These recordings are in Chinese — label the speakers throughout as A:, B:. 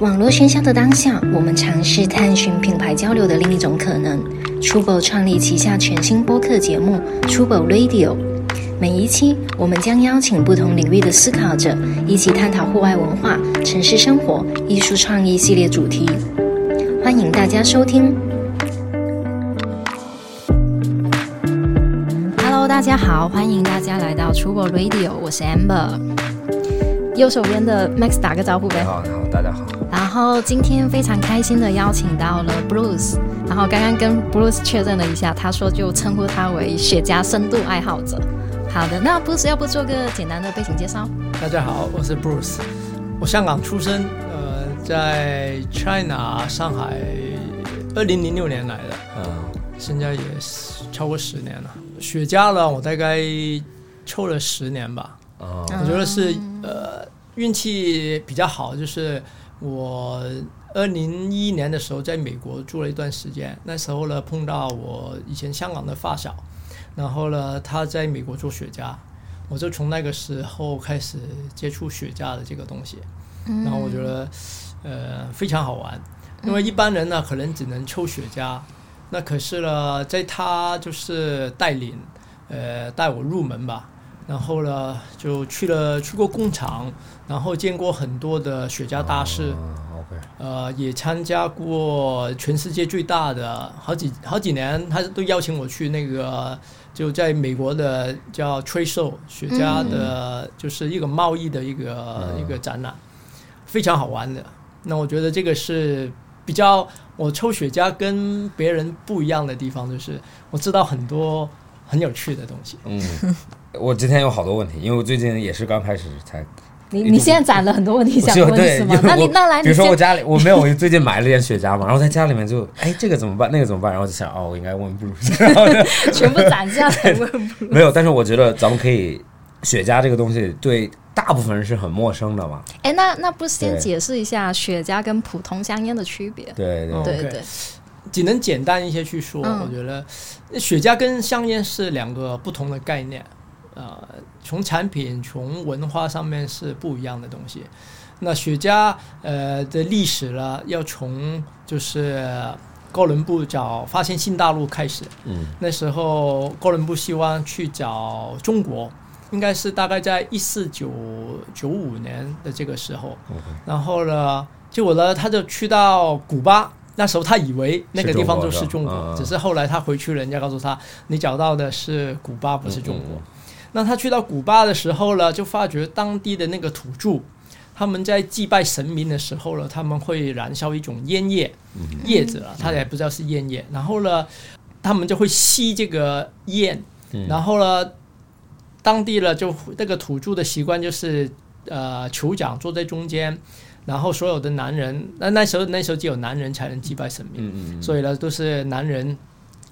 A: 网络喧嚣的当下，我们尝试探寻品牌交流的另一种可能。Trouble 创立旗下全新播客节目 Trouble Radio，每一期我们将邀请不同领域的思考者，一起探讨户外文化、城市生活、艺术创意系列主题。欢迎大家收听。Hello，大家好，欢迎大家来到 Trouble Radio，我是 Amber。右手边的 Max 打个招呼呗
B: 你。啊好，你好，大家好。
A: 然后今天非常开心的邀请到了 Bruce，然后刚刚跟 Bruce 确认了一下，他说就称呼他为雪茄深度爱好者。好的，那 Bruce 要不做个简单的背景介绍？
C: 大家好，我是 Bruce，我香港出生，呃，在 China 上海，二零零六年来的，
B: 嗯，
C: 现在也是超过十年了。雪茄呢，我大概抽了十年吧，
B: 哦，
C: 我觉得是呃运气比较好，就是我二零一一年的时候在美国住了一段时间，那时候呢碰到我以前香港的发小，然后呢他在美国做雪茄，我就从那个时候开始接触雪茄的这个东西，然后我觉得呃非常好玩，因为一般人呢可能只能抽雪茄，那可是呢在他就是带领呃带我入门吧，然后呢，就去了去过工厂，然后见过很多的雪茄大师，
B: 嗯，OK，
C: 呃，也参加过全世界最大的好几好几年，他都邀请我去那个就在美国的叫 Trade Show 雪茄的，就是一个贸易的一个、
B: 嗯
C: 一个展览，非常好玩的。那我觉得这个是比较我抽雪茄跟别人不一样的地方，就是我知道很多很有趣的东西。
B: 嗯，我今天有好多问题，因为我最近也是刚开始才，
A: 你
B: 一种
A: 你现在攒了很多问题
B: 我
A: 想
B: 就
A: 问
B: 对
A: 是吗，？
B: 因为
A: 那你
B: 我
A: 那来，
B: 比
A: 你
B: 如说我
A: 先
B: 家里我没有，我最近买了点雪茄嘛，然后在家里面就，哎，这个怎么办？那个怎么办？然后我就想，哦，我应该问 布鲁斯，然后就
A: 全部攒下来问 Bruce。
B: 没有，但是我觉得咱们可以，雪茄这个东西对大部分人是很陌生的嘛，
A: 哎，那那 Bruce 先
B: 对
A: 解释一下雪茄跟普通香烟的区别。
B: 对对
C: 嗯
A: 对
C: OK
A: 对，
C: 只能简单一些去说。
A: 嗯
C: 我觉得雪茄跟香烟是两个不同的概念，呃，从产品、从文化上面是不一样的东西。那雪茄呃的历史呢，要从就是哥伦布找发现新大陆开始，
B: 嗯
C: 那时候哥伦布希望去找中国，应该是大概在一四九九五年的这个时候。
B: ，OK，
C: 然后呢，结果呢，他就去到古巴。那时候他以为那个地方就是
B: 是中
C: 中
B: 国嗯
C: 国，
B: 嗯
C: 只是后来他回去，人家告诉他，你找到的是古巴，不是中国。
B: 嗯
C: 那他去到古巴的时候呢，就发觉当地的那个土著，他们在祭拜神明的时候呢，他们会燃烧一种烟叶，叶子啊，他也不知道是烟叶。然后呢，他们就会吸这个烟，
B: 嗯
C: 然后呢，当地呢就那个土著的习惯就是，呃，酋长坐在中间，然后所有的男人，那那时候那时候只有男人才能祭拜神明，
B: 嗯嗯嗯，
C: 所以呢都是男人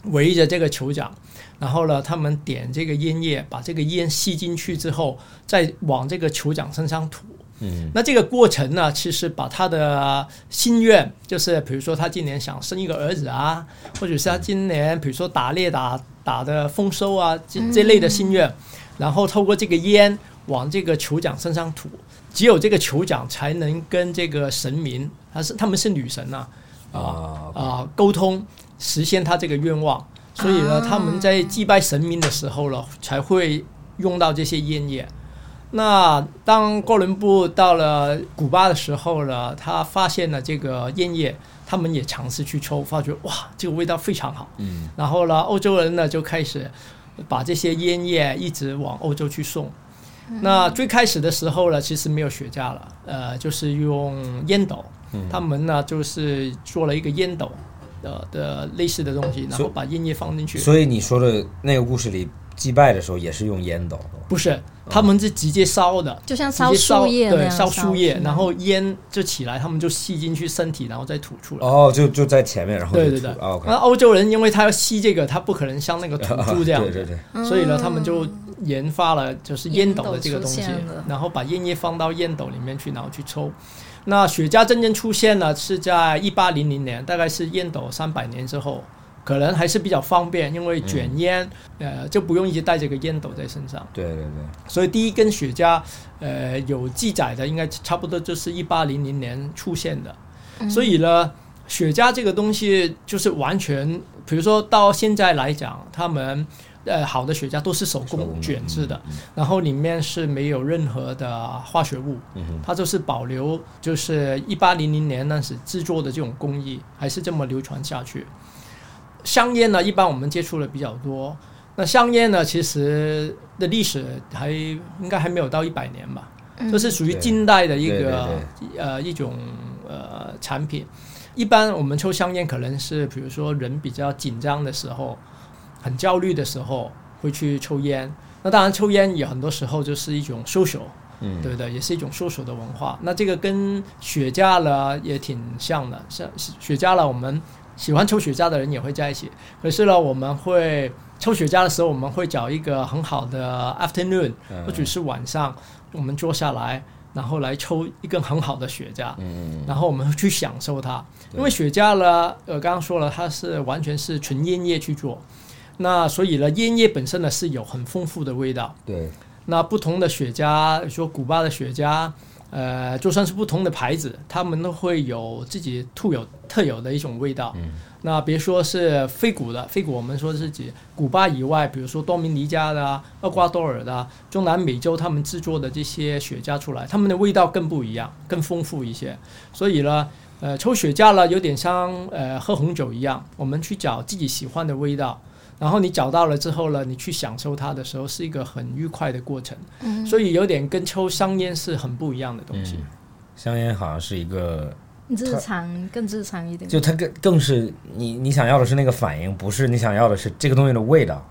C: 围着这个酋长，然后呢他们点这个烟叶，把这个烟吸进去之后，再往这个酋长身上吐。
B: 嗯
C: 那这个过程呢，其实把他的心愿，就是比如说他今年想生一个儿子啊，或者是他今年比如说打猎打打的丰收啊，这这类的心愿，然后透过这个烟往这个酋长身上吐，只有这个酋长才能跟这个神明，他是他们是女神呐、
B: 啊
C: 啊、沟通，实现他这个愿望。所以呢，他们在祭拜神明的时候呢，才会用到这些烟叶。那当哥伦布到了古巴的时候呢，他发现了这个烟叶，他们也尝试去抽，发觉哇，这个味道非常好。
B: 嗯，
C: 然后呢，欧洲人呢就开始把这些烟叶一直往欧洲去送。那
A: 嗯
C: 最开始的时候呢，其实没有雪茄了，呃，就是用烟斗，
B: 嗯
C: 他们呢就是做了一个烟斗，呃的类似的东西，然
B: 所
C: 后
B: 以
C: 把烟叶放进去。
B: 所以你说的那个故事里，祭拜的时候也是用烟斗的吗，
C: 不是，他们是直接烧的，
A: 就像
C: 直接
A: 树叶那
C: 对，
A: 样
C: 烧
A: 烧
C: 树叶，
A: 是吗
C: 然后烟就起来，他们就吸进去身体，然后再吐出来。
B: 哦，就就在前面，然后
C: 对
B: 就
C: 对
B: 出
C: 对，
B: 啊，OK
C: 那欧洲人因为他要吸这个，他不可能像那个土著这样
B: 对
C: 子
B: 对对，
A: 嗯
C: 所以呢，他们就研发了就是烟斗的这个东西
A: 烟斗出现了，
C: 然后把烟叶放到烟斗里面去，然后去抽。那雪茄真正出现呢，是在一八零零年，大概是烟斗三百年之后可能还是比较方便，因为卷烟，
A: 嗯
C: 呃，就不用一直带着个烟斗在身上。
B: 对对对，
C: 所以第一根雪茄，呃，有记载的应该差不多就是一八零零年出现的。所以呢，雪茄这个东西就是完全，比如说到现在来讲，他们呃好的雪茄都是手
B: 手工
C: 工
B: 的
C: 卷制的，然后里面是没有任何的化学物，
B: 嗯哼，
C: 它就是保留就是一八零零年那时制作的这种工艺，还是这么流传下去。香烟呢，一般我们接触的比较多。那香烟呢，其实的历史还应该还没有到一百年吧，
A: 嗯
C: 就是属于近代的一
B: 对对
C: 个呃一种呃产品。一般我们抽香烟可能是比如说人比较紧张的时候，很焦虑的时候会去抽烟。那当然，抽烟也很多时候就是一种 social，
B: 嗯，
C: 对不对？也是一种搜索的文化。那这个跟雪茄呢也挺像的，像雪茄呢，我们喜欢抽雪茄的人也会在一起。可是呢，我们会抽雪茄的时候，我们会找一个很好的 afternoon，
B: 嗯
C: 或者是晚上，我们坐下来，然后来抽一根很好的雪茄，
B: 嗯嗯
C: 然后我们去享受它。因为雪茄呢，呃，刚刚说了，它是完全是纯烟叶去做，那所以呢，烟叶本身呢是有很丰富的味道。
B: 对，
C: 那不同的雪茄，说古巴的雪茄，呃，就算是不同的牌子，他们都会有自己特有特有的一种味道。那别说是非古的，非古我们说是指古巴以外，比如说多明尼加的、啊、厄瓜多尔的、啊、中南美洲他们制作的这些雪茄出来，他们的味道更不一样，更丰富一些。所以呢，呃，抽雪茄呢，有点像呃喝红酒一样，我们去找自己喜欢的味道，然后你找到了之后呢，你去享受它的时候，是一个很愉快的过程。
A: 嗯
C: 所以有点跟抽香烟是很不一样的东西。
B: 嗯，香烟好像是一个，
D: 日常更日常一点。
B: 就它更更是你你想要的是那个反应，不是你想要的是这个东西的味道。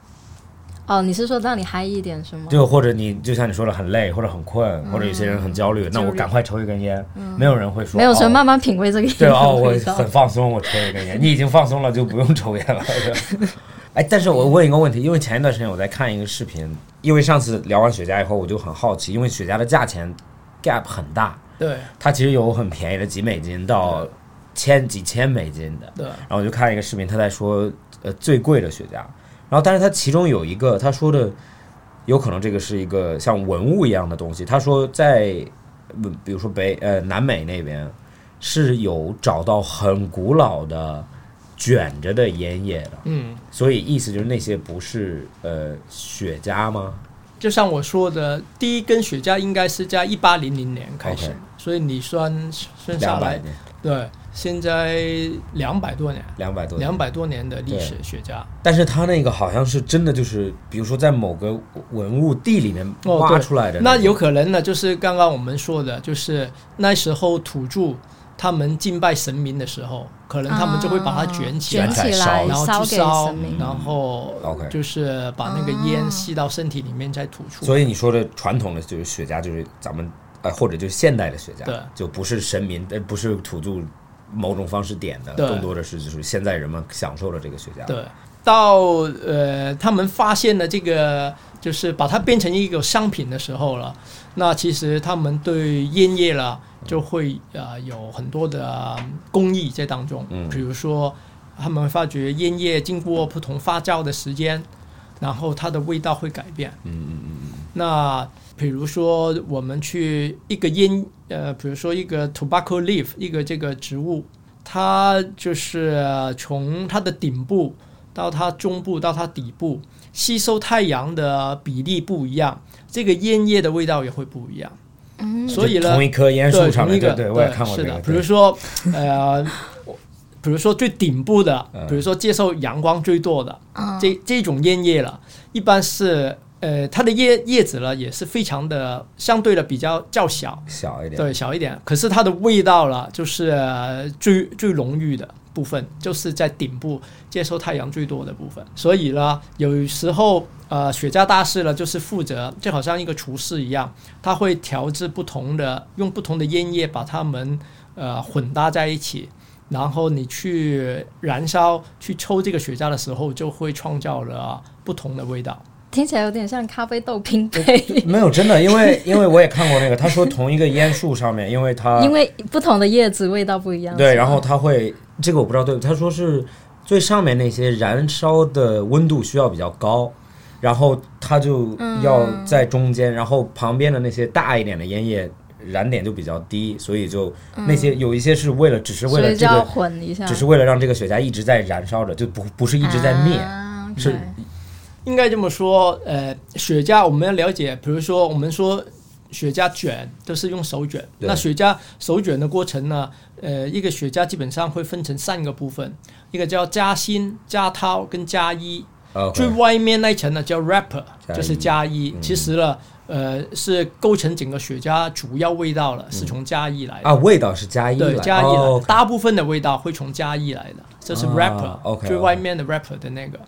D: 哦，你是说让你嗨一点是吗？
B: 就或者你就像你说的很累，或者很困，或者有些人很焦虑，那我赶快抽一根烟，没有人会说
D: 没有
B: 哦
D: 说慢慢品味这个烟
B: 对
D: 的
B: 哦，我
D: 味道
B: 很放松，我抽一根烟。你已经放松了，就不用抽烟了。 对吧哎，但是我问一个问题，因为前一段时间我在看一个视频，因为上次聊完雪茄以后，我就很好奇，因为雪茄的价钱 gap 很大，
C: 对
B: 它其实有很便宜的几美金到千几千美金的。
C: 对，
B: 然后我就看了一个视频，他在说呃最贵的雪茄，然后但是他其中有一个他说的有可能这个是一个像文物一样的东西，他说在嗯比如说北呃南美那边是有找到很古老的卷着的烟叶的，
C: 嗯，
B: 所以意思就是那些不是呃雪茄吗？
C: 就像我说的，第一根雪茄应该是在一八零零年开始
B: OK
C: 所以你算算
B: 两
C: 下
B: 百
C: 来，
B: 年，
C: 对，现在两百多年，
B: 两百多年
C: 两百多年的历史雪茄。
B: 但是他那个好像是真的，就是比如说在某个文物地里面
C: 哦
B: 挖
C: 对
B: 出来的、
C: 那有可能呢，就是刚刚我们说的，就是那时候土著他们敬拜神明的时候，可能他们就会把它卷起来，
D: 卷起
B: 卷起来
D: 来
C: 然
D: 烧
C: 后去
D: 给
C: 烧
D: 神明，，哦
C: 然后
B: OK
C: 就是把那个烟吸到身体里面再吐出。
B: 所以你说的传统的就是雪茄，就是咱们呃，或者就是现代的雪茄，
C: 对
B: 就不是神民，呃，不是土著某种方式点的，
C: 对
B: 更多的是就是现在人们享受了这个雪茄。，
C: 对，到呃，他们发现了这个，就是把它变成一个商品的时候了，那其实他们对烟叶了就会呃有很多的工艺在当中，
B: 嗯
C: 比如说他们发觉烟叶经过不同发酵的时间，然后它的味道会改变。
B: 嗯嗯嗯，
C: 那比如说我们去一个烟，呃，比如说一个 tobacco leaf，一个这个植物，它就是呃从它的顶部到它中部到它底部吸收太阳的比例不一样，这个烟叶的味道也会不一样。嗯，所以
B: 就
C: 呢
B: 同，一棵
C: 对
B: 烟树上
C: 同
B: 面，
C: 一个
B: 对对，我也看过
C: 是
B: 这
C: 的
B: 个。
C: 比如
B: 对
C: 说，呃， 我比如说最顶部的
B: 嗯，
C: 比如说接受阳光最多的，这这种烟叶了，一般是呃，它的叶叶子呢也是非常的相对的比较较小，
B: 小一点，
C: 对，小一点。可是它的味道了，就是呃最最浓郁的部分，就是在顶部接受太阳最多的部分。所以呢，有时候呃，雪茄大师呢，就是负责，就好像一个厨师一样，他会调制不同的，用不同的烟叶把它们呃混搭在一起。然后你去燃烧、去抽这个雪茄的时候，就会创造了不同的味道。
D: 听起来有点像咖啡豆拼 配，
B: 没有真的，因为因为我也看过那个，他说同一个烟树上面，因为它
D: 因为不同的叶子味道不一样。
B: 啊对，
D: 是吧
B: 然后它会这个我不知道对不对，他说是最上面那些燃烧的温度需要比较高，然后它就
D: 嗯
B: 要在中间，然后旁边的那些大一点的烟叶燃点就比较低，所以就那些有一些是为了只是为
D: 嗯所
B: 了
D: 以就
B: 这
D: 要
B: 个，
D: 混一下，
B: 只是为了让这个雪茄一直在燃烧着，就不不是一直在灭。
D: 啊
B: 是
D: OK
C: 应该这么说，呃，雪茄我们要了解，比如说我们说雪茄卷都是用手卷，
B: 对
C: 那雪茄手卷的过程呢，呃，一个雪茄基本上会分成三个部分，一个叫夹心、夹套跟夹衣，
B: 呃，
C: 最外面那一层呢叫 wrapper，
B: 加一
C: 就是加一。其实呢，呃，是构成整个雪茄主要味道了，是从加一来的。
B: 啊，味道是加一
C: 对，
B: 了
C: 加一来的
B: 哦，
C: 大部分的味道会从加一来的，这是
B: 啊
C: wrapper，、
B: OK，
C: 最
B: OK
C: 外面的 wrapper 的那个。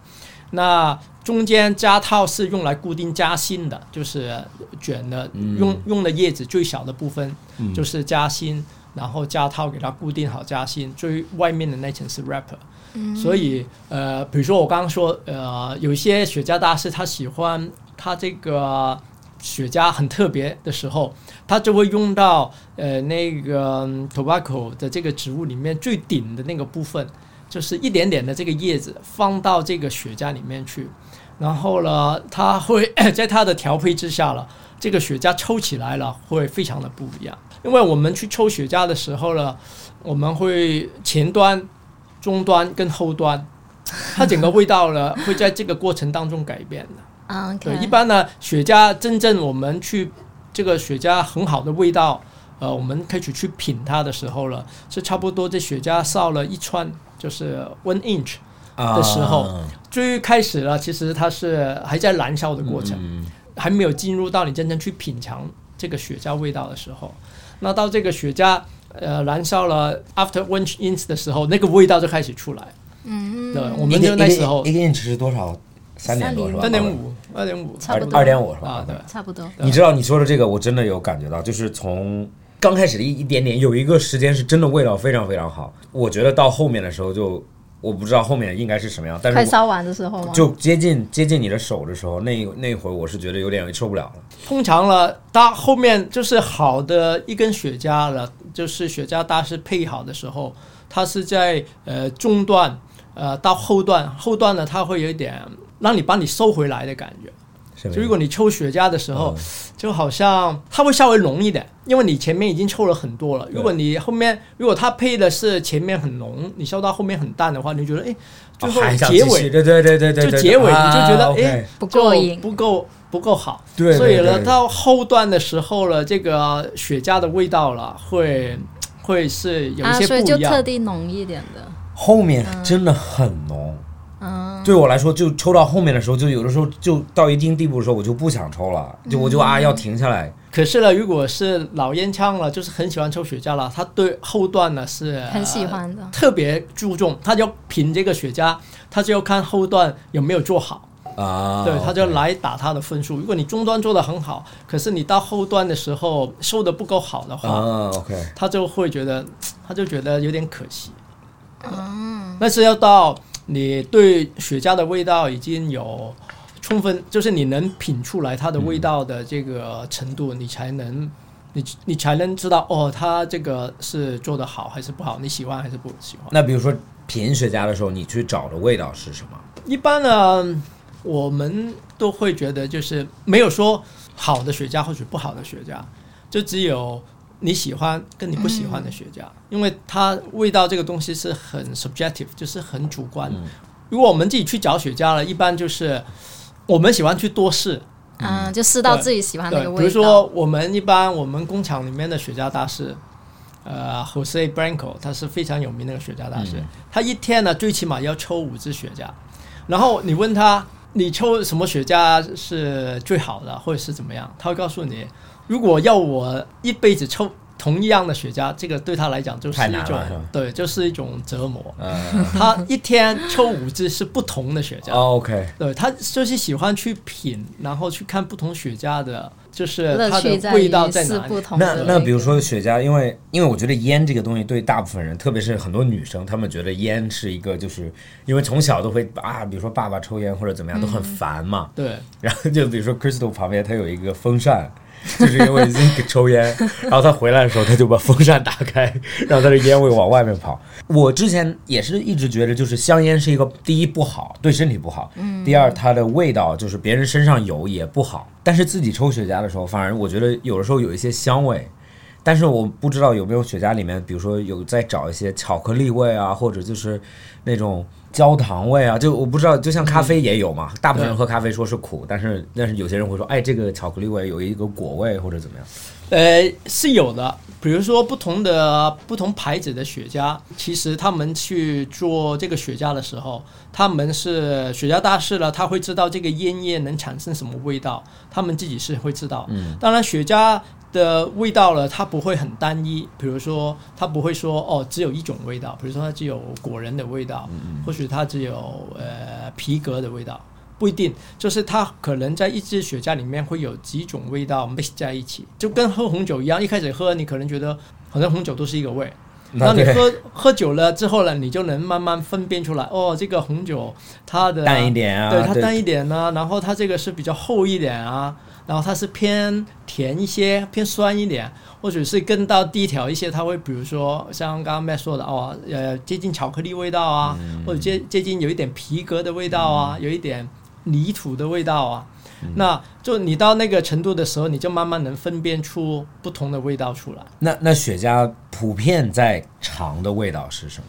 C: 那中间加套是用来固定夹心的，就是卷的，
B: 嗯
C: 用用的叶子最小的部分就是夹心，然后加套给它固定好夹心，最外面的那层是 wrapper。所以呃，比如说我刚刚说呃，有一些雪茄大师他喜欢他这个雪茄很特别的时候，他就会用到呃那个嗯 tobacco 的这个植物里面最顶的那个部分，就是一点点的这个叶子放到这个雪茄里面去，然后呢，它会 在它的调配之下了，这个雪茄抽起来了会非常的不一样。因为我们去抽雪茄的时候呢，我们会前端、中端跟后端，它整个味道呢会在这个过程当中改变的。
D: 啊，OK，
C: 对，一般呢，雪茄真正我们去这个雪茄很好的味道，呃，我们开始去品它的时候了，是差不多这雪茄烧了一串，就是 one inch。
B: 啊
C: 的时候最开始呢，其实它是还在燃烧的过程，还没有进入到你真正去品尝这个雪茄味道的时候。那到这个雪茄呃燃烧了 after one inch 的时候，那个味道就开始出来。嗯，对，我
B: 一
C: 们
B: 个
C: 就那
B: 一个
C: 时候
B: 一个 inch 是多少？三点多是吧？
C: 二点五，二点五
D: 差
B: 二
D: 不多
B: 二点五是吧？
C: 啊，对。
D: 差不多。
C: 对
B: 你知道你说的这个，我真的有感觉到，就是从刚开始的一一点点，有一个时间是真的味道非常非常好。我觉得到后面的时候就，我不知道后面应该是什么样，但
D: 快
B: 是
D: 烧完的时候
B: 我
D: 吗？
B: 就接近接近你的手的时候，那那会儿我是觉得有点受不了了。
C: 通常呢，它后面就是好的一根雪茄了，就是雪茄大师配好的时候，它是在呃中段，呃到后段，后段呢它会有一点让你把你收回来的感觉。
B: 是啊不
C: 就是如果你抽雪茄的时
B: 嗯
C: 候，就好像它会稍微浓一点，因为你前面已经抽了很多了。如果你后面如果它配的是前面很浓，你抽到后面很淡的话，你觉得哎，最
B: 啊还
C: 后
B: 想
C: 结
B: 继续
C: 尾
B: 对对对对对，
C: 就
B: 对
C: 结尾你就觉得
B: 啊
C: 哎
B: OK
D: 不过
C: 就
D: 瘾
C: 不够不够好。
B: 对对
C: 所以呢，
B: 对
C: 到后段的时候了，这个雪茄的味道了，会会是有一
D: 啊，
C: 些
D: 所以
C: 不
D: 就
C: 一样。
D: 特地浓一点的，
B: 后面真的很浓。
D: 嗯，
B: 对我来说，就抽到后面的时候，就有的时候就到一定地步的时候，我就不想抽了，就我就
D: 嗯
B: 啊要停下来。
C: 可是呢，如果是老烟枪了，就是很喜欢抽雪茄了，他对后段呢是
B: 呃
C: 呃
D: 很喜欢的。
C: 特别注重，他就品这个雪茄，他就要看后段有没有做好，
B: 啊，
C: 对，他就
B: OK
C: 来打他的分数。如果你中端做得很好，可是你到后端的时候收的不够好的话，
B: 啊，OK，
C: 他就会觉得，他就觉得有点可惜。嗯，那是要到你对雪茄的味道已经有充分，就是你能品出来它的味道的这个程度，你才能。你你才能知道哦，它这个是做的好还是不好，你喜欢还是不喜欢。
B: 那比如说品雪茄的时候，你去找的味道是什么？
C: 一般呢，我们都会觉得就是没有说好的雪茄或者不好的雪茄，就只有你喜欢跟你不喜欢的雪茄，因为它味道这个东西是很 subjective，就是很主观。如果我们自己去找雪茄了，一般就是我们喜欢去多试，
B: 嗯
D: 啊，就试到自己喜欢那
C: 对
D: 个，味道。
C: 比如说我们一般我们工厂里面的雪茄大师，呃，Jose Blanco，他是非常有名的一个雪茄大师，
B: 嗯
C: 他一天呢最起码要抽五支雪茄，然后你问他你抽什么雪茄是最好的，或者是怎么样，他会告诉你，如果要我一辈子抽。同一样的雪茄，这个对他来讲就是
B: 太
C: 一
B: 难了
C: 种
B: 是吧
C: 对，就是一种折磨。
B: 嗯
C: 他一天抽五支是不同的雪茄，
B: ，OK，
C: 对他就是喜欢去品，然后去看不同雪茄的，就是
D: 乐
C: 它
D: 趣
C: 的味
D: 于
C: 道在
D: 试
C: 哪
D: 不
C: 里。
D: 同
B: 那
D: 的
B: 那
D: 个
B: 比如说雪茄，因为因为我觉得烟这个东西对大部分人，特别是很多女生，她们觉得烟是一个，就是因为从小都会啊，比如说爸爸抽烟或者怎么样都很烦嘛。
C: 对，
B: 然后就比如说 Crystal 旁边它有一个风扇，就是因为 Zinc 抽烟，然后他回来的时候，他就把风扇打开，让他的烟味往外面跑。我之前也是一直觉得，就是香烟是一个第一不好，对身体不好；第二，它的味道就是别人身上有也不好。但是自己抽雪茄的时候，反而我觉得有的时候有一些香味，但是我不知道有没有雪茄里面，比如说有在找一些巧克力味啊，或者就是那种焦糖味啊，就我不知道，就像咖啡也有嘛，
C: 嗯
B: 大部分人喝咖啡说是苦，但是但是有些人会说，哎，这个巧克力味有一个果味或者怎么样，
C: 呃，是有的。比如说不同的不同牌子的雪茄，其实他们去做这个雪茄的时候，他们是雪茄大师了，他会知道这个烟叶能产生什么味道，他们自己是会知道。嗯，当然雪茄的味道呢，它不会很单一。比如说，它不会说哦只有一种味道，比如说它只有果仁的味道，或许它只有呃皮革的味道。不一定，就是它可能在一支雪茄里面会有几种味道 mix 在一起，就跟喝红酒一样，一开始喝你可能觉得好像红酒都是一个味，
B: 那
C: 那你
B: 对
C: 喝喝酒了之后呢，你就能慢慢分辨出来，哦，这个红酒它的
B: 淡一点啊，
C: 对它淡一点呢、然后它这个是比较厚一点啊，然后它是偏甜一些，偏酸一点，或者是更到低调一些，它会比如说像刚刚 Matt 说的哦，呃，接近巧克力味道啊，
B: 嗯
C: 或者接接近有一点皮革的味道啊，有一点泥土的味道啊。
B: 嗯
C: 那就你到那个程度的时候，你就慢慢能分辨出不同的味道出来。
B: 那那雪茄普遍在尝的味道是什么？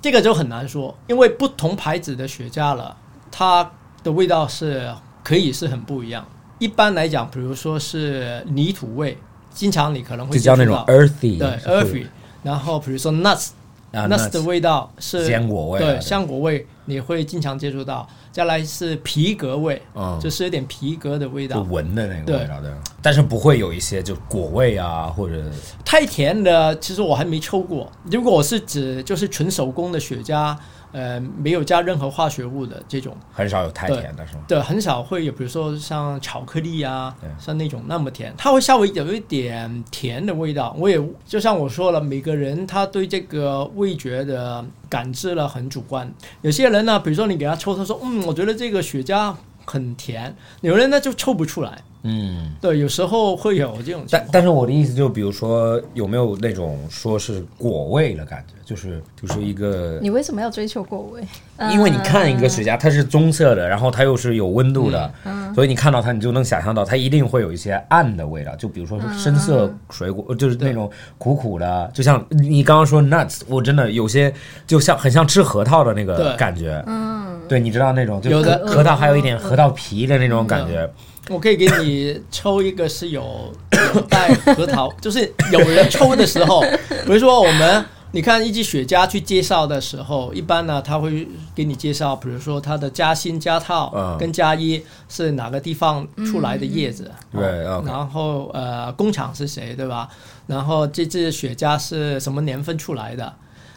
C: 这个就很难说，因为不同牌子的雪茄了，它的味道是可以是很不一样。一般来讲，比如说是泥土味，经常你可能会
B: 就叫那
C: 接触
B: 种
C: 到
B: earthy，
C: 对 earthy，然后比如说 nuts
B: 啊
C: nuts 的味道是
B: 坚果味啊
C: 对
B: 对
C: 香果味你会经常接触到。再来是皮革味，
B: 嗯
C: 就是有点皮革的味
B: 就
C: 道。
B: 闻的那个
C: 对
B: 味道对吧，但是不会有一些就果味啊或者
C: 太甜的，其实我还没抽过。如果我是指就是纯手工的雪茄，呃，没有加任何化学物的这种。
B: 很少有太
C: 对
B: 甜的是吗？
C: 对，很少会有，比如说像巧克力啊
B: 对，
C: 像那种那么甜，它会稍微有一点甜的味道。我也就像我说了，每个人他对这个味觉的感知呢很主观。有些人呢，比如说你给他抽，他说嗯，我觉得这个雪茄很甜；有人呢就抽不出来。
B: 嗯。
C: 对，有时候会有这种情
B: 但
C: 况。
B: 但是我的意思就，比如说有没有那种说是果味的感觉，就是比如说一个，
D: 你为什么要追求果味？
C: 嗯
B: 因为你看一个雪茄，它是棕色的，然后它又是有温度的，
C: 嗯
B: 所以你看到它，你就能想象到它一定会有一些暗的味道，就比如说是深色水果，
C: 嗯
B: 呃就是那种苦苦的，就像你刚刚说 nuts，我真的有些就像很像吃核桃的那个
C: 对
B: 感觉，嗯，对，你知道那种就
C: 有的嗯
B: 核核桃还有一点核桃皮的那种感觉，
C: 我可以给你抽一个是有 有带核桃， 就是有人抽的时候，比如说我们你看一支雪茄去介绍的时候，一般呢他会给你介绍，比如说它的夹心、夹套
B: 嗯
C: 跟夹衣是哪个地方出来的叶子，
B: 对，OK 嗯
C: 然后呃工厂是谁，对吧？然后这支雪茄是什么年份出来的？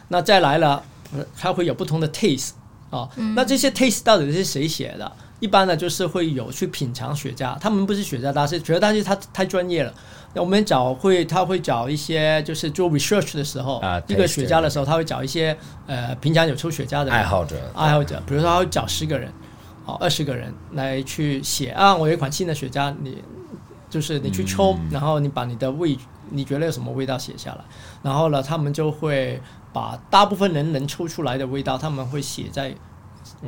C: 那再来了，呃它会有不同的 taste 哦。那这些 taste 到底是谁写的？一般呢，就是会有去品尝雪茄，他们不是雪茄大师，雪茄大师他太专业了。那我们找会，他会找一些就是做 research 的时候，
B: 啊
C: 一
B: taste
C: 个雪茄的时候，他会找一些呃平常有抽雪茄的人
B: 爱好者
C: 爱好者，比如说他会找十个人，哦，二十个人来去写啊，我有一款新的雪茄，你就是你去抽，
B: 嗯
C: 然后你把你的味，你觉得有什么味道写下来，然后呢，他们就会把大部分人能抽出来的味道，他们会写在，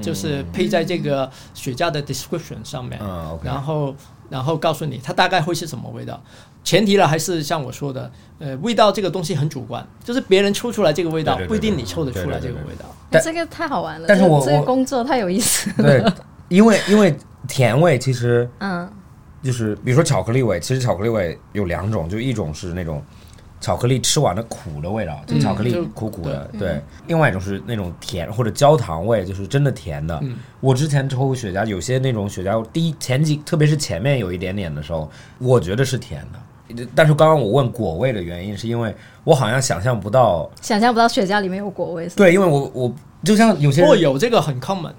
C: 就是配在这个雪茄的 description 上面，
B: 嗯，OK，
C: 然后然后告诉你它大概会是什么味道。前提呢，还是像我说的，呃，味道这个东西很主观，就是别人抽出来这个味道，
B: 对对对
C: 不一定
B: 对
C: 你抽得
B: 对
C: 出来
B: 对
C: 这
B: 对
C: 个
B: 对
C: 味道。
B: 但
D: 哎这个太好玩了，
B: 但是
D: 这
B: 我
D: 这个
B: 我
D: 工作太有意 思。
B: 对，因为因为甜味其实
D: 嗯，
B: 就是比如说巧克力味，其实巧克力味有两种，就一种是那种巧克力吃完的苦的味道，就
C: 嗯
B: 巧克力
C: 就嗯
B: 苦苦的，对；另外一种是那种甜或者焦糖味，就是真的甜的。
C: 嗯
B: 我之前抽雪茄，有些那种雪茄，第一前几，特别是前面有一点点的时候，我觉得是甜的。但是刚刚我问果味的原因，是因为我好像想象不到，
D: 想象不到雪茄里面有果味，是吧
B: 对，因为我我就像有些
C: 不过
B: 人
C: 有这个很 common，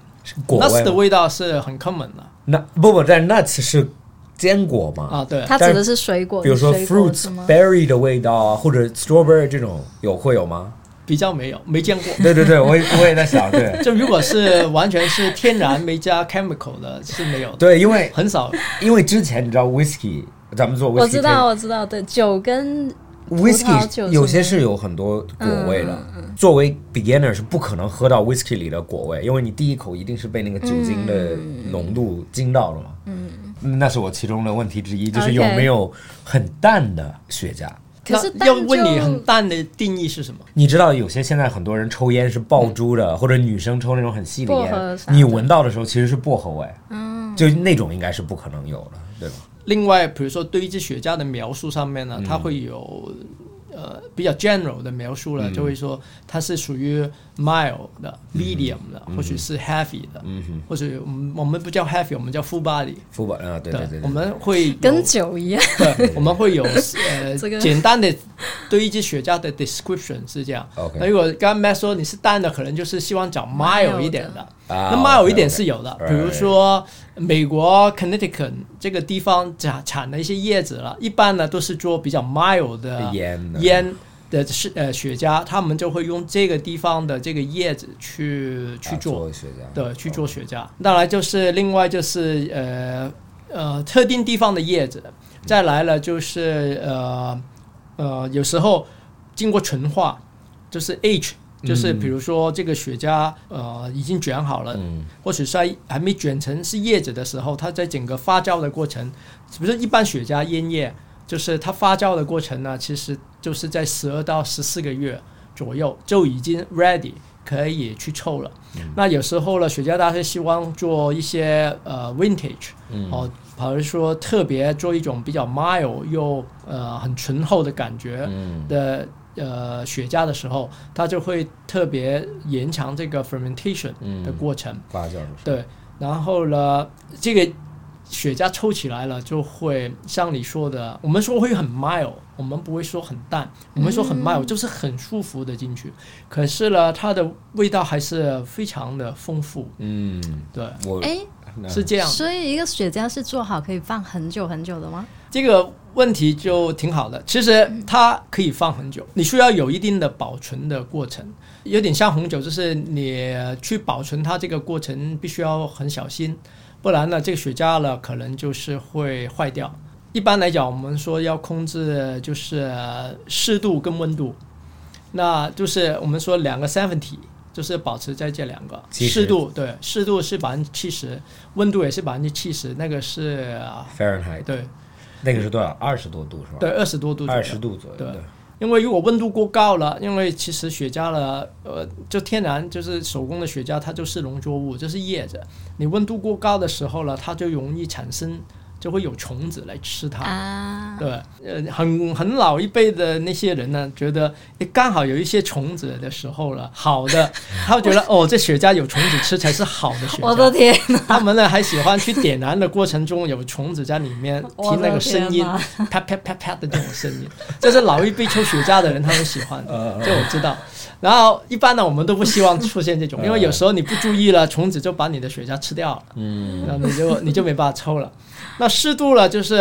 B: 果
C: nuts
B: 味
C: 的
B: 嘛，
C: 味道是很 common 的
B: 那不不，但 nuts 是坚果嘛，
C: 啊，对，
D: 它指
B: 但是
D: 的是水果，
B: 比如说
D: 水果是
B: fruits
D: 吗？
B: berry 的味道啊，或者 strawberry 这种有会 有吗？
C: 比较没有没见 过。
B: 对对对，我也我也在想，对
C: 就如果是完全是天然没加 chemical 的，是没有的，
B: 对，因为
C: 很少。
B: 因为之前你知道 whisky 咱们做
D: 我
B: whisky
D: 知道，我知道，对，酒跟
B: whisky
D: 酒嗯
B: 有些是有很多果味的，作为 beginner 是不可能喝到 whisky 里的果味，因为你第一口一定是被那个酒精的
D: 嗯
B: 浓度惊到了嘛。嗯，那是我其中的问题之一，就是
D: OK
B: 有没有很淡的雪茄。
D: 可是
C: 那要
D: 淡
C: 问你
D: 就
C: 很淡的定义是什么？
B: 你知道有些现在很多人抽烟是爆珠
C: 嗯
B: 的，或者女生抽那种很细的
D: 薄荷
B: 烟，
D: 啥的
B: 你闻到的时候其实是薄荷味，
C: 嗯
B: 就那种应该是不可能有的，对吧？
C: 另外，比如说对于这雪茄的描述上面呢，
B: 嗯
C: 它会有呃比较 general 的描述
B: 嗯
C: 了，就会说它是属于 mild 的、medium
B: 嗯
C: 的，或许是 heavy 的，或者我们我们不叫 heavy，我们叫 full body
B: 副本啊，对对
C: 的
B: 对，
C: 我
B: 对，
C: 们会有
D: 跟酒一 样，
C: 对，我们会有呃
D: 这个
C: 简单的对一支雪茄的 description 是这样。
B: OK
C: 那如果刚刚 Matt 说你是淡的，可能就是希望找 mild 一点的。
B: 啊
C: 那 mild 一点是有的，
B: OK，OK，
C: 比如说美国 Connecticut 这个地方产产的一些叶子了，一般呢都是做比较 mild 的
B: 烟呢
C: 烟的是呃雪茄，他们就会用这个地方的这个叶子去去
B: 啊
C: 做
B: 做雪茄，
C: 对，去做雪茄。当然就是另外就是呃呃特定地方的叶子，再来了就是呃呃有时候经过纯化，就是 H。就是比如说这个雪茄，呃，已经卷好了，
B: 嗯
C: 或许是还还没卷成是叶子的时候，它在整个发酵的过程，比如说一般雪茄烟叶，就是它发酵的过程呢，其实就是在十二到十四个月左右就已经 ready 可以去抽了。那有时候呢，雪茄大师希望做一些呃 vintage，
B: 嗯
C: 哦、好像说特别做一种比较 mild 又呃很醇厚的感
B: 嗯
C: 觉的、呃雪茄的时候，它就会特别延长这个 fermentation
B: 嗯
C: 的过程。
B: 发酵的时
C: 对，然后呢，这个雪茄抽起来了，就会像你说的，我们说会很 mild，我们不会说很淡，我们说很 mild 就是很舒服的进去。可是呢，它的味道还是非常的丰富，
B: 候，嗯，
C: 对，
B: 我
D: 哎，
B: 那
C: 是这样。
D: 所以一个雪茄是做好可以放很久很久的吗？
C: 这个问题就挺好的。其实它可以放很久，你需要有一定的保存的过程，有点像红酒，就是你去保存它这个过程必须要很小心，不然呢，这个雪茄了可能就是会坏掉。一般来讲，我们说要控制就是湿度跟温度，那就是我们说两个 seventy，就是保持在这两个
B: 70
C: 湿度，对，湿度是百分之七十，温度也是百分之七十，那个是啊
B: Fahrenheit
C: 对
B: 那个是多少？二十多度是吧？
C: 对，二十多度左右。
B: 啊二十度左右。
C: 对
B: 对，
C: 因为如果温度过高了，因为其实雪茄了，呃，就天然就是手工的雪茄，它就是浓缩物，就是叶子。你温度过高的时候呢，它就容易产生，就会有虫子来吃它。
D: 啊，
C: 对，呃，很很老一辈的那些人呢，觉得诶刚好有一些虫子的时候了，好的，他会觉得 哦，这雪茄有虫子吃才是好的雪茄。
D: 我的天，
C: 他们呢还喜欢去点燃的过程中有虫子在里面
D: 我
C: 听
D: 的
C: 那个声音
D: 天哪，
C: 啪啪啪啪的这种声音， 这是老一辈抽雪茄的人他们喜欢的，这我知道。然后一般呢，我们都不希望出现这种，因为有时候你不注意了，虫子就把你的雪茄吃掉了，嗯，那你就你就没办法抽了。 那湿度呢，就是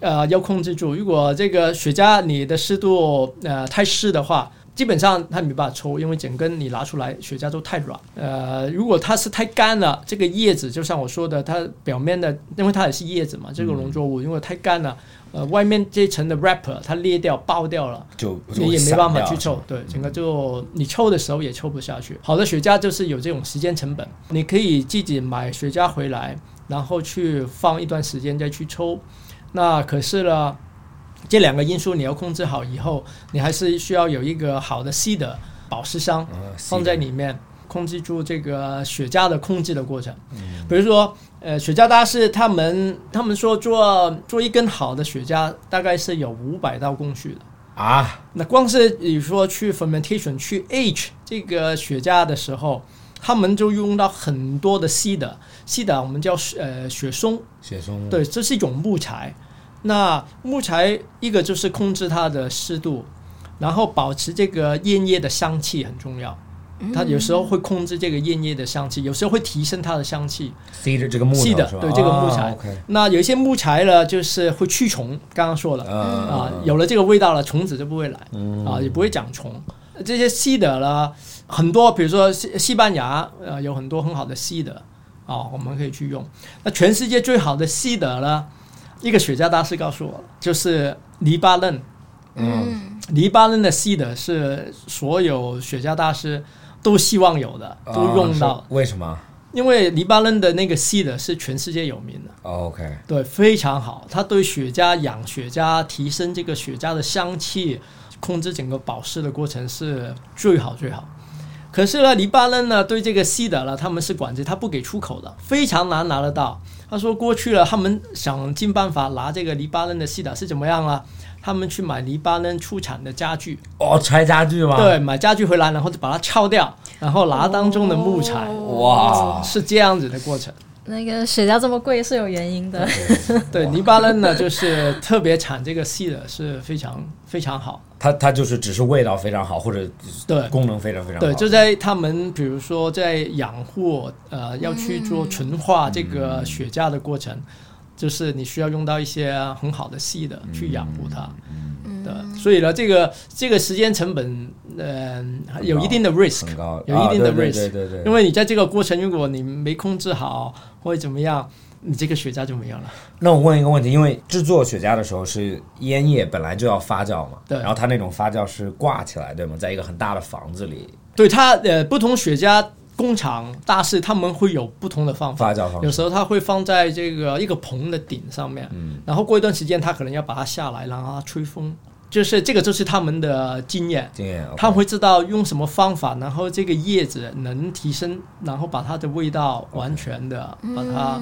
C: 呃要控制住，如果这个雪茄你的湿度呃太湿的话。基本上它没办法抽，因为整根你拿出来，雪茄都太软。呃，如果它是太干了，这个叶子就像我说的，它表面的，因为它也是叶子嘛，这个农作物，如果太干了，呃，外面这层的 wrapper 它裂掉、爆掉了，
B: 就就
C: 你也
B: 会
C: 没
B: 散
C: 办法
B: 掉嗯
C: 去抽，对，整个就你抽的时候也抽不下去。好的雪茄就是有这种时间成本，你可以自己买雪茄回来，然后去放一段时间再去抽。那可是呢，这两个因素你要控制好以后，你还是需要有一个好的 C 的保湿箱
B: 啊
C: 放在里面，控制住这个雪茄的控制的过程。
B: 嗯
C: 比如说，呃，雪茄大师他们他们说做做一根好的雪茄，大概是有五百道工序的。
B: 啊，
C: 那光是你说去 fermentation 去 age 这个雪茄的时候，他们就用到很多的 cedar，cedar 我们叫呃雪松，
B: 雪松
C: 对，这是一种木材。那木材一个就是控制它的湿度，然后保持这个烟叶的香气很重要。它有时候会控制这个烟叶的香气，有时候会提升它的香气。
B: 吸着这个木头
C: 细的
B: 是吧
C: 对这个木材
B: 啊 OK，
C: 那有一些木材呢，就是会驱虫，刚刚说了，啊、
B: 啊，
C: 有了这个味道了，虫子就不会来，啊、
B: 嗯
C: 也不会长虫。这些西德呢，很多，比如说西西班牙，呃，有很多很好的西德，啊、我们可以去用。那全世界最好的西德呢，一个雪茄大师告诉我，就是黎巴嫩，
A: 嗯，
C: 黎巴嫩的 C 的是所有雪茄大师都希望有的，都用到，
B: 啊是为什么
C: 因为黎巴嫩的那个 C 的是全世界有名的。
B: 哦？OK，
C: 对，非常好。它对雪茄养雪茄、提升这个雪茄的香气、控制整个保湿的过程是最好最好。可是呢，黎巴嫩呢对这个西德呢，他们是管制，他不给出口的，非常难拿得到。他说过去了，他们想尽办法拿这个黎巴嫩的西德是怎么样啊？他们去买黎巴嫩出产的家具，
B: 哦，拆家具吗？，
C: 对，买家具回来，然后就把它撬掉，然后拿当中的木材，
B: 哦哇，
C: 是这样子的过程。
D: 那个雪茄这么贵是有原因的，
C: 对，黎巴嫩呢，就是特别产这个细的，是非常非常好。
B: 它它就是只是味道非常好，或者
C: 对
B: 功能非常非常好。
C: 对，就在他们比如说在养护，呃，要去做纯化这
B: 嗯
C: 个雪茄的过程，就是你需要用到一些很好的细的去养护它。
B: 嗯
C: 对，所以呢，这个这个时间成本，嗯、
B: 很高
C: 有一定的 risk，
B: 很高，
C: 有一定的
B: 啊对
C: risk，、
B: 对对对对，
C: 因为你在这个过程，如果你没控制好或者怎么样，你这个雪茄就没有了。
B: 那我问一个问题，因为制作雪茄的时候是烟叶本来就要发酵嘛，
C: 对
B: 然后它那种发酵是挂起来，对吗？在一个很大的房子里
C: 对它呃，不同雪茄工厂大师他们会有不同的方法，
B: 发酵方
C: 有
B: 式，
C: 时候它会放在这个一个棚的顶上面，
B: 嗯
C: 然后过一段时间它可能要把它下来，然后它吹风，就是这个就是他们的经验。
B: 经验 OK
C: 他们会知道用什么方法，然后这个叶子能提升，然后把它的味道完全的把它、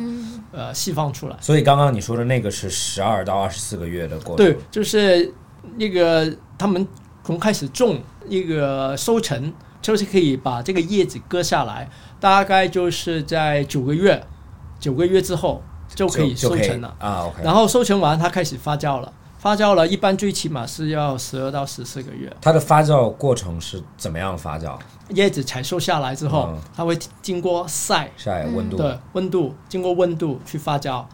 C: 呃释放出来。
B: 所以刚刚你说的那个是十二到二十四个月的过程，
C: 对，就是那个他们从开始种一个收成，就是可以把这个叶子割下来，大概就是在九个月，九个月之后就
B: 就
C: 可以
B: 就
C: 收
B: 可
C: 成了。
B: 啊。OK，
C: 然后收成完，它开始发酵了，发酵了一般最起码是要十二到十四个月，
B: 它的发酵过程是怎么样发酵？
C: 叶子采收下来之后，
B: 嗯
C: 它会经过晒，
B: 晒温度，
C: 嗯对，温度经过温度去发酵，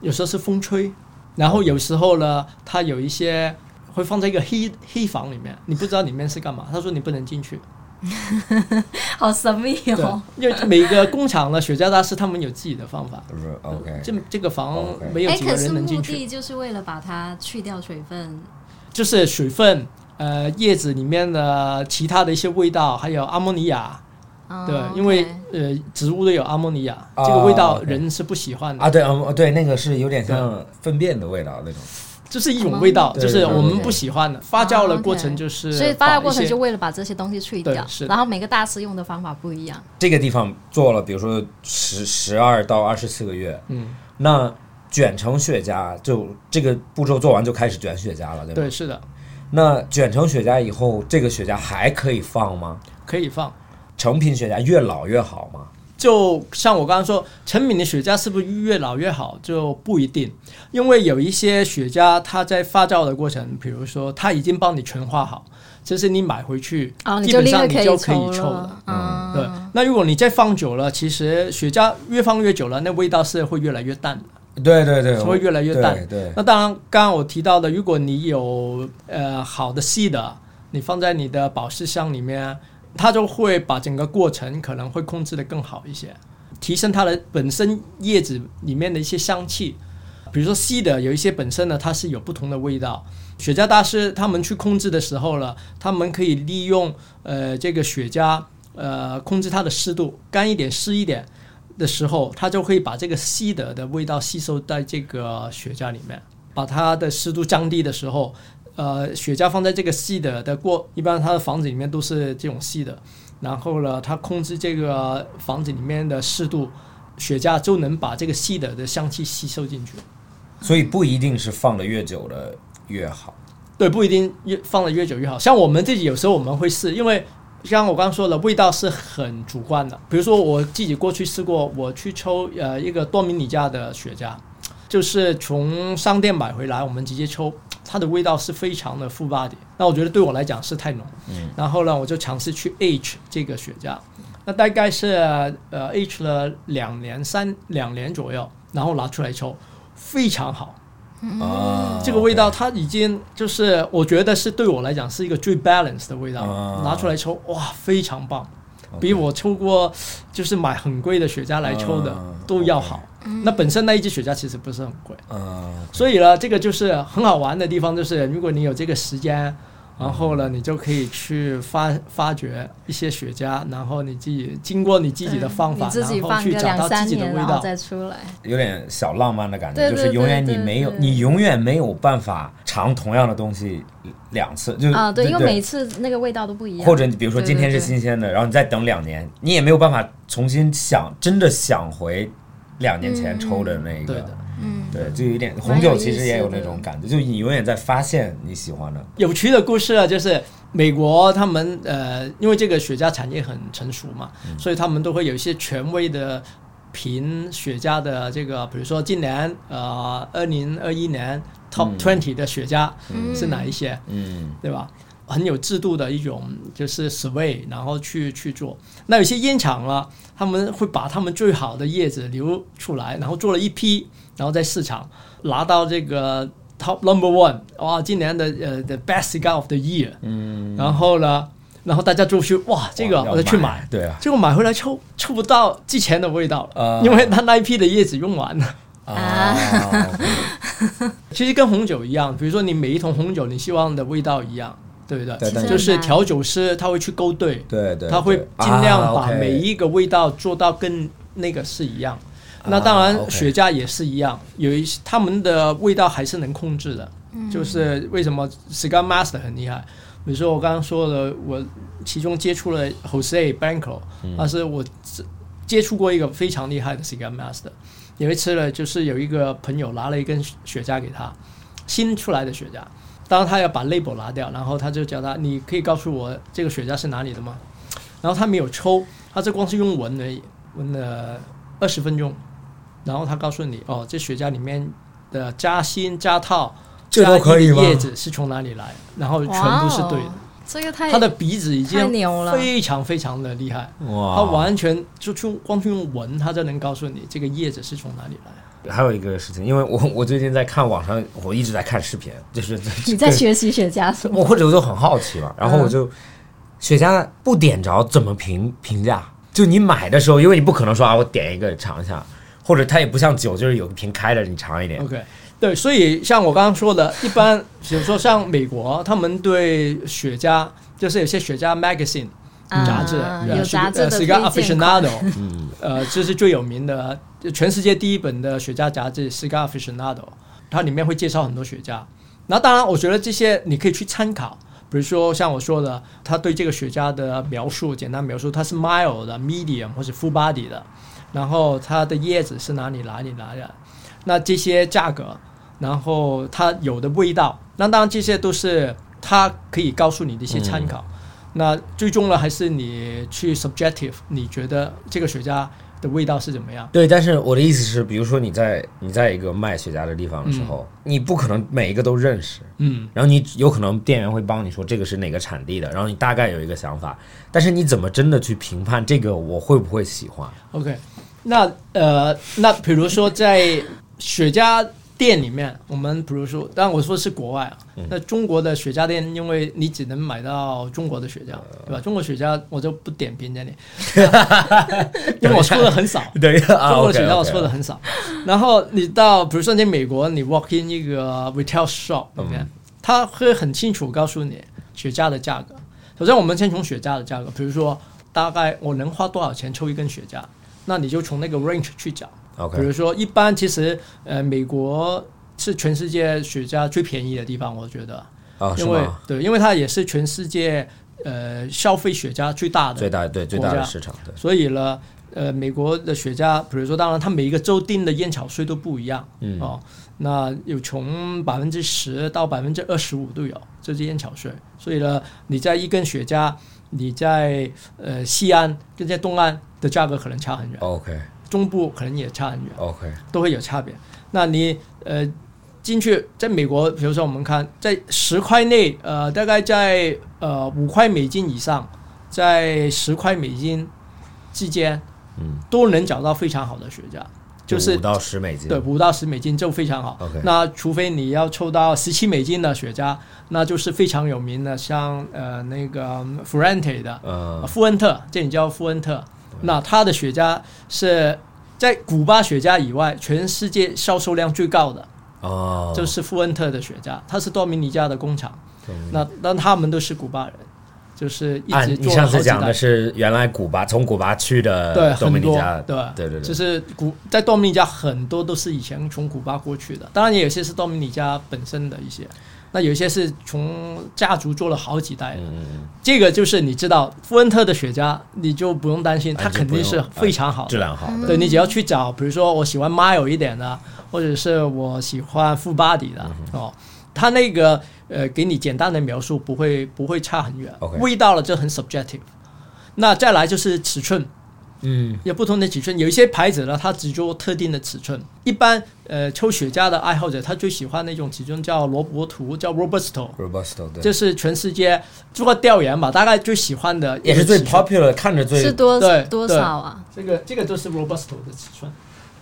C: 有时候是风吹，然后有时候呢，它有一些会放在一个黑黑房里面，你不知道里面是干嘛。他说你不能进去，
D: 好神秘
C: 对
D: 哦。，
C: 因为每个工厂的雪茄大师他们有自己的方法。
B: 是不是 OK？
C: 这这个房
B: OK
C: 没有
D: 哎，
C: 几个
D: 可是
C: 人能进
D: 目
C: 去，
D: 的就是为了把它去掉水分，
C: 就是水分、呃叶子里面的其他的一些味道，还有阿莫尼亚。
D: 嗯
C: 对，
D: ，OK
C: 因为呃植物都有阿莫尼亚，这个味道
B: 啊 OK
C: 人是不喜欢的。
B: 啊，对，嗯，对，那个是有点
C: 嗯
B: 像粪便的味道那种。
C: 就是一种味道，
B: 嗯
C: 就是我们不喜欢的。发酵的过程就是，
D: 哦所以发酵过程就为了把这些东西去掉
C: 对是，的
D: 然后每个大师用的方法不一样。
B: 这个地方做了，比如说十十二到二十四个月，
C: 嗯，
B: 那卷成雪茄就这个步骤做完就开始卷雪茄了，对吧？
C: 对，是的，
B: 那卷成雪茄以后，这个雪茄还可以放吗？
C: 可以放。
B: 成品雪茄越老越好吗？
C: 就像我刚刚说，成品的雪茄是不是越老越好就不一定，因为有一些雪茄它在发酵的过程，比如说它已经帮你纯化好，就是你买回去，
D: 哦，你
C: 基
D: 就
C: 本
D: 立刻
C: 上你就可
D: 抽
C: 以抽了。
D: 了，嗯，
C: 对，那如果你再放久了，其实雪茄越放越久了，那味道是会越来越淡的。
B: 对对对，
C: 它会越来越淡
B: 对，对
C: 那当然，刚刚我提到的，如果你有呃好的细的，你放在你的保湿箱里面，它就会把整个过程可能会控制的更好一些，提升它的本身叶子里面的一些香气。比如说细的有一些本身呢，它是有不同的味道。雪茄大师他们去控制的时候呢，他们可以利用呃这个雪茄呃控制它的湿度，干一点湿一点的时候，它就会把这个西德的味道吸收在这个雪茄里面。把它的湿度降低的时候，呃，雪茄放在这个细的的过，一般它的房子里面都是这种细的，然后呢，它控制这个房子里面的湿度，雪茄就能把这个细的的香气吸收进去。
B: 所以不一定是放的越久的越好。
C: 对，不一定越放的越久越好。像我们自己有时候我们会试，因为像我刚刚说的，味道是很主观的。比如说我自己过去试过，我去抽呃一个多米尼加的雪茄，就是从商店买回来，我们直接抽，它的味道是非常的富巴的。那我觉得对我来讲是太浓，嗯、然后呢，我就尝试去 H 这个雪茄，那大概是呃 H 了两年三两年左右，然后拿出来抽，非常好。
B: 啊，
C: 这个味道它已经就是，我觉得是对我来讲是一个最 balance 的味道，
B: 啊
C: 拿出来抽，哇，非常棒，
B: OK
C: 比我抽过就是买很贵的雪茄来抽的
B: 啊
C: 都要好。
D: 嗯
C: 那本身那一支雪茄其实不是很贵，
B: 嗯，
C: 所以呢，这个就是很好玩的地方，就是如果你有这个时间，然后呢，你就可以去发发掘一些雪茄，然后你自己经过你自己的方法，
D: 你自己
C: 然后
D: 放
C: 去
D: 个
C: 找
D: 两
C: 到自
D: 三
C: 己的
D: 年，
C: 味
D: 然后
C: 道。
D: 再出来。
B: 有点小浪漫的感觉，
D: 对
B: 就
D: 对
B: 是永远你
D: 对对
B: 没有，
D: 对
B: 你永远没有办法尝同样的东西两次，就是
D: 啊，对，因为每
B: 对
D: 一次那个味道都不一样。
B: 或者你比如说今天是
D: 对对对
B: 新鲜的，然后你再等两年，你也没有办法重新想真的想回两年前抽的那一个。
C: 对的
D: 嗯，
B: 对，就有点
D: 蛮
B: 红
D: 有
B: 酒其实也有
D: 意思
B: 那
D: 的
B: 种感觉，就你永远在发现你喜欢的。
C: 有趣的故事啊，就是美国他们呃，因为这个雪茄产业很成熟嘛，所以他们都会有一些权威的评雪茄的这个，比如说今年呃二零二一年 Top Twenty 的雪茄
D: 嗯
C: 是哪一些，
B: 嗯
C: 对吧？很有制度的一种就是 sway，然后去去做。那有些烟厂啊，他们会把他们最好的叶子留出来，然后做了一批，然后在市场拿到这个 top number one，哇，今年的呃 the best cigar of the year，嗯，然后呢，然后大家就去哇，这个
B: 要
C: 我得去
B: 买
C: 买，
B: 对啊
C: 结果买回来抽抽不到之前的味道了，
B: 啊
C: 因为他那一批的叶子用完了。
B: 啊，
C: 其实跟红酒一样，比如说你每一桶红酒，你希望的味道一样，对不对？
B: 对但
C: 就是
D: 很难
C: 调酒师他会去勾兑，
B: 对对，
C: 他会
B: 对
C: 尽量
B: 啊
C: 把
B: ，OK
C: 每一个味道做到跟那个是一样。那当
B: 啊
C: 然，
B: ，OK
C: 雪茄也是一样，有一些他们的味道还是能控制的。就是为什么 Cigar Master 很厉害，比如说我刚刚说的，我其中接触了 Jose Blanco，但
B: 嗯
C: 是我只接触过一个非常厉害的 Cigar Master。有一次呢，就是有一个朋友拿了一根雪茄给他，新出来的雪茄，当然他要把 label 拿掉，然后他就叫他，你可以告诉我这个雪茄是哪里的吗？然后他没有抽，他这光是用闻而已，闻了二十分钟，然后他告诉你，哦，这雪茄里面的夹心、夹套、
B: 这都可以
C: 加
B: 吗
C: 一的叶子是从哪里来，然后全部是对
D: 哇哦
C: 的。，
D: 这个太
C: 他的鼻子已
D: 太
C: 经
D: 牛了
C: 非常非常的厉害，
B: 哇，哦
C: 他完全就就光是用闻，他就能告诉你这个叶子是从哪里来。
B: 还有一个事情，因为我我最近在看网上，我一直在看视频，就是
D: 你在学习雪茄是吗？
B: 我或者我就很好奇嘛，然后
C: 嗯
B: 我就、雪茄不点着怎么评评价？就你买的时候，因为你不可能说啊，我点一个尝一下，或者它也不像酒，就是有个瓶开着你尝一点。
C: OK，对，所以像我刚刚说的，一般比如说像美国，他们对雪茄，就是有些雪茄 magazine
D: 啊
C: 杂志，呃
D: 有杂志的
C: 是一个
D: 推荐款
C: aficionado，呃，这是最有名的，就全世界第一本的雪茄杂志是个 aficionado，它里面会介绍很多雪茄。那当然，我觉得这些你可以去参考。比如说，像我说的，他对这个雪茄的描述，简单描述，它是 mild 的、medium 或者 full body 的，然后它的叶子是哪里哪里来的，那这些价格，然后它有的味道，那当然这些都是它可以告诉你的一些参考。那最终呢，还是你去 subjective，你觉得这个雪茄的味道是怎么样？
B: 对，但是我的意思是，比如说你在你在一个卖雪茄的地方的时候，你不可能每一个都认识，
C: 嗯，
B: 然后你有可能店员会帮你说这个是哪个产地的，然后你大概有一个想法，但是你怎么真的去评判这个我会不会喜欢？
C: OK，那呃，那比如说在雪茄店里面，我们比如说，当然我说是国外啊，那中国的雪茄店，因为你只能买到中国的雪茄，对吧？中国雪茄我就不点评这里，因为我抽的很少。
B: 对啊，
C: 中国的雪茄
B: OK，OK
C: 我抽的很少，然后你到比如说你美国，你 walk in 一个 retail shop 里
B: 嗯
C: 面，他会很清楚告诉你雪茄的价格。首先，我们先从雪茄的价格，比如说大概我能花多少钱抽一根雪茄，那你就从那个 range 去找。
B: OK，
C: 比如说，一般其实呃，美国是全世界雪茄最便宜的地方，我觉得，
B: 啊，是
C: 因为
B: 吗？
C: 对，因为它也是全世界呃消费雪茄最大的
B: 最大对最大
C: 国
B: 的
C: 家
B: 市场，对，
C: 所以呢，呃，美国的雪茄，比如说，当然它每一个州定的烟草税都不一样，嗯、哦，那有从百分之十到百分之二十五都有，这是烟草税。所以呢，你在一根雪茄，你在呃西安跟在东安的价格可能差很远，
B: OK
C: 中部可能也差很远，
B: OK，
C: 都会有差别。那你呃。进去，在美国，比如说我们看，在十块内，呃，大概在呃五块美金以上，在十块美金之间，
B: 嗯，
C: 都能找到非常好的雪茄，就是
B: 五到十美金，
C: 对五到十美金就非常好。
B: OK
C: 那除非你要抽到十七美金的雪茄，那就是非常有名的，像呃那个嗯 Fuente 的、
B: 嗯，
C: 富恩特，这里叫富恩特，那它的雪茄是在古巴雪茄以外，全世界销售量最高的
B: 哦，
C: 就是富恩特的雪茄，它是多米尼加的工厂，
B: 懂了
C: 那那他们都是古巴人，就是一
B: 按
C: 直
B: 啊你
C: 做了
B: 上
C: 好
B: 次
C: 几
B: 讲
C: 代
B: 的。是原来古巴从古巴去
C: 对，
B: 的多米
C: 很
B: 尼
C: 多
B: 加，
C: 对
B: 对对对
C: 就是古在多米尼加很多都是以前从古巴过去的，当然也有些是多米尼加本身的一些，那有一些是从家族做了好几
B: 嗯
C: 代的。这个就是你知道，富恩特的雪茄你就不用担心，它
B: 啊就
C: 肯
B: 不
C: 定
B: 用
C: 是
B: 啊
C: 非常好
B: 质
C: 的。
B: 量好的，
C: 对你只要去找，比如说我喜欢 mile 一点的，或者是我喜欢富巴迪
B: 嗯
C: 的哦，它那个呃给你简单的描述不会不会差很远
B: OK
C: 味道了就很 subjective。那再来就是尺寸，
B: 嗯，
C: 有不同的尺寸，有一些牌子呢，它只做特定的尺寸。一般呃抽雪茄的爱好者，他最喜欢那种尺寸叫罗伯图，叫 Robusto，
B: robusto 对，
C: 这是全世界做过调研吧，大概最喜欢的一个
B: 也是最
C: 尺寸
B: popular，看着
D: 是
B: 最
D: 多
C: 对
D: 多少啊？
C: 这个这个就是 Robusto 的尺寸。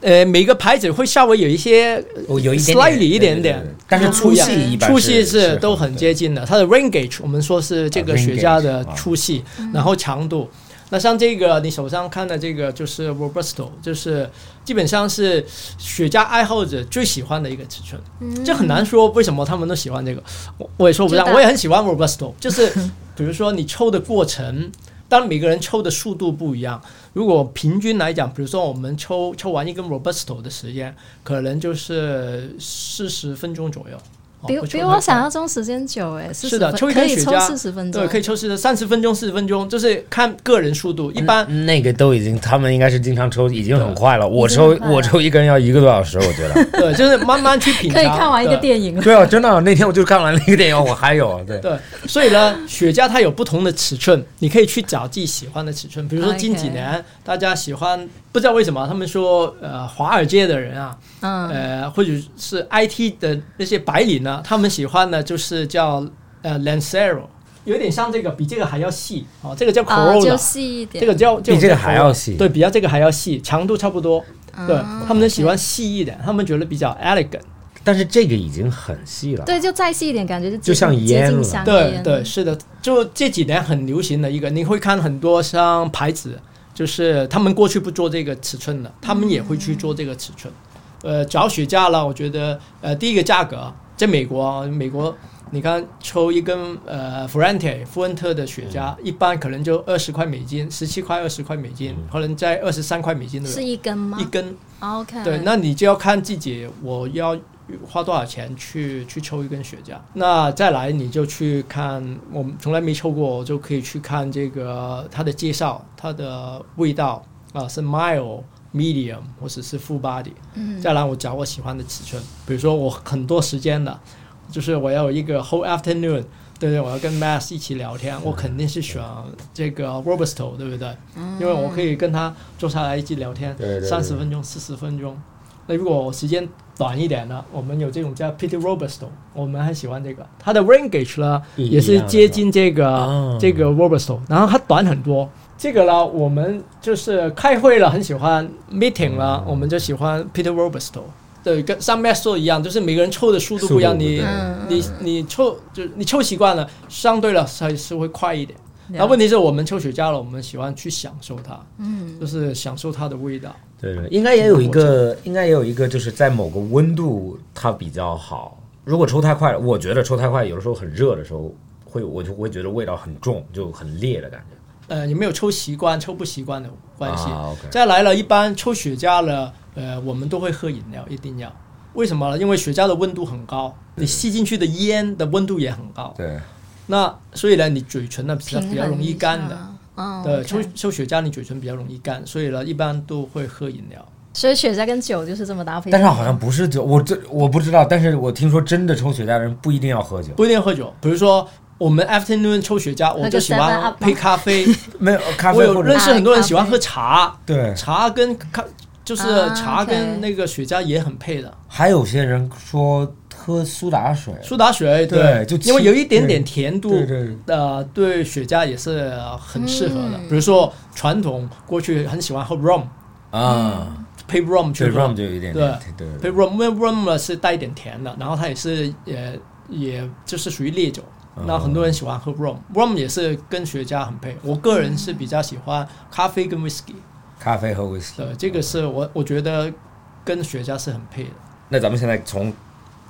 C: 呃，每个牌子会稍微有一些
B: 哦有一点对
C: slightly
B: 对
C: 一点
B: 对
C: 点
B: 对对但是粗细一般
C: 粗细
B: 是
C: 都很接
B: 近，
C: 近的，它的 range gauge 我们说是这
B: 啊
C: 个
B: ，range
C: 雪茄的
B: gauge，啊
C: 粗细，
D: 嗯
C: 然后强度。那像这个你手上看的这个就是 Robusto，就是基本上是雪茄爱好者最喜欢的一个尺寸。这很难说为什么他们都喜欢这个，我我也说不上
D: 嗯知，道
C: 我也很喜欢 Robusto，就是 比如说你抽的过程，当然每个人抽的速度不一样。如果平均来讲，比如说我们抽抽完一根 Robusto 的时间，可能就是四十分钟左右。哦
D: 比
C: 会抽
D: 比
C: 很
D: 我
C: 快
D: 想象中时间久哎，40
C: 是的
D: 分
C: 抽一
D: 可
C: 根
D: 以
C: 雪
D: 抽
C: 茄
D: 四十分钟，
C: 对，可以抽四十、三十分钟、四十分钟，就是看个人速度。一般
B: 那个都已经，他们应该是经常抽，已经很快了。我
D: 已经
B: 抽
D: 很快了
B: 我抽一根要一个多小时，我觉 得。
C: 对，就是慢慢去品尝。
D: 嗯 可以看完一个
C: 对
D: 电影了。
B: 对啊，真的，那天我就看完那个电影，我还有对，
C: 对，所以呢，雪茄它有不同的尺寸，你可以去找自己喜欢的尺寸。比如说近几
D: OK
C: 年大家喜欢，不知道为什么他们说，呃，华尔街的人啊，
D: 嗯，
C: 呃，或者是 IT 的那些白领呢，他们喜欢的就是叫呃 Lancero，有点像这个，比这个还要细哦，这个叫
D: 啊，
C: Corolla，、
D: 就细一点。
C: 这个叫
B: 比这个还要细
C: 对，比较这个还要细，强度差不多。对
D: 啊，
C: 他们都喜
D: OK
C: 欢细一点，他们觉得比较 elegant。
B: 但是这个已经很细了。
D: 对，就再细一点，感觉就
B: 就
D: 接
B: 像
D: 近
B: 烟
D: 接近
B: 了
D: 香
C: 对
D: 烟。
C: 对，是的，就这几年很流行的一个，你会看很多像牌子，就是他们过去不做这个尺寸的，他们也会去做这个尺寸。呃，找雪茄了，我觉得呃，第一个价格，在美国啊，美国你看抽一根呃 f r e n t e 富恩特的雪茄，一般可能就二十块美金，十七块、二十块美金，可能在二十三块美金都
D: 是
C: 有
D: 一根吗
C: 一根。
D: ？OK。
C: 对，那你就要看自己我要花多少钱去去抽一根雪茄。那再来你就去看，我们从来没抽过，我就可以去看这个它的介绍，它的味道啊、是 mild。medium 或者是 full body，、嗯、再来我找我喜欢的尺寸，比如说我很多时间的，就是我要有一个 whole afternoon，对不对？我要跟 Max 一起聊天，我肯定是选这个 Robusto，对不对？因为我可以跟他坐下来一起聊天
B: 对对，对
C: 三十分钟、四十分钟。那如果我时间短一点呢，我们有这种叫 Pity Robusto，我们还喜欢这个。它的 range 呢
B: 一
C: 也
B: 一
C: 是啊
B: 样的
C: 接近这个、
B: 哦
C: 这个 Robusto，然后它短很多。这个呢，我们就是开会了，很喜欢 meeting 了，我们就喜欢 Pity Robusto。对，跟上面说一样，就是每个人抽的速度不一样，
B: 速度不一
C: 你
B: 样
D: 嗯，
C: 你你抽就你抽习惯了，相对了还是会快一点。那问
D: 题
C: 题是我们抽雪茄了，我们喜欢去享受它，嗯，就是享受它的味道。
B: 对对，应该也有一个，应该也有一个，就是在某个温度它比较好。如果抽太快了，我觉得抽太快，有的时候很热的时候，会我就会觉得味道很重，就很烈的感觉。
C: 呃，有没有抽习惯、抽不习惯的关系？
B: 啊，OK
C: 再来了，一般抽雪茄了，呃，我们都会喝饮料，一定要。为什么呢？因为雪茄的温度很高，你吸进去的烟的温度也很高，
B: 对，
C: 那所以呢，你嘴唇呢比
D: 平
C: 较
D: 衡
C: 比较容易干的。
D: 嗯，
C: 对，
D: OK
C: 抽抽雪茄你嘴唇比较容易干，所以呢，一般都会喝饮料。
D: 所以雪茄跟酒就是这么搭配。
B: 但是好像不是酒，我这我不知道。但是我听说真的抽雪茄的人不一定要喝酒，
C: 不一定喝酒，比如说我们 afternoon 抽雪茄，我就喜
D: 7-Up
C: 欢
D: 吗
C: 配咖啡。
B: 没有 咖
C: 我
B: 啡
C: 有
B: 或者
C: 认识很多人喜欢喝茶，
B: 对，
C: 茶跟咖就是
D: 啊
C: 茶
D: OK
C: 跟那个雪茄也很配的。
B: 还有些人说喝苏打水，
C: 苏打水
B: 对就
C: 因为
B: 清
C: 有一点点甜度，
B: 对对对
C: 呃，对雪茄也是呃很适合
D: 嗯
C: 的。比如说传统过去很喜欢喝 rum，
B: 啊，
C: 配 rum 去
B: 对
C: 喝
B: rum 就有一点
C: 对
B: 点对
C: 配 rum，因为 rum 呢是带一点甜的，然后它也是也也就是属于烈酒。那很多人喜欢喝 rum，rum 也是跟雪茄很配。我个人是比较喜欢咖啡跟 whisky，
B: 咖啡和威士忌。
C: 对，这个是我我觉得跟雪茄是很配的。
B: 那咱们现在从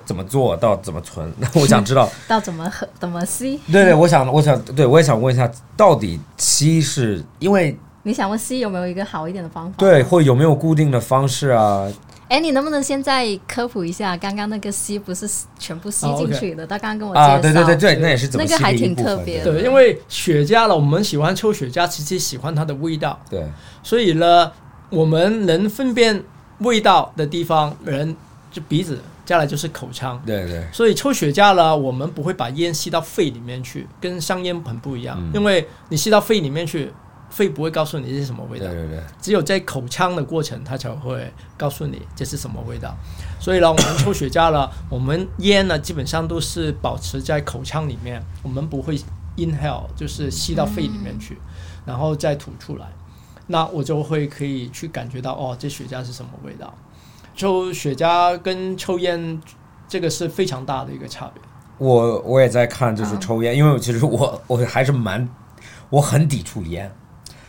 B: 怎么做到怎么存？ 那我想知道，
D: 到怎么喝怎么吸？
B: 对对，我想，我想，对我也想问一下，到底吸是因为
D: 你想问吸有没有一个好一点的方法？
B: 对，或有没有固定的方式啊？
D: 哎，你能不能现在科普一下，刚刚那个吸不是全部吸
C: 哦
D: 进
C: ，OK
D: 去的？他刚刚跟我介绍，
B: 啊，对对对对，那也是怎么
D: 那个
B: 吸
D: 还
B: 的一
D: 挺
B: 部
D: 特
B: 分
D: 别的
C: 对，因为雪茄了，我们喜欢抽雪茄，其实喜欢它的味道。
B: 对
C: 所以呢，我们能分辨味道的地方，人就鼻子，再来就是口腔。
B: 对对
C: 所以抽雪茄呢，我们不会把烟吸到肺里面去，跟香烟很不一样，因为你吸到肺里面去，肺不会告诉你是什么味
B: 对
C: 道，
B: 对对，
C: 只有在口腔的过程，它才会告诉你这是什么味道。所以呢，我们抽雪茄了，我们烟呢基本上都是保持在口腔里面，我们不会 inhale，就是吸到肺里面
B: 嗯
C: 去，然后再吐出来。那我就会可以去感觉到，哦，这雪茄是什么味道。抽雪茄跟抽烟，这个是非常大的一个差别。
B: 我我也在看，
D: 嗯
B: 就是抽烟，因为其实我我还是蛮我很抵触 烟，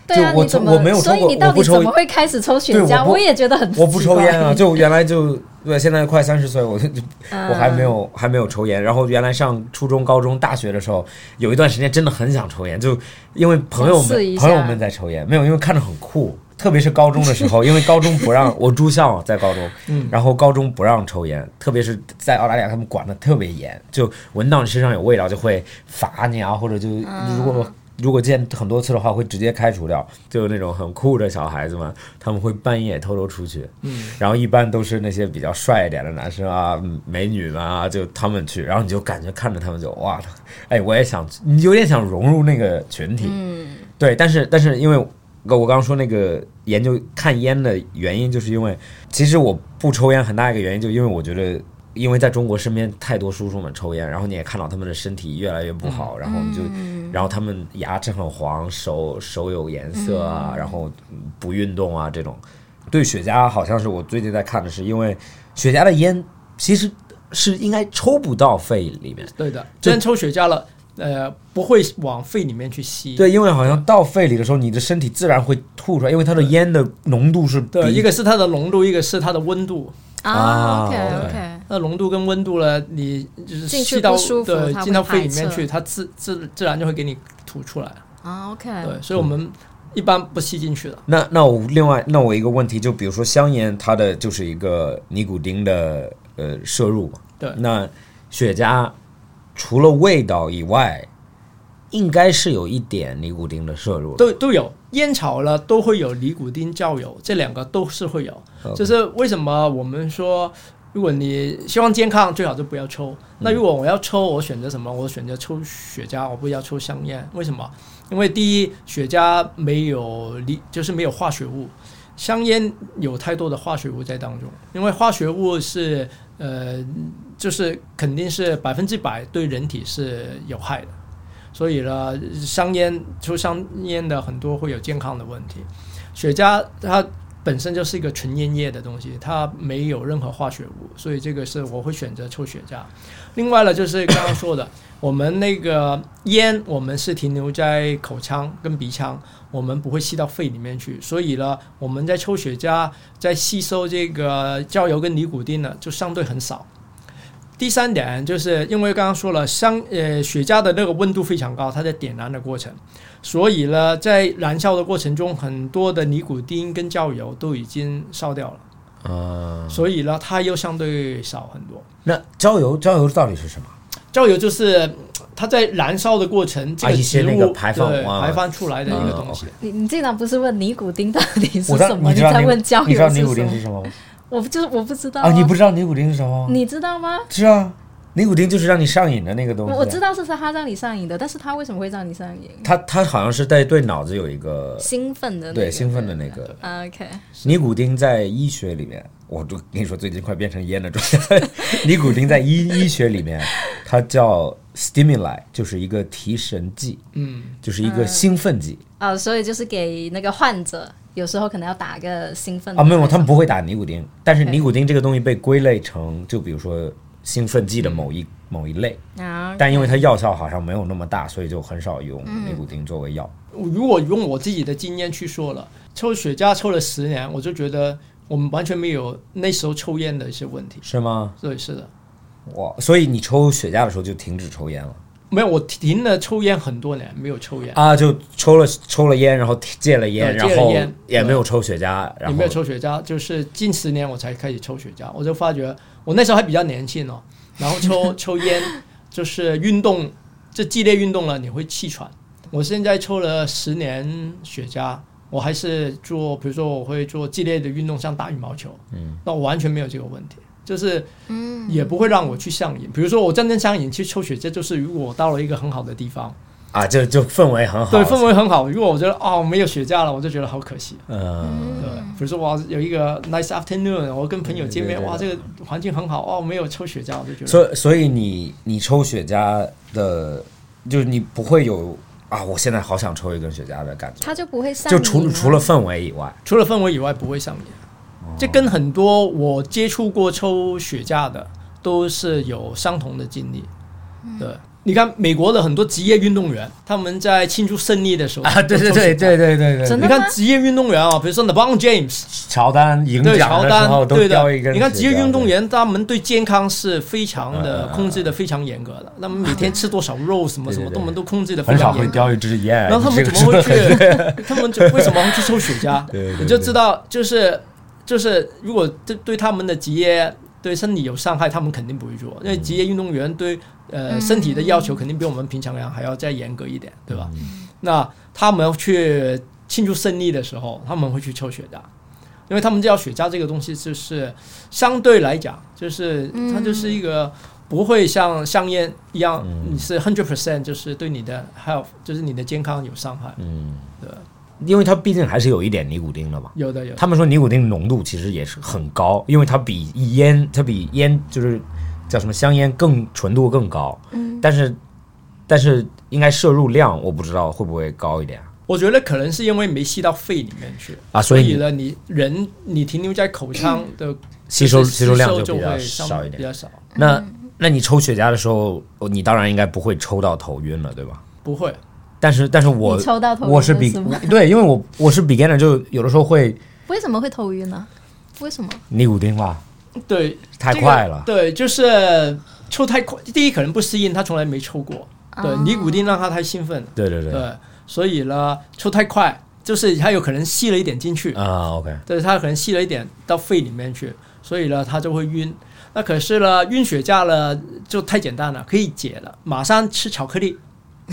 D: 对啊，
B: 就我
D: 你怎
B: 从
D: 么？
B: 我没有抽
D: 所以
B: 过
D: 你到
B: 我不
D: 底
B: 抽
D: 怎么会开始抽雪
B: 对
D: 茄？
B: 我不
D: 我也觉得很
B: 我不
D: 奇
B: 抽
D: 怪
B: 烟啊，就原来就对，现在快三十岁，我就
D: 嗯
B: 我还没有还没有抽烟。然后原来上初中、高中、大学的时候，有一段时间真的很想抽烟，就因为朋友
D: 想试一
B: 们
D: 下
B: 朋友们在抽烟，没有因为看着很酷。特别是高中的时候，因为高中不让 我住校啊在高中，然后高中不让抽烟，特别是在澳大利亚他们管的特别严，就闻到你身上有味道就会罚你啊，或者就如果。如果见很多次的话，会直接开除掉。就是那种很酷的小孩子们，他们会半夜偷偷出去，然后一般都是那些比较帅一点的男生啊、嗯美女们啊，就他们去，然后你就感觉看着他们就哇，哎，我也想，你有点想融入那个群体，嗯，对，但是但是因为我我刚刚说那个研究看烟的原因，就是因为其实我不抽烟很大一个原因，就因为我觉得。因为在中国身边太多叔叔们抽烟，然后你也看到他们的身体越来越不好，然后你就，然后他们牙齿很黄，手手有颜色啊，然后不运动啊这种，对雪茄好像是我最近在看的是，因为雪茄的烟其实是应该抽不到肺里面，
C: 对的，
B: 这
C: 虽然抽雪茄了，呃，不会往肺里面去吸。
B: 对，因为好像到肺里的时候，你的身体自然会吐出来，因为它的烟的浓度是
C: 对，
B: 比
C: 一个是它的浓度，一个是它的温度。
B: 啊
D: 啊，OK
B: 对
D: OK，
C: 那浓度跟温度呢，你就是
D: 进去
C: 吸到
D: 不舒服
C: 对
D: 它会
C: 进到肺里
D: 排
C: 面
D: 斥
C: 去，它自自自然就会给你吐出来。
D: 啊 OK，
C: 对，所以我们一般不吸进去的。
B: 那那我另外那我一个问题，就比如说香烟，它的就是一个尼古丁的呃摄入嘛。
C: 对
B: 那雪茄除了味道以外，应该是有一点尼古丁的摄入的。
C: 都都有烟草呢，都会有尼古丁、焦油，这两个都是会有。
B: OK
C: 就是为什么我们说，如果你希望健康，最好就不要抽。那如果我要抽，我选择什么？我选择抽雪茄，我不要抽香烟。为什么？因为第一，雪茄没有离，就是没有化学物。香烟有太多的化学物在当中，因为化学物是呃，就是肯定是百分之百对人体是有害的。所以呢，香烟抽香烟的很多会有健康的问题。雪茄它本身就是一个纯烟叶的东西，它没有任何化学物，所以这个是我会选择抽雪茄。另外呢，就是刚刚说的， 我们那个烟，我们是停留在口腔跟鼻腔，我们不会吸到肺里面去，所以呢，我们在抽雪茄，在吸收这个焦油跟尼古丁呢，就相对很少。第三点就是因为刚刚说了香呃雪茄的那个温度非常高，它在点燃的过程，所以呢，在燃烧的过程中，很多的尼古丁跟焦油都已经烧掉了，
B: 啊，
C: 所以呢，它又相对少很多。
B: 那焦油焦油到底是什么？
C: 焦油就是嗯它在燃烧的过程，这
B: 啊
C: 个
B: 一些
C: 植
B: 那
C: 物
B: 个排放
C: 对
B: 啊
C: 排放出来的一个东西。
D: 你你竟然不是问尼古丁到底是
B: 我知道
D: 什么？
B: 你知道
D: 在
B: 尼
D: 问焦
B: 你知道
D: 油
B: 尼
D: 是什
B: 古丁
D: 么
B: 是？什么吗？
D: 我不就是我不知道
B: 啊，你不知道尼古丁是什么吗？
D: 你知道吗？
B: 是啊，尼古丁就是让你上瘾的那个东西。啊
D: 我我知，道是他让你上瘾的，但是他为什么会让你上瘾？
B: 它它好像是在对脑子有一个
D: 兴奋的那个啊
B: 对兴奋的那个。
D: OK，
B: 尼古丁在医学里面，我就跟你说，最近快变成烟的状态。 尼古丁在医医学里面，它叫 stimuli，就是一个提神剂，
C: 嗯，
B: 就是一个兴奋剂、
D: 啊，所以就是给那个患者，有时候可能要打个兴奋
B: 啊。没有，他们
D: 不
B: 不会打尼古丁，但是尼古丁这个东西被归类成，就比如说兴奋剂的某一某一类，
D: 啊，
B: 但因为它药效好像没有那么大，所以就很少用
D: 嗯
B: 尼古丁作为药。
C: 如果用我自己的经验去说了，抽雪茄抽了十年，我就觉得我们完全没有那时候抽烟的一些问题。
B: 是吗？
C: 对，是的，
B: 哇！所以你抽雪茄的时候就停止抽烟了
C: 没有我停了抽烟很多年，没有抽烟，
B: 啊？就抽了抽了烟，然后停戒了烟，
C: 对
B: 然
C: 戒了
B: 后
C: 烟
B: 也
C: 对
B: 没有抽雪茄，然
C: 也
B: 后
C: 没有抽雪茄，就是近十年我才开始抽雪茄。我就发觉我那时候还比较年轻哦，然 后抽抽烟就是运动，这激烈运动了你会气喘。我现在抽了十年雪茄，我还是做，比如说我会做激烈的运动，像打羽毛球，嗯，那我完全没有这个问题，就是
D: 嗯，
C: 也不会让我去上瘾。比如说，我真正上瘾去抽雪茄，就是如果我到了一个很好的地方，
B: 啊，就就氛围很好，
C: 对氛围很好，如果我觉得哦没有雪茄了，我就觉得好可惜。
B: 嗯，
C: 对，比如说哇有一个 nice afternoon，我跟朋友见
B: 对对
C: 面，
B: 对
C: 哇这个环境很好，哦没有抽雪茄，我就觉得
B: 所以所以你你抽雪茄的，就是你不会有啊，我现在好想抽一根雪茄的感觉，
D: 他就不会上
B: 就
D: 瘾啊
B: 除除了氛围以外，
C: 除了氛围以外不会上瘾。
B: 哦
C: 这跟很多我接触过抽雪茄的都是有相同的经历。
D: 嗯
C: 对，你看美国的很多职业运动员，他们在庆祝胜利的时候 都抽
B: 啊
C: 雪茄
B: 对对对
D: 啊真的
C: 你
D: 吗
C: 看职业运动员啊，比如说 LeBron James，
B: 乔丹赢
C: 对
B: 奖
C: 乔
B: 的时候
C: 丹，
B: 都
C: 对
B: 叼
C: 的
B: 一根雪茄，，
C: 你看职业运动员，他们对健康是非常
B: 嗯
C: 的
B: 嗯嗯
C: 控制的非常严格的，他们每天吃多少肉什 么
B: 对对
C: 什么，
B: 对
C: 他们都控制的非
B: 很少
C: 常
B: 会
C: 严格。
B: 叼一支烟，
C: 然后他
B: 你
C: 们
B: 这
C: 怎
B: 个
C: 么会去？ 他们就为什么会去抽雪茄
B: 对对对？
C: 你就知道，就是就是，如果对对他们的职业对身体有伤害，他们肯定不会做，因为职业运动员对呃身体的要求肯定比我们平常人还要再严格一点，对吧？
B: 嗯
C: 那他们去庆祝胜利的时候，他们会去抽雪茄，因为他们知道雪茄这个东西就是相对来讲，就是它就是一个不会像香烟一样，
B: 嗯
C: 你是 hundred percent 就是对你的 health 就是你的健康有伤害。
B: 嗯，
C: 对，
B: 因为它毕竟还是有一点尼古丁的嘛。
C: 有的有的
B: 他们说尼古丁浓度其实也是很高，因为它比烟，它比烟就是叫什么香烟更纯度更高。嗯，但是但是应该摄入量我不知道会不会高一点啊
C: 我觉得可能是因为没吸到肺里面去，
B: 啊，
C: 所
B: 所以
C: 以
B: 你
C: 呢，你人你停留在口腔的
B: 吸收
C: 就是
B: 吸收量就
C: 就
B: 比较
C: 会
B: 少一
C: 比
B: 点。
C: 较少，
B: 那
D: 嗯
B: 那你抽雪茄的时候，你当然应该不会抽到头晕了，对吧？
C: 不会。
B: 但是但是我
D: 你抽到头晕
B: 我是
D: 了
B: 比
D: 是吗
B: 对，因为我我是 beginner，就有的时候会
D: 为什么会头晕呢？为什么？
B: 尼古丁吧，
C: 对，
B: 太
C: 这个
B: 快了。
C: 对，就是抽太快，第一可能不适应，他从来没抽过。对，尼古丁让他太兴奋了。
B: 对对对，
C: 对，所以呢，抽太快，就是他有可能吸了一点进去，
B: 啊，OK，
C: 对，他可能吸了一点到肺里面去，所以呢，他就会晕。那可是呢，晕血架呢就太简单了，可以解了，马上吃巧克力。？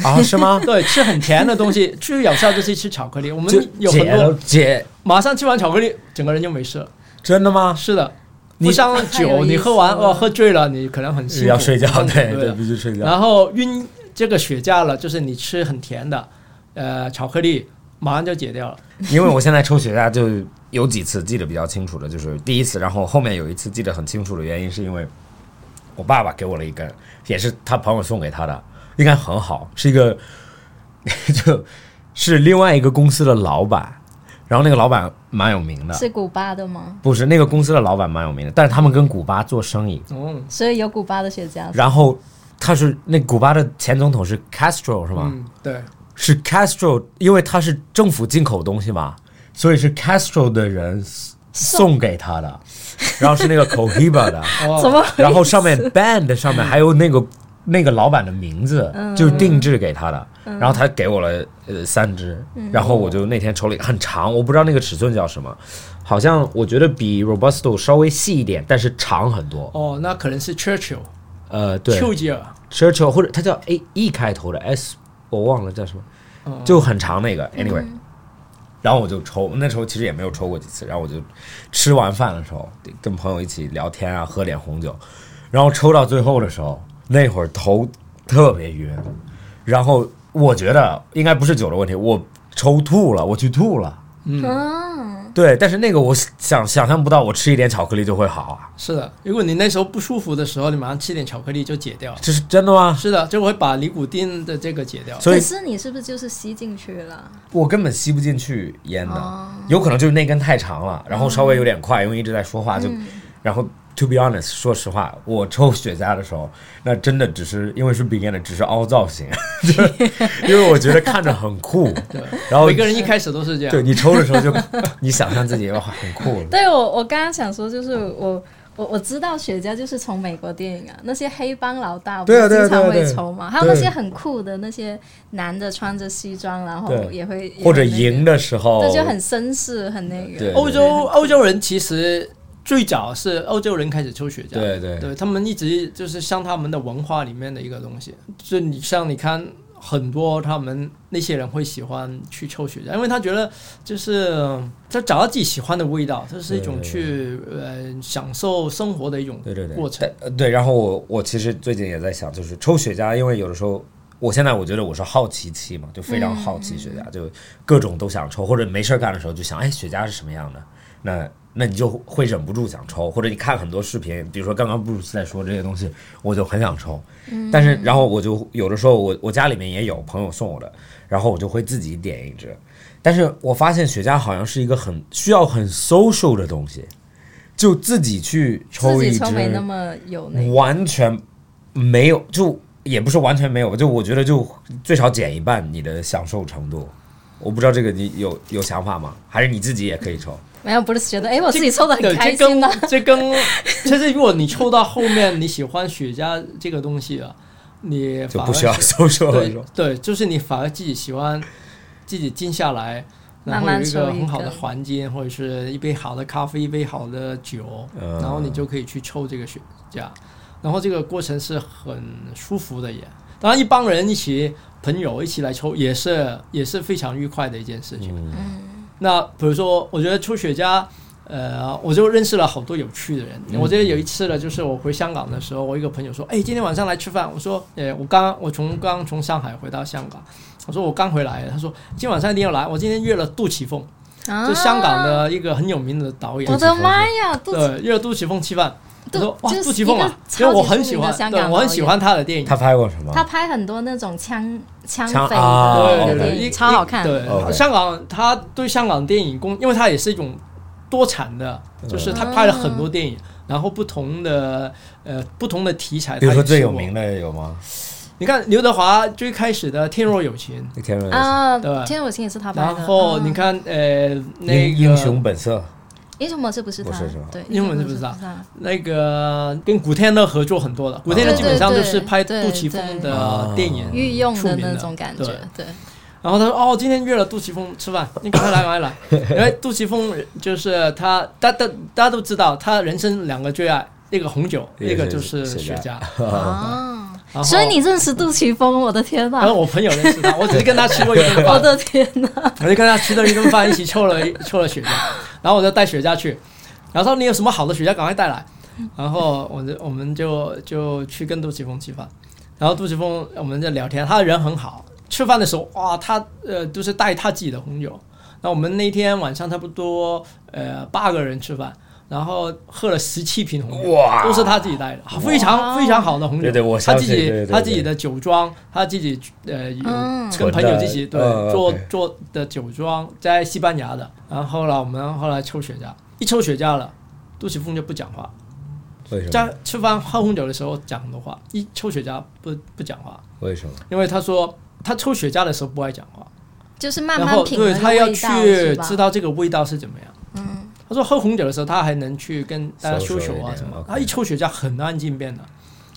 B: 啊，是吗
C: 对，吃很甜的东西， 最有效就是吃巧克力。我们
B: 就
C: 有很
B: 解
C: 多
B: 了，解，
C: 马上吃完巧克力，整个人就没事了。
B: 真的吗？
C: 是的，
B: 你
C: 不像
D: 太有
C: 酒，
D: 意
C: 你
D: 思
C: 喝完
D: 了
C: 哦，喝醉了，你可能很辛苦，
B: 要睡觉，
C: 很
B: 对
C: 对的
B: 必须睡觉。
C: 然后晕这个血架了，就是你吃很甜的，呃，巧克力马上就解掉了。
B: 因为我现在抽雪茄就有几次记得比较清楚的，就是第一次，然后后面有一次记得很清楚的原因是因为我爸爸给我了一根，也是他朋友送给他的，应该很好，是一个就是另外一个公司的老板，然后那个老板蛮有名的，
D: 是古巴的吗？
B: 不是那个公司的老板蛮有名的，但是他们跟古巴做生意，
C: 嗯，
D: 所以有古巴的雪茄。
B: 然后他是那古巴的前总统是 Castro 是吗？
C: 嗯，对，
B: 是 Castro，因为他是政府进口东西嘛，所以是 Castro 的人送给他的，然后是那个 Cohiba 的，
C: 哦，
D: 怎么？
B: 然后上面 band 上面还有那个那个老板的名字，就是定制给他的，然后他给我了呃三支，然后我就那天抽了一个很长，我不知道那个尺寸叫什么，好像我觉得比 Robusto 稍微细一点，但是长很多，
C: 哦，那可能是 Churchill，
B: 呃，对，
C: 丘吉尔，
B: Churchill 或者它叫 A E 开头的 S，我忘了叫什么，就很长那个。Anyway，、然后我就抽，那时候其实也没有抽过几次。然后我就吃完饭的时候跟朋友一起聊天啊，喝点红酒，然后抽到最后的时候，那会儿头特别晕，然后我觉得应该不是酒的问题，我抽吐了，我去吐了。
D: 嗯，
B: 对，但是那个我想想象不到，我吃一点巧克力就会好啊，
C: 是的。如果你那时候不舒服的时候，你马上吃点巧克力就解掉了。
B: 这是真的吗？
C: 是的，就会把尼古丁的这个解掉。
B: 所以
D: 可是你是不是就是吸进去了？
B: 我根本吸不进去
D: 哦嗯
B: 烟的，有可能就是那根太长了，然后稍微有点快，因为一直在说话就，然后 to be honest，说实话，我抽雪茄的时候，那真的只是因为是 beginner，只是凹造型， 就是因为我觉得看着很酷，
C: 对，
B: 然后
C: 每个人一开始都是这样，
B: 对你抽的时候就 你想象自己哇很酷，
D: 对我，我刚刚想说，就是我我我知道雪茄就是从美国电影啊，那些黑帮老大不
B: 对啊
D: 是
B: 对啊
D: 经常
B: 对啊
D: 会
B: 对啊
D: 抽嘛，还有那
B: 对
D: 些很酷的那些男的穿着西装，然后
B: 对
D: 也会也会
B: 或者
D: 那个
B: 赢的时候，
D: 对，就很绅士，很那
B: 对
D: 个。
C: 欧洲欧洲人其实最早是欧洲人开始抽雪茄，
B: 对对
C: 他们一直就是像他们的文化里面的一个东西。就你像你看很多他们那些人会喜欢去抽雪茄，因为他觉得就是他找到自己喜欢的味道，这是一种
B: 对
C: 去呃享受生活的一种
B: 对对对
C: 过程。
B: 呃对，然后我我其实最近也在想，就是抽雪茄，因为有的时候。我现在我觉得我是好奇期嘛，就非常好奇雪茄，就各种都想抽，或者没事儿干的时候就想，哎，雪茄是什么样的？那那你就会忍不住想抽，或者你看很多视频，比如说刚刚布鲁斯在说这些东西，我就很想抽。但是然后我就有的时候我我家里面也有朋友送我的，然后我就会自己点一支。但是我发现雪茄好像是一个很需要很 social 的东西，就自己去抽
D: 自
B: 一
D: 己
B: 支，嗯
D: 抽没那么有那个，
B: 完全没有，就也不是完全没有，就我觉得就最少减一半你的享受程度。我不知道这个你有有想法吗？还是你自己也可以抽？
D: 没有不是觉得哎，我自己抽的
C: 对
D: 很
C: 这
D: 开心啊呢、
C: 跟这跟其实如果你抽到后面你喜欢雪茄这个东西啊，你
B: 就
C: 反
B: 不
C: 而
B: 需要
C: 是
B: social 了是
C: 对
B: 吧
C: 对，就是你反而自己喜欢，自己静下来，
D: 慢
C: 然后
D: 慢
C: 有一个
D: 抽一
C: 很好的
D: 个
C: 环境，或者是一杯好的咖啡，一杯好的酒，然后你就可以去抽这个雪茄，然后这个过程是很舒服的也。当然，一帮人一起朋友一起来抽，也是也是非常愉快的一件事情。嗯
D: 嗯
C: 那比如说，我觉得抽雪茄，呃，我就认识了好多有趣的人。我记得有一次呢，就是我回香港的时候，我一个朋友说：“哎，今天晚上来吃饭。”我说：“呃，我刚我从刚从上海回到香港。”我说：“我刚回来。”他说：“今天晚上一定要来。”我今天约了杜琪峰，
D: 啊
C: 就香港的一个很有名的导演
D: 我。的妈呀，肚子
C: 对，约了杜琪峰吃饭。我
D: 杜
C: 说：“哇，
D: 就是
C: 杜琪峰
D: 一个
C: 啊，
D: 超
C: 因为我
D: 级
C: 很
D: 出
C: 喜
D: 名的
C: 欢，
D: 香
C: 对
D: 港
C: 我很
D: 导
C: 喜
D: 演
C: 欢他的电影。”
B: 他拍过什么？
D: 他拍很多那种枪枪
B: 枪
D: 匪
B: 啊
D: 的
C: 对
B: 哦
C: 对
D: 电
C: 对，
D: 影，超好看。
C: 对
B: OK
C: 香港他对香港电影工，因为他也是一种多产的，
D: 嗯
C: 就是他拍了很多电影，然后不同的呃不同的题材。
B: 比如说
C: 他也
B: 最
C: 试
B: 有
C: 过
B: 名，的有吗？
C: 你看刘德华最开始的《天若有情
B: 天润
D: 啊，
C: 对
D: 《天若有情》也是他拍的。
C: 然后你
D: 嗯
C: 看呃那个
B: 英英雄本色，
D: 英雄模式不是他
B: 不是是吧，
D: 对，
C: 英雄模式不是他那个跟古天乐合作很多的，古天乐
B: 对
C: 基本上
D: 对
C: 就是拍
D: 对
C: 杜琪
D: 哦对哦
C: 峰
B: 啊
C: 的电影
D: 御用
C: 出
D: 的
C: 名
D: 那种感
C: 对
D: 觉，对，
C: 然后他说：“哦，今天约了杜琪峰吃饭，你赶快来， 赶快来。”因为杜琪峰就是他，大大大家都知道，他人生两个最爱，一个红酒，
B: 一个
C: 一个就是是
B: 雪
C: 雪
B: 茄
C: 茄。
D: 哦，
C: 然后
D: 所以你认识杜琪峰，我的天
C: 然后
D: 呐，
C: 我朋友认识他，我只是跟他吃过一顿
D: 我
B: 啊
C: 饭，
D: 的天啊呐，
C: 我就跟他吃了一顿饭，一起抽了一抽了雪茄，然后我就带雪茄去，然后说你有什么好的雪茄赶快带来，然后我就我们就就去跟杜琪峰吃饭，然后杜琪峰我们在聊天，他人很好，吃饭的时候哇，他呃就是带他自己的红酒，那我们那天晚上差不多呃八个人吃饭。然后喝了十七瓶红酒，
B: 哇
C: 都是他自己带的，非常非常好的红酒。
B: 对对我
C: 他
B: 相
C: 自
B: 信对对
C: 己
B: 对
C: 他自己的酒庄，他自己呃有
D: 嗯
C: 跟朋友自己对
B: 存的呃
C: 做
B: OK
C: 做的酒庄，在西班牙的。然后呢，我们后来抽雪茄，一抽雪茄了，杜琪峰就不讲话，
B: 为什么？
C: 在吃饭喝红酒的时候讲很多话，一抽雪茄不不讲话，
B: 为什么？
C: 因为他说他抽雪茄的时候不爱讲话，
D: 就是慢
C: 然
D: 慢
C: 后
D: 品味
C: 对
D: 道
C: 他要去
D: 是吧
C: 知道这个味道是怎么样。嗯，他说喝红酒的时候，他还能去跟大家
B: Social
C: 休息
B: 一
C: 啊
B: 点
C: 什么
B: OK。
C: 他一抽雪茄很安静变的，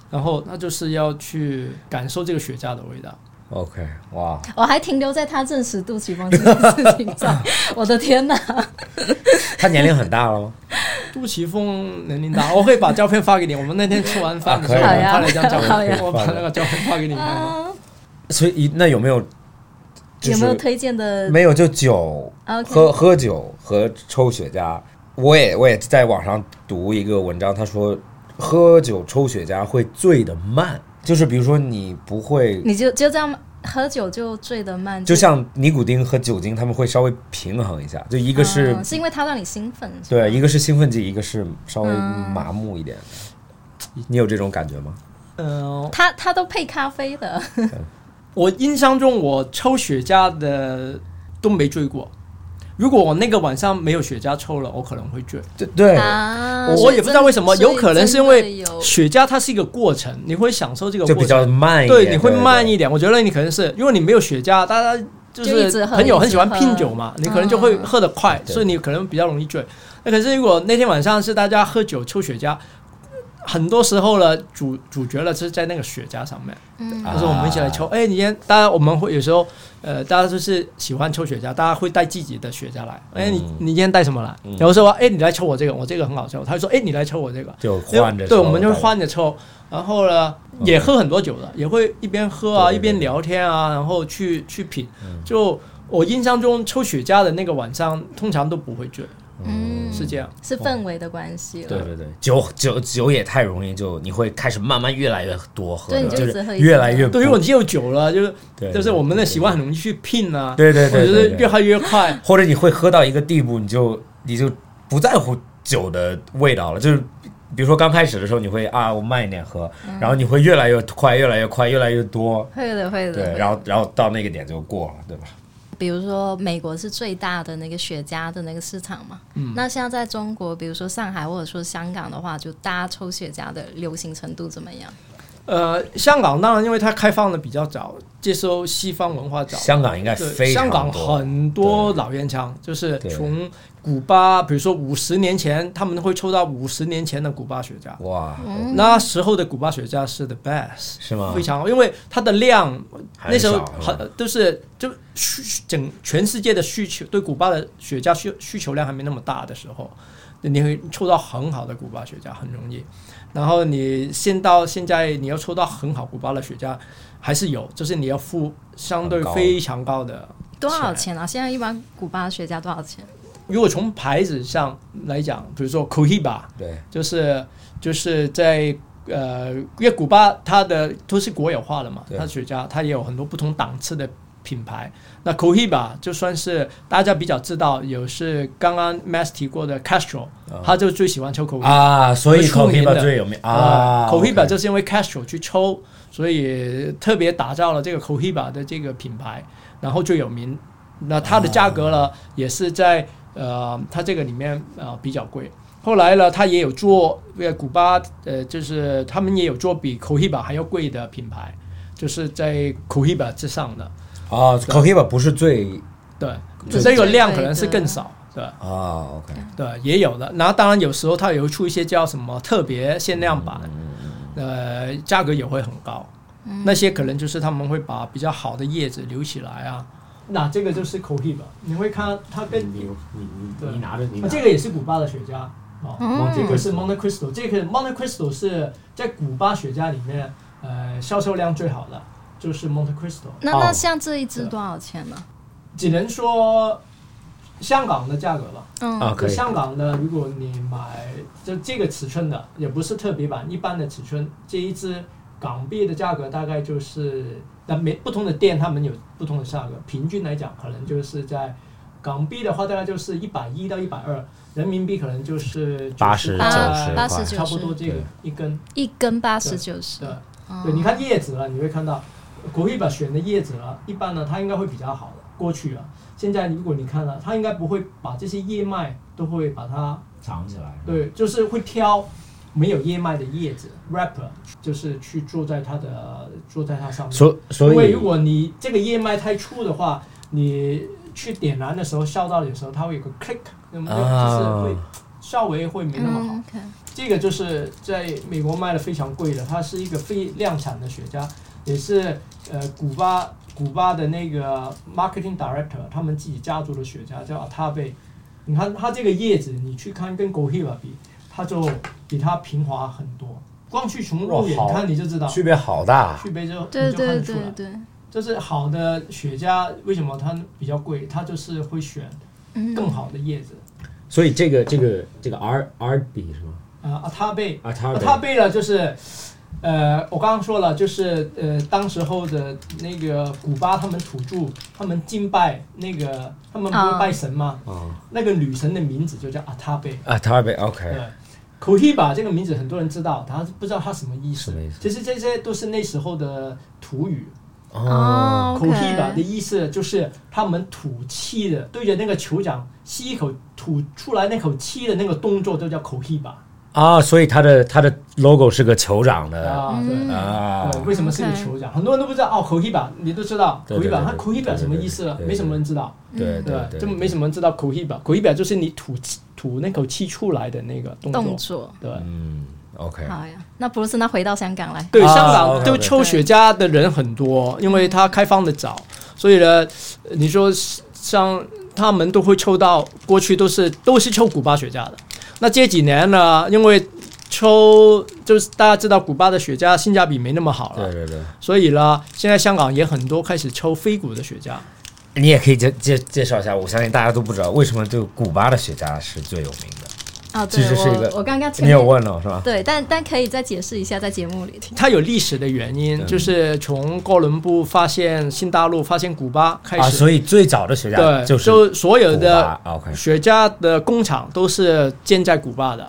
C: 然后他就是要去感受这个雪茄的味道。
B: OK，哇，
D: 我还停留在他认识杜琪峰这件事情上， 我的天啊呐，
B: 他年龄很大了吗？
C: 杜琪峰能领导，我会把照片发给你。我们那天吃完饭的时候，
B: 啊
C: 我
B: 可以
C: 拍了一张照
D: 好呀
C: 片，我把
B: 好呀啊
C: 那个照片发给你看吧。
B: 所以那有没有？就是
D: 有没有推荐的
B: 没有，就酒
D: OK
B: 喝喝酒和抽雪茄。我也我也在网上读一个文章，他说喝酒抽雪茄会醉的慢，就是比如说你不会，
D: 你就就这样喝酒就醉得慢，
B: 就像尼古丁和酒精，他们会稍微平衡一下，就一
D: 一
B: 个是、
D: 是因为他让你嗯兴奋，是吧
B: 对，一个是兴奋剂，一个是稍微
D: 啊
B: 麻木一点的。你有这种感觉吗？
C: 嗯，
D: 他他都配咖啡的，
C: 我印象中我抽雪茄的都没醉过，如果我那个晚上没有雪茄抽了，我可能会醉。
B: 对对，
D: 啊
C: 我
D: 所以
C: 也不
D: 真
C: 知道为什么，
D: 所
C: 有
D: 以
C: 可能
D: 真
C: 是因
D: 的
C: 为
D: 有
C: 雪茄它是一个过程，你会享受这个
B: 就
C: 过
B: 比
C: 程，
B: 较慢一点，
C: 对，你会慢
B: 对
C: 一点。我觉得你可能是因为你没有雪茄，大家就
D: 就一直
C: 是
D: 喝
C: 朋友
D: 一
C: 很
D: 直
C: 喜欢拼
D: 喝
C: 酒嘛，你可能就会
D: 嗯
C: 喝得快，
B: 对
C: 所以你可能比较容易醉。那可是如果那天晚上是大家喝酒抽雪茄，很多时候呢，主主角呢是在那个雪茄上面。
D: 嗯
B: 啊
C: 就是我们一起来抽。哎、你先，当然我们会有时候，呃，大家就是喜欢抽雪茄，大家会带自己的雪茄来。哎、你
B: 嗯
C: 你今天带什么来？然后说，哎，你来抽我这个，我这个很好抽。他就说，哎，你来抽我这个，
B: 就换着
C: 对，
B: 抽
C: 我们就换着抽。然后呢，也喝很多酒的，也会一边喝
B: 嗯对
C: 啊，
B: 对对嗯
C: 一边聊天啊，然后去去品。就我印象中，抽雪茄的那个晚上，通常都不会醉，
D: 嗯
C: 是这样。
D: 是氛围的关系了。
B: 对对对，酒酒酒也太容易就你会开始慢慢越来越多喝，
D: 对你就一直
B: 是
D: 喝一直
B: 越来越
C: 对，因为你有酒了，就是
B: 对
C: 就是我们的习惯很
B: 对
C: 容易去拼啊，
B: 对对
C: 或
B: 对
C: 者
B: 对
C: 是
B: 对
C: 越喝越快。
B: 或者你会喝到一个地步，你就你就不在乎酒的味道了，就是比如说刚开始的时候你会啊我慢一点喝，
D: 嗯
B: 然后你会越来越快，越来越快，越来越多，
D: 会的会的。
B: 对，然后然后到那个点就过了，对吧？
D: 比如说美国是最大的那个雪茄的那个市场嘛，
B: 嗯
D: 那现在在中国，比如说上海或者说香港的话，就大家抽雪茄的流行程度怎么样？
C: 呃，香港当然因为它开放的比较早，接收西方文化早。
B: 香港应该
C: 对，
B: 非
C: 香
B: 常
C: 港
B: 多
C: 很多老烟枪，就是
B: 对
C: 从古巴，比如说五十年前，他们会抽到五十年前的古巴雪茄。
B: 哇，
D: 嗯
C: 那时候的古巴雪茄是 the best，
B: 是吗
C: 非？常好，因为它的量
B: 还
C: 那时候
B: 少是吧
C: 很都是就需整全世界的需求对古巴的雪茄需需求量还没那么大的时候，你会抽到很好的古巴雪茄很容易。然后你现到现在你要抽到很好古巴的雪茄还是有，就是你要付相对
B: 很高
C: 非常高的。
D: 多少钱啊？现在一般古巴雪茄多少钱？
C: 如果从牌子上来讲，比如说 Cohiba，
B: 对，
C: 就是就是在呃，因为古巴它的都是国有化的嘛，
B: 对
C: 它雪茄它也有很多不同档次的品牌。那 Cohiba 就算是大家比较知道，有是刚刚 Max 提过的 Castro，、他就最喜欢抽 Cohiba
B: 啊，所以
C: 出
B: 口
C: 名
B: b 吧
C: 的
B: 最有名啊
C: 口 h i b a
B: ，OK
C: 就是因为 Castro 去抽，所以特别打造了这个 c o h i b a 的这个品牌，然后最有名。那它的价格
B: 哦
C: 呢，也是在呃，它这个里面呃比较贵。后来呢，它也有做呃古巴呃，就是他们也有做比 c o h i b a 还要贵的品牌，就是在 c o h i b a 之上的。
B: 啊，口 b 吧不是最
C: 对，
D: 最
C: 这个
D: 最
C: 量
D: 贵
C: 可能
D: 的
C: 是更少。对
B: 啊，OK，
C: 对，也有的。然后当然有时候它也会出一些叫什么特别限量版，呃，价格也会很高。那些可能就是他们会把比较好的叶子留起来啊。那这个就是 Cohiba，你会看它跟
E: 你你你
C: 对
E: 你拿着你
C: 啊
E: 拿
C: 这个也是古巴的雪茄哦，
E: 往这
C: 这
E: 个
C: 个是 Monte Cristo，这个 Monte Cristo 是在古巴雪茄里面呃销售量最好的，就是 Monte Cristo。
D: 那
B: 哦
D: 那像这一支多少钱呢？
C: 只能说香港的价格吧。
B: 啊
D: 嗯，
B: 可以
C: 香港呢，如果你买就这个尺寸的，也不是特别版，一般的尺寸，这一支港币的价格大概就是，但每不同的店他们有不同的价格，平均来讲可能就是在港币的话大概就是一百一到一百二，人民币可能就是
B: 80
D: 八
B: 90
D: 八
B: 块
D: 十九
C: 差不多
D: 十，
C: 这个
B: 对
C: 一根。
D: 一根八十九十哦
C: 对。，对，你看叶子啊，你会看到国一把选的叶子啊，一般呢它应该会比较好的。过去啊，现在如果你看了，它应该不会把这些叶脉都会把它
B: 藏起来，
C: 对，就是会挑没有叶脉的叶子 wrapper，就是去坐在它的坐在它上面。
B: 所所
C: 因为
B: 以
C: 如果你这个叶脉太粗的话，你去点燃的时候烧到的时候，它会有个 click，那么
B: 啊
C: 就是会稍微会没那么好。
D: 嗯，OK，
C: 这个就是在美国卖的非常贵的，它是一个非量产的雪茄，也是呃古巴古巴的那个 marketing director 他们自己家族的雪茄叫 Atabe。你看它这个叶子，你去看跟 Gohiba 比，它就比它平滑很多。光去从肉眼
B: 哇好
C: 看你就知道
B: 区别好大，
C: 区别就
D: 对
C: 你就看
D: 对
C: 得出
D: 对
C: 来。
D: 对，
C: 就是好的雪茄为什么它比较贵？它就是会选
D: 嗯，
C: 更好的叶子。
E: 所以这个这个这个 R R B 是吗？
C: 啊、阿塔贝，
E: 啊，
C: 啊
E: 他
C: 他背了就是，呃，我刚刚说了，就是呃，当时候的那个古巴他们土著，他们敬拜那个，他们不
D: 啊
C: 是拜神吗？
E: 啊
C: 那个女神的名字就叫阿塔贝。
B: 啊，他被 OK，
C: 对，Cohiba 这个名字很多人知道，他不知道它什么意
B: 什
C: 思。
B: 么意思
C: 其实这些都是那时候的土语，
D: 哦
C: 口
D: OK
C: 气吧的意思就是他们吐气的，对着那个酋长吸一口吐出来那口气的那个动作都叫口气吧。
B: 啊，所以它的它的 logo 是个酋长的
C: 啊，对。
D: 嗯
B: 啊
C: 对，为什么是个
D: OK
C: 酋长？很多人都不知道哦，口气吧，你都知道
B: 对
C: 口气吧
B: 对，对
C: 它
B: 对
C: 口气
B: 对
C: 吧
B: 对
C: 什么
B: 对
C: 意思啊？
B: 对
C: 没什么人知道，
B: 对
C: 对吧，
B: 对，
C: 就没什么人知道口气吧。口气吧就是你吐气吐那口气出来的那个动
D: 动
C: 作，
D: 作。
C: 对。
B: 嗯，OK，
D: 好呀，那不是那回到香港来，
C: 对，
B: 啊
C: 香港
B: OK，OK
C: 就抽雪茄的人很多，因为它开放的早，所以呢，呃你说像他们都会抽到，过去都是都是抽古巴雪茄的。那这几年呢，因为抽就是大家知道古巴的雪茄性价比没那么好
B: 对
C: 了，
B: 对对，
C: 所以呢，现在香港也很多开始抽非古的雪茄。
B: 你也可以介介介绍一下，我相信大家都不知道为什么对古巴的雪茄是最有名的，
D: 哦，
B: 其
D: 对
B: 实是一个
D: 我我刚刚前
B: 你
D: 面
B: 有问了是吧？
D: 对，但但可以再解释一下，在节目里听。
C: 它有历史的原因，就是从哥伦布发现新大陆、发现古巴开
B: 啊，
C: 始，
B: 所以最早的雪茄
C: 对，
B: 就是
C: 就所有
B: 古
C: 的
B: 巴哎 OK，
C: 雪茄的工厂都是建在古巴的，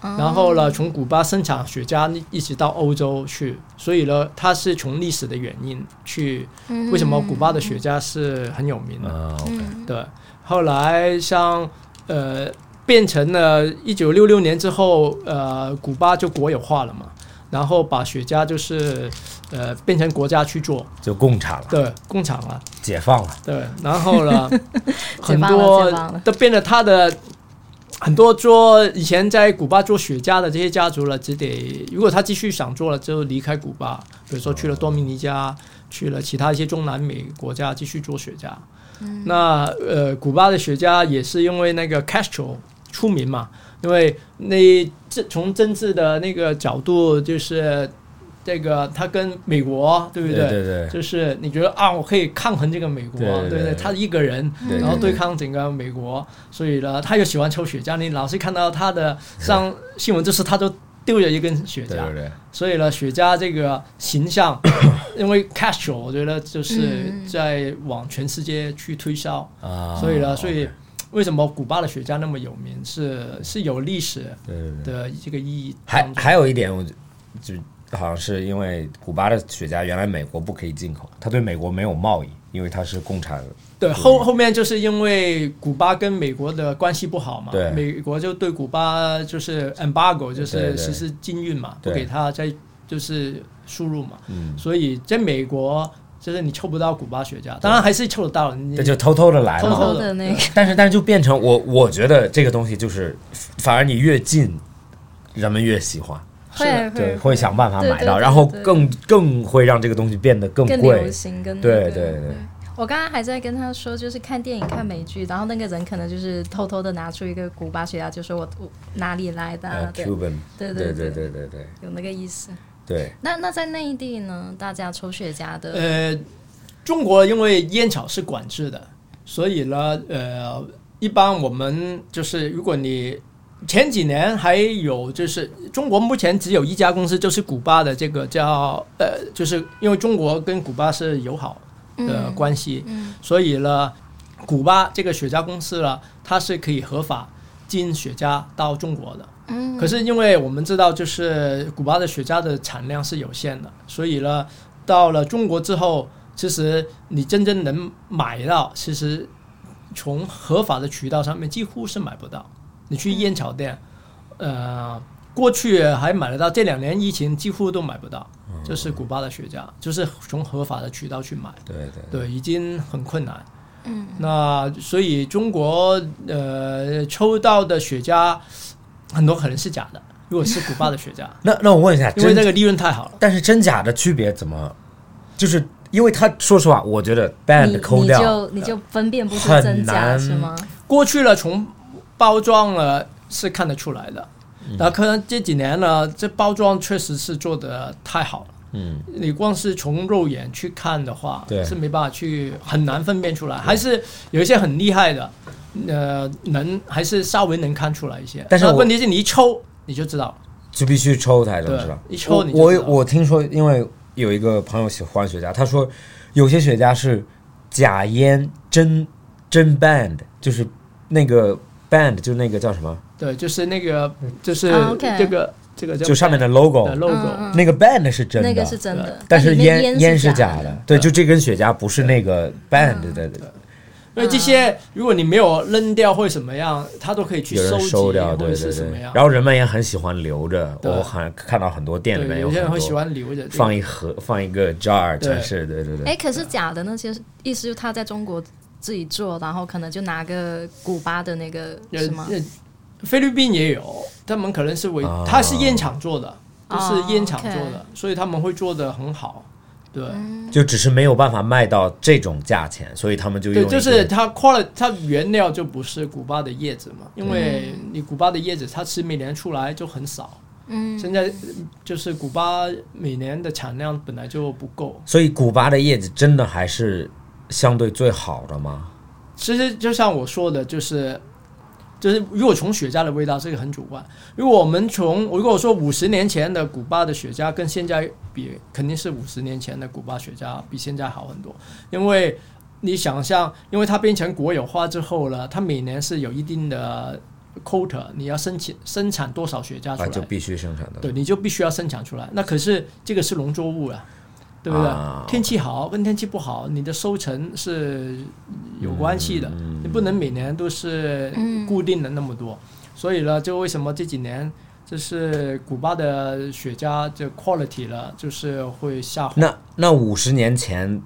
C: 然后呢，从古巴生产雪茄一一直到欧洲去，所以呢，它是从历史的原因去，为什么古巴的雪茄是很有名的？
B: 啊 OK，
C: 对，后来像呃变成了一九六六年之后，呃，古巴就国有化了嘛，然后把雪茄就是呃变成国家去做，
B: 就共产了，
C: 对，工厂啊了。
B: 解放了，
C: 对，然后呢，很
D: 解放了解放
C: 多
D: 了
C: 都变得他的呃很多做以前在古巴做雪茄的这些家族了，只得如果他继续想做了，就离开古巴，比如说去了多米尼加，去了其他一些中南美国家继续做雪茄。
D: 嗯
C: 那呃，古巴的雪茄也是因为那个 Castro 出名嘛，因为那这从政治的那个角度就是。这个他跟美国对不
B: 对对对
C: 就是你觉得啊，我可以抗衡这个美国，
B: 对对
C: 对
B: 对
C: 他一个人，
B: 对
C: 然后
B: 对
C: 对抗整个美国，所以呢，他又喜欢抽雪茄，你老是看到他的上新闻，就是他都丢着一根雪
B: 对
C: 茄
B: 对，对，
C: 所以呢，雪茄这个 形象，因为 Castro 我觉得就是在往全世界去推销，
B: 啊，
C: 所以呢，所以为什么古巴的雪茄那么有名，是是有历史
B: 对对对。
C: 的这个意义
B: 还
C: 当中，
B: 还有一点，我就就好像是因为古巴的雪茄原来美国不可以进口，它对美国没有贸易，因为它是共产。
C: 对，后后面就是因为古巴跟美国的关系不好嘛
B: 对，
C: 美国就对古巴就是 embargo，就
B: 对
C: 是
B: 对
C: 实施禁运嘛，不
B: 对
C: 给他再就是输入嘛，
B: 嗯，
C: 所以在美国就是你抽不到古巴雪茄，当然还是抽得到的，你
B: 这就偷偷的来
C: 偷
B: 嘛。
C: 偷
D: 偷
C: 的
D: 的那个，
B: 但是但是就变成我，我觉得这个东西就是，反而你越近，人们越喜欢，
D: 会
B: 对，会想办法
D: 嗯对对
B: 买到，
D: 对
B: 然后
D: 对
B: 更更会让这个东西变得更
D: 更流
B: 贵。
D: 行，更
B: 对对对。
D: 我刚刚还在跟他说，就是看电影、看美剧，然后那个人可能就是偷偷的拿出一个古巴雪茄，就说我我哪里来的、啊
B: 呃，
D: 对，
B: ，Cuban，
D: 对对
B: 对对
D: 对
B: 对对对
D: 有那个意思。
B: 对，
D: 那那在内地呢，大家抽雪茄的，
C: 呃，中国因为烟草是管制的，所以呢，呃，一般我们就是如果你前几年还有就是中国目前只有一家公司，就是古巴的这个叫呃，就是因为中国跟古巴是友好的
D: 嗯
C: 关系，所以呢，古巴这个雪茄公司呢，它是可以合法进雪茄到中国的。
D: 嗯
C: 可是因为我们知道，就是古巴的雪茄的产量是有限的，所以呢，到了中国之后，其实你真正能买到，其实从合法的渠道上面几乎是买不到。你去烟草店，呃，过去还买得到，这两年疫情几乎都买不到，就是古巴的雪茄，就是从合法的渠道去买。
B: 对对
C: 对，已经很困难。嗯，那所以中国呃抽到的雪茄很多可能是假的，如果是古巴的雪茄，
B: 那那我问一下，
C: 因为
B: 真
C: 那个利润太好了。
B: 但是真假的区别怎么？就是因为他说实话，我觉得
D: 你
B: band 抠
D: 你
B: 掉
D: 就你就分辨不出
B: 呃很
D: 真假
B: 难
D: 是吗？
C: 过去了从包装了是看得出来的，
B: 嗯
C: 那可能这几年呢，这包装确实是做的太好了。
B: 嗯，
C: 你光是从肉眼去看的话
B: 对，
C: 是没办法去很难分辨出来，还是有一些很厉害的，呃，能还是稍微能看出来一些。
B: 但是
C: 那
B: 我
C: 问题是你一抽你就知道了。
B: 就必须抽才能
C: 对
B: 知道。
C: 一抽你就
B: 我
C: 知
B: 我
C: 道
B: 我听说，因为有一个朋友喜欢雪茄，他说有些雪茄是假烟真真 band，就是那个 band 就那个叫什么？
C: 对，就是那个，就是
D: 嗯啊 OK
C: 这个这个叫
B: 就上面的 logo，
C: 的 logo，、
D: 嗯
B: 那个 band 是真的，
D: 那个是真的，
B: 但是
D: 里面
B: 烟
D: 烟
B: 是
D: 假
B: 的，，对，就这根雪茄不是那
C: 嗯
B: 个 band 的，
C: 因为这些如果你没有扔掉或者怎么样，它都可以去
B: 有人
C: 集
B: 收掉，
C: 或
B: 对
C: 者
B: 对
C: 是什么
B: 对
C: 样。。
B: 然后人们也很喜欢留着，
C: 对
B: 我好像看到很多店里
C: 对，
B: 面
C: 有
B: 很
C: 些人
B: 多
C: 会喜欢留着这个
B: 放一盒放一个 jar，
C: 对
B: 展示，对对对，
D: 哎，可是假的那些，意思就是他在中国自己做，然后可能就拿个古巴的那个
C: 呃
D: 什么，
C: 呃菲律宾也有，他们可能是为
B: 哦
C: 它是烟厂做的，
D: 哦
C: 都是烟厂做的，所以他们会做的很好。对
B: 就只是没有办法卖到这种价钱，所以他们就
C: 对，
B: 用
C: 就是它 quality，它原料就不是古巴的叶子嘛，因为
B: 嗯
C: 你古巴的叶子它是每年出来就很少。嗯，现在就是古巴每年的产量本来就不够，
B: 所以古巴的叶子真的还是相对最好的吗？
C: 其实就像我说的，就是就是如果从雪茄的味道，这个很主观。如果我们从如果说五十年前的古巴的雪茄跟现在比，肯定是五十年前的古巴雪茄比现在好很多，因为你想象，因为它变成国有化之后呢，它每年是有一定的 quota，你要申请生产多少雪茄出
B: 啊，
C: 来，
B: 就必须生产的，
C: 对，你就必须要生产出来。那可是这个是农作物啊，对不对？
B: 啊
C: 天气好跟天气不好，你的收成是有关系的，
B: 嗯
C: 你不能每年都是固定的那么多。所以呢，就为什么这几年就是古巴的雪茄这 quality 了，就是会下滑。
B: 那那五十年前，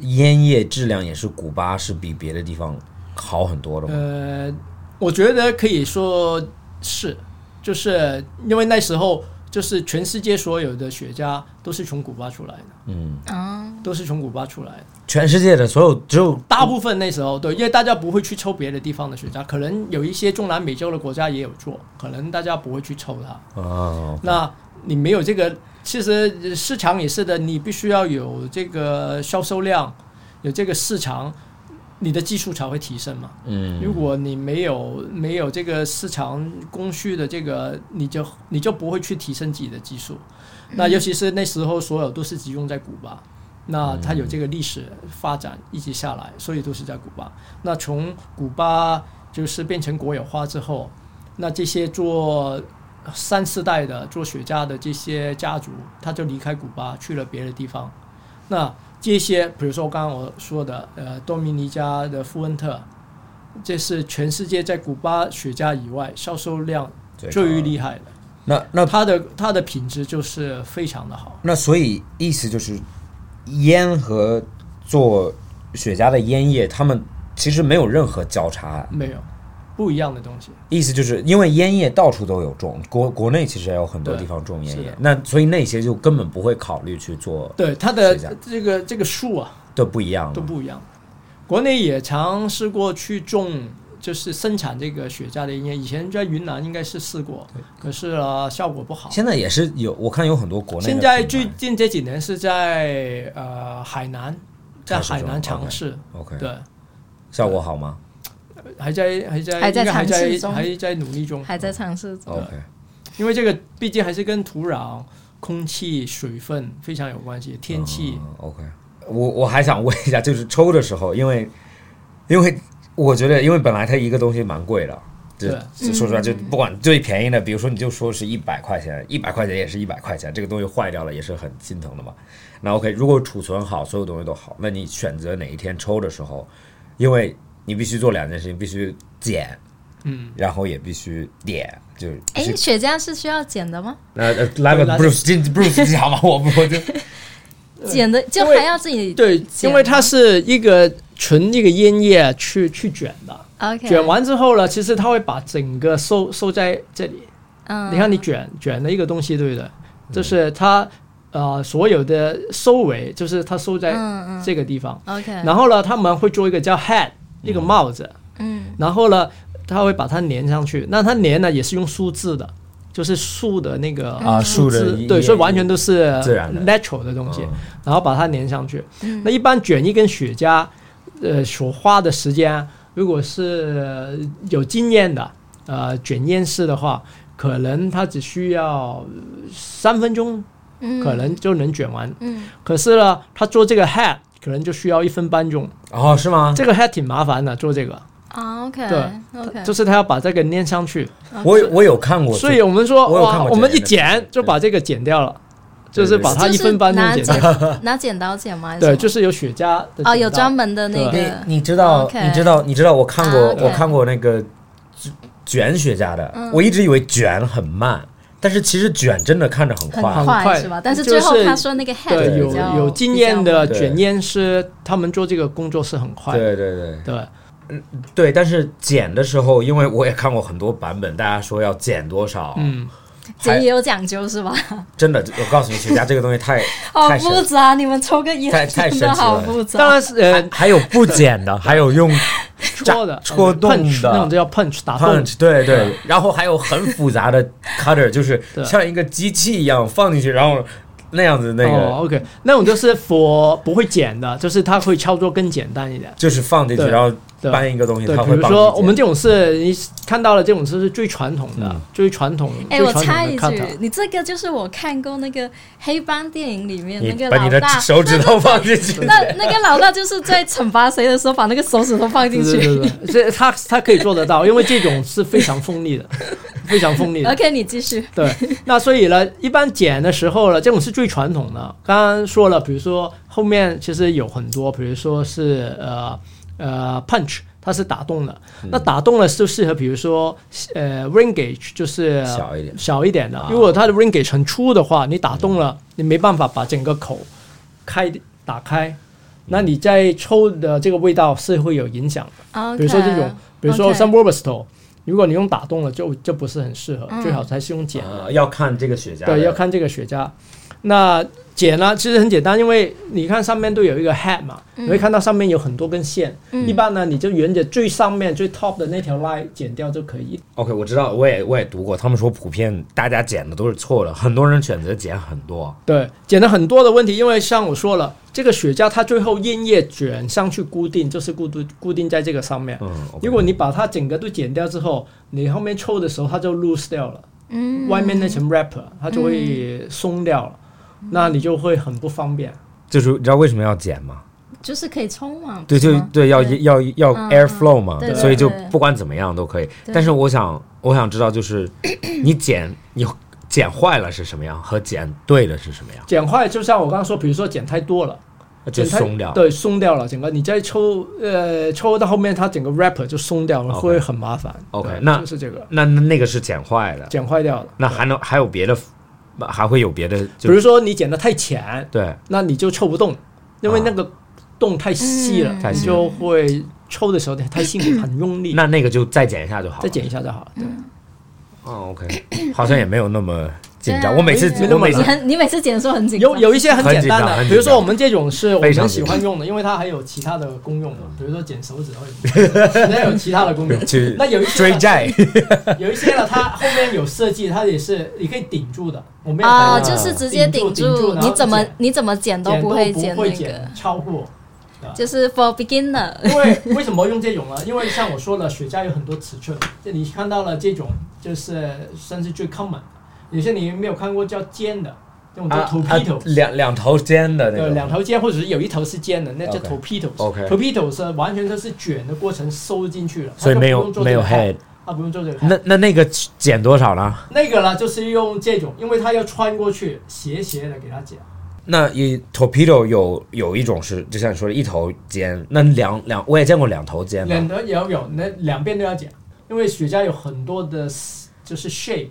B: 烟叶质量也是古巴是比别的地方好很多的吗？
C: 呃，我觉得可以说是，就是因为那时候就是全世界所有的雪茄都是从古巴出来的，
B: 嗯，
C: 都是从古巴出来的。
B: 全世界的所有只有
C: 大部分那时候对，因为大家不会去抽别的地方的雪茄，可能有一些中南美洲的国家也有做，可能大家不会去抽它。
B: 啊，
C: 那你没有这个，其实市场也是的，你必须要有这个销售量，有这个市场，你的技术才会提升嘛。
B: 嗯，
C: 如果你没有没有这个市场供需的这个，你就你就不会去提升自己的技术。那尤其是那时候，所有都是集中在古巴，那它有这个历史发展一直下来，所以都是在古巴。那从古巴就是变成国有化之后，那这些做三四代的做雪茄的这些家族，他就离开古巴去了别的地方。那这些，比如说我刚刚我说的，呃，多米尼加的富恩特，这是全世界在古巴雪茄以外销售量最厉害的。
B: 那那
C: 它的它的品质就是非常的好。
B: 那所以意思就是，烟和做雪茄的烟叶，它们其实没有任何交叉。
C: 没有不一样的东西。
B: 意思就是因为烟叶到处都有种，国国内其实也有很多
C: 对
B: 地方种烟
C: 是
B: 叶
C: 的，
B: 那所以那些就根本不会考虑去做
C: 对它的
B: 是嗯
C: 这个这个树啊
B: 的不一样
C: 都
B: 了。
C: 不一样。国内也尝试过去种，就是生产这个雪茄的烟，以前在云南应该是试过，可是啊效果不好。
B: 现在也是有，我看有很多国内的
C: 现在
B: 品牌
C: 最近这几年是在呃海南，在
B: 开始
C: 海
B: 种
C: 南
B: OK
C: 尝试，
B: OK，
C: 对，
B: 效果好吗
C: 还在还在
D: 还在
C: 应该还
D: 尝试
C: 在
D: 中
C: 还在努力中，
D: 还在尝试中。
C: 呃
B: ？OK，
C: 因为这个毕竟还是跟土壤、空气、水分非常有关系，天气。
B: 嗯 OK，我我还想问一下，就是抽的时候，因为因为我觉得，因为本来它一个东西蛮贵的。就
C: 对
B: 就说出来，就不管最便宜的，比如说你就说是一百块钱，一百块钱也是一百块钱，这个东西坏掉了也是很心疼的嘛。那 OK，如果储存好，所有东西都好，那你选择哪一天抽的时候，因为你必须做两件事情，必须捡，嗯，然后也必须点，就是
D: 哎，雪茄是需要剪的吗？
B: 那呃来吧
C: 来吧
B: ，Bruce，今 Bruce 讲吧，我不我就
D: 剪的就
C: 呃因为
D: 还要自己
C: 对，
D: 剪
C: 因为它是一个纯一个烟叶去去卷的，
D: OK
C: 卷完之后呢，其实它会把整个收收在这里。
D: 嗯，
C: 你看你卷卷了一个东西，对不对？就是它呃所有的收尾，就是它收在
D: 嗯嗯
C: 这个地方。
D: OK，
C: 然后呢，他们会做一个叫 hat，一个帽子。
D: 嗯
C: 然后呢，他会把它粘上去。那它粘呢，也是用数字的，就是树的那个
D: 嗯
B: 啊树的
C: 枝
B: 叶
C: 对，所以完全都是
B: 自然的
C: natural 的东西
B: 嗯，
C: 然后把它粘上去。
D: 嗯
C: 那一般卷一根雪茄，呃，所花的时间，如果是呃有经验的，呃，卷烟师的话，可能他只需要三分钟，
D: 嗯
C: 可能就能卷完。
D: 嗯
C: 可是呢，他做这个 hat 可能就需要一分半钟，
B: 哦是吗？
C: 这个 hat 挺麻烦的，做这个。
D: 啊，OK，
C: 对
D: o k
C: 就是他要把这个粘上去，
D: 啊
B: 我有我有看过，
C: 所以我们说
B: 我有看
C: 哇，
B: 过
C: 我们
B: 剪
C: 一
B: 的
C: 剪就把这个剪掉了，就
B: 对
C: 是
B: 对
C: 把它一分半
D: 拿
C: 弄剪
D: 剪
C: 掉。
D: 拿剪刀剪吗？还是
C: 对，
D: 什么
C: 就是有雪茄的
D: 哦，有
C: 剪刀
D: 专门的那
B: 你
D: 个
B: 你知道
D: OK
B: 你知道你知道我看过、
D: 啊，OK
B: 我看过那个卷卷雪茄的、
D: 嗯
B: 我一直以为卷很慢，但是其实卷真的看着很
D: 很
B: 快。
C: 很快
D: 是吧？但是
C: 就
D: 最后
C: 是
D: 他说那个 head
C: 对，有
D: 比较
C: 有经验的
D: 比较
C: 卷烟师，他们做这个工作是很快的。
B: 对对对
C: 对，
B: 对，但是剪的时候，因为我也看过很多版本，大家说要剪多少，
C: 嗯，
D: 剪
B: 还
D: 也有讲究是吧？
B: 真的，我告诉你，雪茄这个东西太
D: 好
B: 太
D: 复
B: 神，
D: 杂，你们抽个烟
B: 太太
D: 真
B: 神
D: 的
B: 奇了
D: 好复杂。
C: 当然是
D: 哎
C: 呃，
B: 还有不 剪的，还有用
C: 啊戳的、呃
B: 戳洞的
C: punch，那种叫 punch 打洞。
B: punch，对对，然后还有很复杂的 cutter，就是
C: 对
B: 像一个机器一样放进去，然后那样子那个
C: 哦，OK，那种就是 for 不会剪的，就是它会操作更简单一点。
B: 就是放进去，
C: 对
B: 然后
C: 对
B: 搬一个东西，
C: 对
B: 它，
C: 比
B: 会
C: 如
B: 帮
C: 说
B: 你
C: 我们
B: 剪
C: 这种是你看到了这种是最传统
B: 嗯
C: 的、最传统、
D: 哎，
C: 最
D: 我
C: 传统
D: 插一
C: 的
D: 句
C: cutter。，
D: 你这个就是我看过那个黑帮电影里面那
B: 你
D: 个
B: 把你
D: 老
B: 的
D: 大，
B: 手指头放进去，
D: 那那个老大就是在惩罚谁的时候把那个手指头放
C: 对
D: 进
C: 对
D: 去。
C: 对对，这他他可以做得到，因为这种是非常锋利的，非常锋利 的。
D: OK，你继续。
C: 对，那所以呢，一般剪的时候呢，这种是最传统的。刚刚说了，比如说后面其实有很多，比如说是呃呃 punch，它是打洞的。那打洞呢就适合，比如说呃 ring gauge，就是
B: 小一点
C: 小一点的。如果它的 ring gauge 很粗的话，你打洞了，你没办法把整个口开打开，那你在抽的这个味道是会有影响的。
D: OK，
C: 比如说这种，比如说
D: OK
C: 像 w o r b e s t o 如果你用打洞了，就就不是很适合，
D: 嗯
C: 最好还是用剪的。
B: 呃要看这个雪茄的，
C: 对，要看这个雪茄。那剪呢，其实很简单，因为你看上面都有一个 head 嘛，你会看到上面有很多根线。一般呢，你就沿着最上面最 top 的那条 line 剪掉就可以。
B: OK，我知道，我也我也读过，他们说普遍大家剪的都是错的，很多人选择剪很多。
C: 对，剪了很多的问题，因为像我说了，这个雪茄它最后烟叶卷上去固定，就是固定固定在这个上面。
B: 嗯，OK，
C: 如果你把它整个都剪掉之后，你后面抽的时候它就 loose 掉了，
D: 嗯，
C: 外面那层 wrapper 它就会松掉了，那你就会很不方便。
B: 就是你知道为什么要剪吗？
D: 就是可以冲嘛。
B: 对，
D: 是
B: 就
D: 吗
B: 对，要
D: 对
B: 要要
D: 嗯
B: air flow 嘛
D: 对，对
B: 所以就
D: 对
B: 不管怎么样都可以。
D: 对
B: 但是我想，我想知道，就是你剪你剪坏了是什么样，和剪对了是什么样，
C: 剪坏就像我刚刚说，比如说剪太多了。
B: 就
C: 整它
B: 松掉。
C: 对，松掉了，整个你再抽，呃，抽到后面它整个 wrapper 就松掉了
B: OK
C: 会很麻烦。
B: OK，
C: 对
B: 那
C: 就是这个
B: 那那那个是剪坏了，
C: 剪坏掉了。
B: 那还能还有别的，还会有别的，
C: 比
B: 就
C: 如说你剪的太浅，
B: 对
C: 那你就抽不动，因为
B: 啊嗯
C: 那个洞太细了，
B: 太
C: 你
B: 细
C: 就会抽的时候太辛苦，很用力。
B: 那那个就再剪一下就好了。
C: 再剪一下就好了。对
B: 哦，OK，好像也没有那么紧
D: 对啊
B: 张。我每次
D: 没没
C: 那
B: 我
C: 么
B: 每次
C: 难
D: 你很你每次剪的时候很紧张。
C: 有有一些很简单
B: 很紧
C: 的，
B: 张
C: 比如说我们这种是我
B: 非常
C: 们喜
B: 紧张嗯
C: 欢用的，因为它还有其他的功用嘛，比如说剪手指会， 它有其他的功用。
B: 去
C: 那有一些
B: 追债，
C: 有一些呢，它后面有设计，它也是你可以顶住的。我没有
D: 啊，
C: 戴过
D: 就是直接顶
C: 顶住
D: 住，
C: 然后
D: 你怎么
C: 剪
D: 你怎么剪都不会
C: 剪
D: 剪
C: 都不
D: 那
C: 会
D: 个
C: 剪，超过。
D: 就是 for beginner。
C: 因为 为什么用这种呢？因为像我说了，雪茄有很多尺寸，就你看到了这种就是算是最 common 的，有些你没有看过叫尖的，这种叫 torpedo，、
B: 啊两两头尖的那
C: 对，
B: 种，
C: 两头尖或者是有一头是尖的，那叫
B: OK
C: torpedo。
B: OK
C: torpedo 是完全就是卷的过程收进去了，
B: 所以
C: 它就
B: 没
C: 不
B: 有
C: 用做
B: 没有
C: 这个
B: head。
C: 它不用做这个 head。
B: 那那那个减多少呢？
C: 那个呢，就是用这种，因为它要穿过去，斜斜的给它剪。
B: 那也 torpedo 有有一种是，就像你说的，一头尖，那两两我也见过两头尖
C: 两
B: 的，
C: 头也要有，那两边都要剪，因为雪茄有很多的 s- 就是 shape，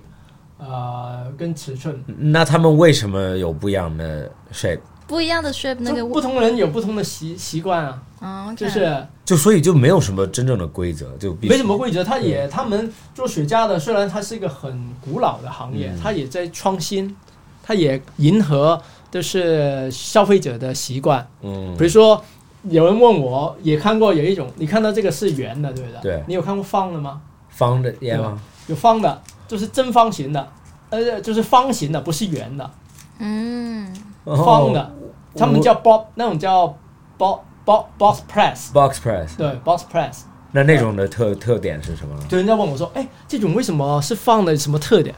C: 呃，跟尺寸，
B: 那他们为什么有不一样的 shape？
D: 不一样的 shape 那个
C: 就不同人有不同的习习惯啊，
D: 啊，OK，
C: 就是
B: 就所以就没有什么真正的规则，就必须
C: 没什么规则。他也他们做雪茄的，虽然它是一个很古老的行
B: 嗯
C: 业，它也在创新，它也迎合就是消费者的习惯。
B: 嗯
C: 比如说，有人问我，也看过有一种，你看到这个是圆的，对不对？
B: 对
C: 你有看过方的吗？
B: 方的烟吗？
C: 有方的，就是正方形的，呃，就是方形的，不是圆的，
D: 嗯，
C: 方的，
B: 哦
C: 他们叫 bob，那种叫 bob bob box press，
B: box press，
C: 对 box press。
B: 那那种的特特点是什么呢？
C: 就人家问我说，哎，这种为什么是方的，什么特点？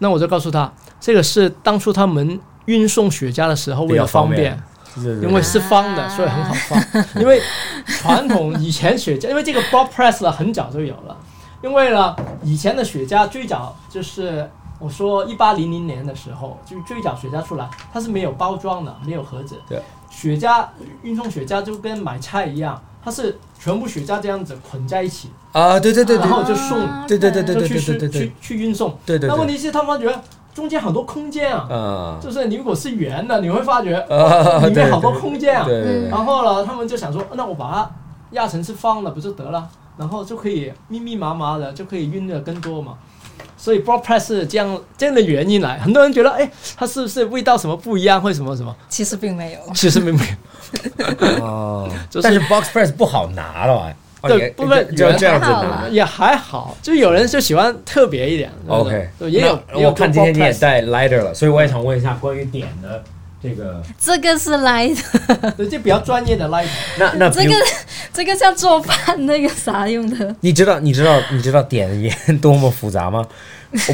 C: 那我就告诉他，这个是当初他们运送雪茄的时候为了方
B: 比较
C: 便，
B: 对
C: 因为是方 的，
D: 啊
C: 所以很好放。因为传统以前雪茄，因为这个 Bob Press 很早就有了，因为呢，以前的雪茄最早就是我说一八零零年的时候，就最早雪茄出来，它是没有包装的，没有盒子。
B: 对，
C: 雪茄运送雪茄就跟买菜一样，它是全部雪茄这样子捆在一起，
B: 啊，对对对对
C: 然后就送
D: 啊
B: 对对对对
C: 就去
B: 对对对对
C: 去去运送。
B: 对对
C: 那问
B: 对，
C: 题是他们觉得中间很多空间啊，
B: 嗯，
C: 就是你如果是圆的，你会发觉
B: 啊
C: 里面好多
B: 对
C: 空间啊。
B: 对对对
C: 然后呢，他们就想说，哦那我把它压成是方的，不就得了？然后就可以密密麻麻的，就可以运的更多嘛。所以 broad press 是这样这样的原因来，很多人觉得，哎，它是不是味道什么不一样，或什么什么？
D: 其实并没有。
C: 其实没没有，
B: 对，哦
C: 就，是
B: 但是 box press 不好拿了哎，哦
C: 对
B: 也
C: 不不
B: 就就这样子
D: 还好
B: 拿
D: 啦。
C: 也还好。就有人就喜欢特别一点。对不对
B: OK，
C: 对也有
B: 那
C: 也有
B: 我看今
C: broad
B: 天你也
C: press
B: 带 lighter 了，所以我也想问一下关于点的这个，
D: 这个是来，
C: 对，就比较专业的 light。
B: 那那比
D: 这
B: 如
D: 个这个像做饭那个啥用的。
B: 你知道你知道你知道点烟 多么复杂吗？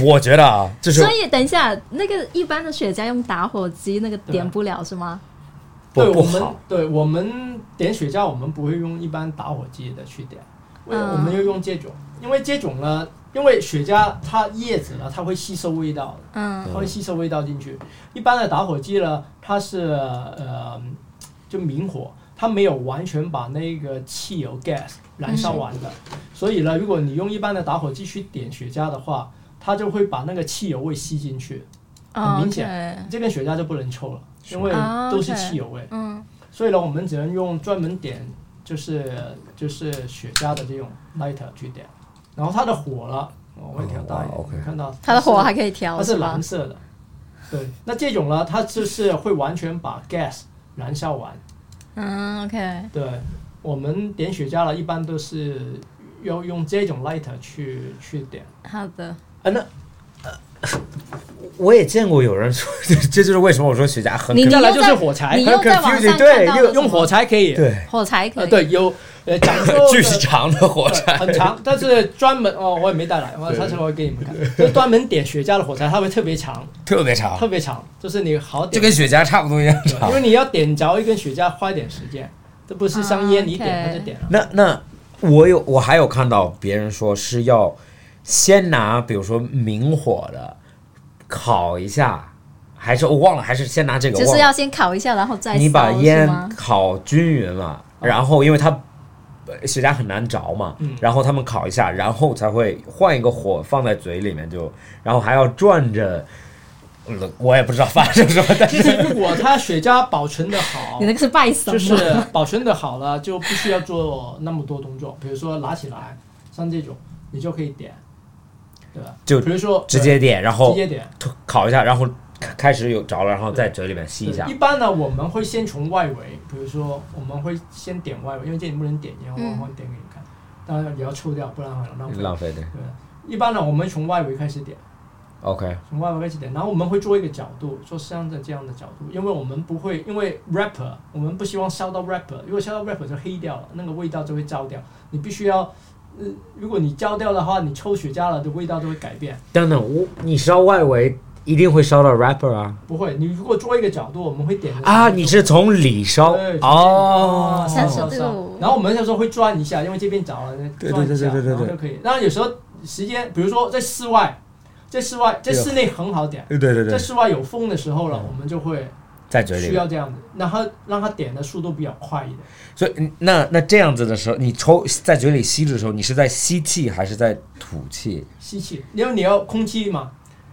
B: 我觉得啊，就是
D: 所以等一下，那个一般的雪茄用打火机那个点不了是吗？
B: 不
C: 对
B: 不
C: 我们
B: 好，
C: 对我们点雪茄，我们不会用一般打火机的去点，我
D: 嗯
C: 我们要用这种，因为这种呢，因为雪茄它叶子呢，它会吸收味道的，
D: 嗯
C: 它会吸收味道进去。一般的打火机呢，它是呃就明火，它没有完全把那个汽油 gas 燃
D: 嗯
C: 烧完的，所以呢，如果你用一般的打火机去点雪茄的话，它就会把那个汽油味吸进去，
D: 哦
C: 很明显
D: 显。
C: 这根雪茄就不能抽了，因为
D: 啊
C: 都是
D: 嗯 OK
C: 汽油味。
D: 嗯，
C: 所以呢，我们只能用专门点，就是就是雪茄的这种 lighter 去点，然后它的火了，我会调大一
B: 哦
C: 点，
B: 哇，OK
C: 你看到
D: 它的火还
C: 是啊
D: 可以调
C: 它是
D: 吧
C: 蓝？色的，对，那这种呢，它就是会完全把 gas 燃烧完。
D: 嗯，OK。
C: 对，我们点雪茄了，一般都是要用这种 lighter 去去点，
D: 好的，
B: 啊，那我也见过有人说， 这就是为什么我说雪茄很
D: 你
C: 再
D: 又
C: 来就是
D: 在
C: 火柴
D: 你，又在网上
B: confusing，
D: 看
B: 对
D: 到
B: 又
D: 了
C: 用火柴可以，
B: 对，
D: 火柴可
C: 呃，
D: 以，
C: 对，有呃讲究
B: 巨
C: 的
B: 细长的火
C: 对，
B: 柴，
C: 很长，但是专门哦，我也没带来，我下次我会给你们看，就专门点雪茄的火柴，它会特别长，
B: 特别长
C: 特，别长，就是你好
B: 就
C: 点，
B: 跟雪茄差不多一样
C: 对
B: 长
C: 因。为你要点着一根雪茄花一点时间，这不是香
D: 啊
C: 烟，你点
D: OK
C: 它就点了，
B: 那那我有我还有看到别人说是要先拿，比如说明火的烤一下，还是我忘了，还是先拿这个，
D: 就
B: 忘
D: 是
B: 了
D: 要先烤一下，然后再
B: 你把
D: 烧是
B: 烟
D: 吗
B: 烤均匀了，然后因为它呃雪茄很难着嘛，
C: 嗯
B: 然后他们烤一下，然后才会换一个火放在嘴里面就，然后还要转着。呃我也不知道发生什么，但
C: 其实如果它雪茄保存的好
D: 你，那个是拜神
C: 就
D: 吗，
C: 是保存的好了，就不需要做那么多动作，比如说拿起来，像这种你就可以点，对吧？
B: 就
C: 比如说
B: 直接点，然
C: 对直
B: 后
C: 接点，
B: 烤一下，然后开始有着了，然后在嘴里面吸一下
C: 对一。般呢，我们会先从外围，比如说我们会先点外围，因为这里不能点烟，我
D: 嗯
C: 我会点给你看。当然也要抽掉，不然很浪费。
B: 浪费对
C: 对，一般呢，我们从外围开始点，
B: ，OK，
C: 从外围开始点，然后我们会做一个角度，做像的这样的角度，因为我们不会，因为 rapper，我们不希望烧到 rapper，如果烧到 rapper 就黑掉了，那个味道就会焦掉。你必须要，呃，如果你焦掉的话，你抽雪茄了，的味道就会改变。
B: 等等，我你烧外围一定会烧到 rapper 啊
C: 不会，你如果做一个角度，我们会点的
B: 啊！
C: 角度
B: 你是从里烧
C: 对
B: 哦，
D: 三十
C: 烧
D: 度
C: 烧然后我们有时候会转一下，因为这边着了，
B: 对
C: 转一下，
B: 对对对对对
C: 然后就可以。然后有时候时间，比如说在室外，在室外，在室内很好点，
B: 对对嗯
C: 在，室外有风的时候了，我们就会
B: 在嘴里
C: 需
B: 面
C: 要这样子，让它让它点的速度比较快一点。
B: 所以嗯那那这样子的时候，你抽在嘴里吸的时候，你是在吸气还是在吐气？
C: 吸气，因为你要空气嘛，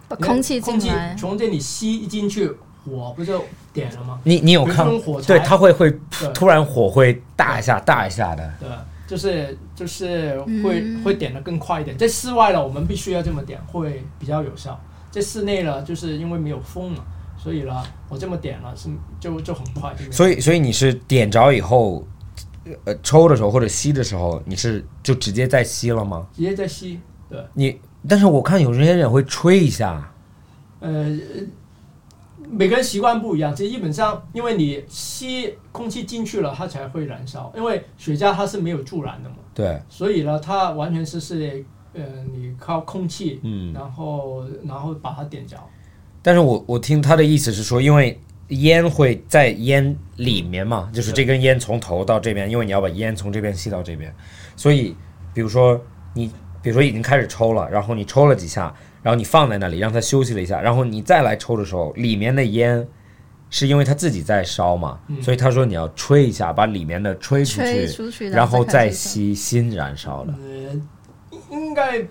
D: 把空气进
C: 空气
D: 来，
C: 从这里吸进去，火不就点了吗？
B: 你你有
C: 比如
B: 看
C: 这种火？柴
B: 对，它会会
C: 对
B: 突然火会大一下大一下的。
C: 对吧，就是就是会、
D: 嗯
C: 会点的更快一点。在室外了，我们必须要这么点，会比较有效。在室内了，就是因为没有风嘛，所以呢，我这么点了是就就很快就没有。
B: 所以所以你是点着以后，呃，抽的时候或者吸的时候，你是就直接再吸了吗？
C: 直接在吸，对，
B: 你但是我看有些人也会吹一下，
C: 呃，每个人习惯不一样。其实基本上，因为你吸空气进去了，它才会燃烧。因为雪茄它是没有助燃的嘛，
B: 对，
C: 所以呢，它完全是是呃，你靠空气，
B: 嗯。
C: 然后然后把它点着。
B: 但是我我听他的意思是说，因为烟会在烟里面嘛，就是这根烟从头到这边，因为你要把烟从这边吸到这边，所以比如说你，比如说已经开始抽了，然后你抽了几下，然后你放在那里让它休息了一下，然后你再来抽的时候，里面的烟是因为它自己在烧嘛，所以他说你要吹一下，把里面的吹出去，
D: 吹出去，
B: 然后再
D: 开始
B: 吸新燃烧的，
C: 呃应应该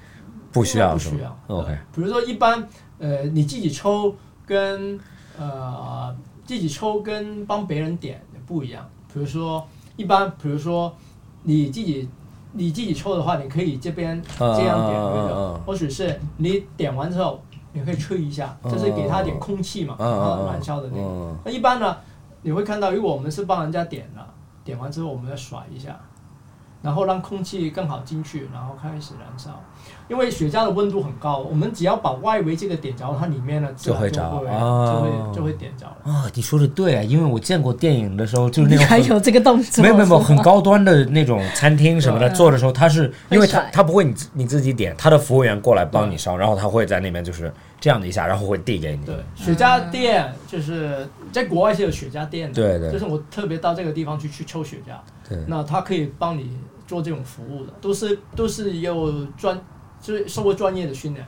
B: 不需要
C: 不
B: 是
C: 需
B: 吗
C: 要。
B: ？OK，
C: 比如说一般呃你自己抽跟呃自己抽跟帮别人点也不一样。比如说一般，比如说你自己你自己抽的话，你可以这边这样点对
B: 嗯嗯嗯嗯
C: 的，或者是你点完之后你可以吹一下，就是给它点空气嘛，
B: 嗯嗯嗯
C: 让它燃烧的那个。
B: 嗯
C: 那一般呢，你会看到，如果我们是帮人家点了，点完之后我们要甩一下，然后让空气更好进去，然后开始燃烧。因为雪茄的温度很高，我们只要把外围这个点着，它里面呢自然
B: 就会着
C: 会
B: 哦
C: 就会就会点着了。
B: 啊，你说的对啊，因为我见过电影的时候就是那
D: 你
B: 种
D: 还
B: 很
D: 有这个动作？
B: 没有没有没有
D: 是
B: 很
D: 吗
B: 高端的那种餐厅什么
C: 嗯
B: 的，做的时候它是因为它
D: 甩
B: 它不会你自你自己点，它的服务员过来帮你烧，然后他会在那边就是这样的一下，然后会递给你。
C: 嗯对，雪茄店就是在国外是有雪茄店的，
B: 对对
C: 就是我特别到这个地方去去抽雪茄，
B: 对
C: 那他可以帮你做这种服务的，都是都是有专，就是受过专业的训练，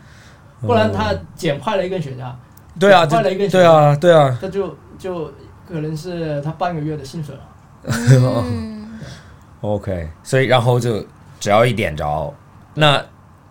B: 哦
C: 不然他剪坏了一根雪茄，
B: 对啊，
C: 换了一
B: 就
C: 个
B: 对啊对啊，
C: 他就就可能是他半个月的薪水了。
B: OK，所以然后就只要一点着，那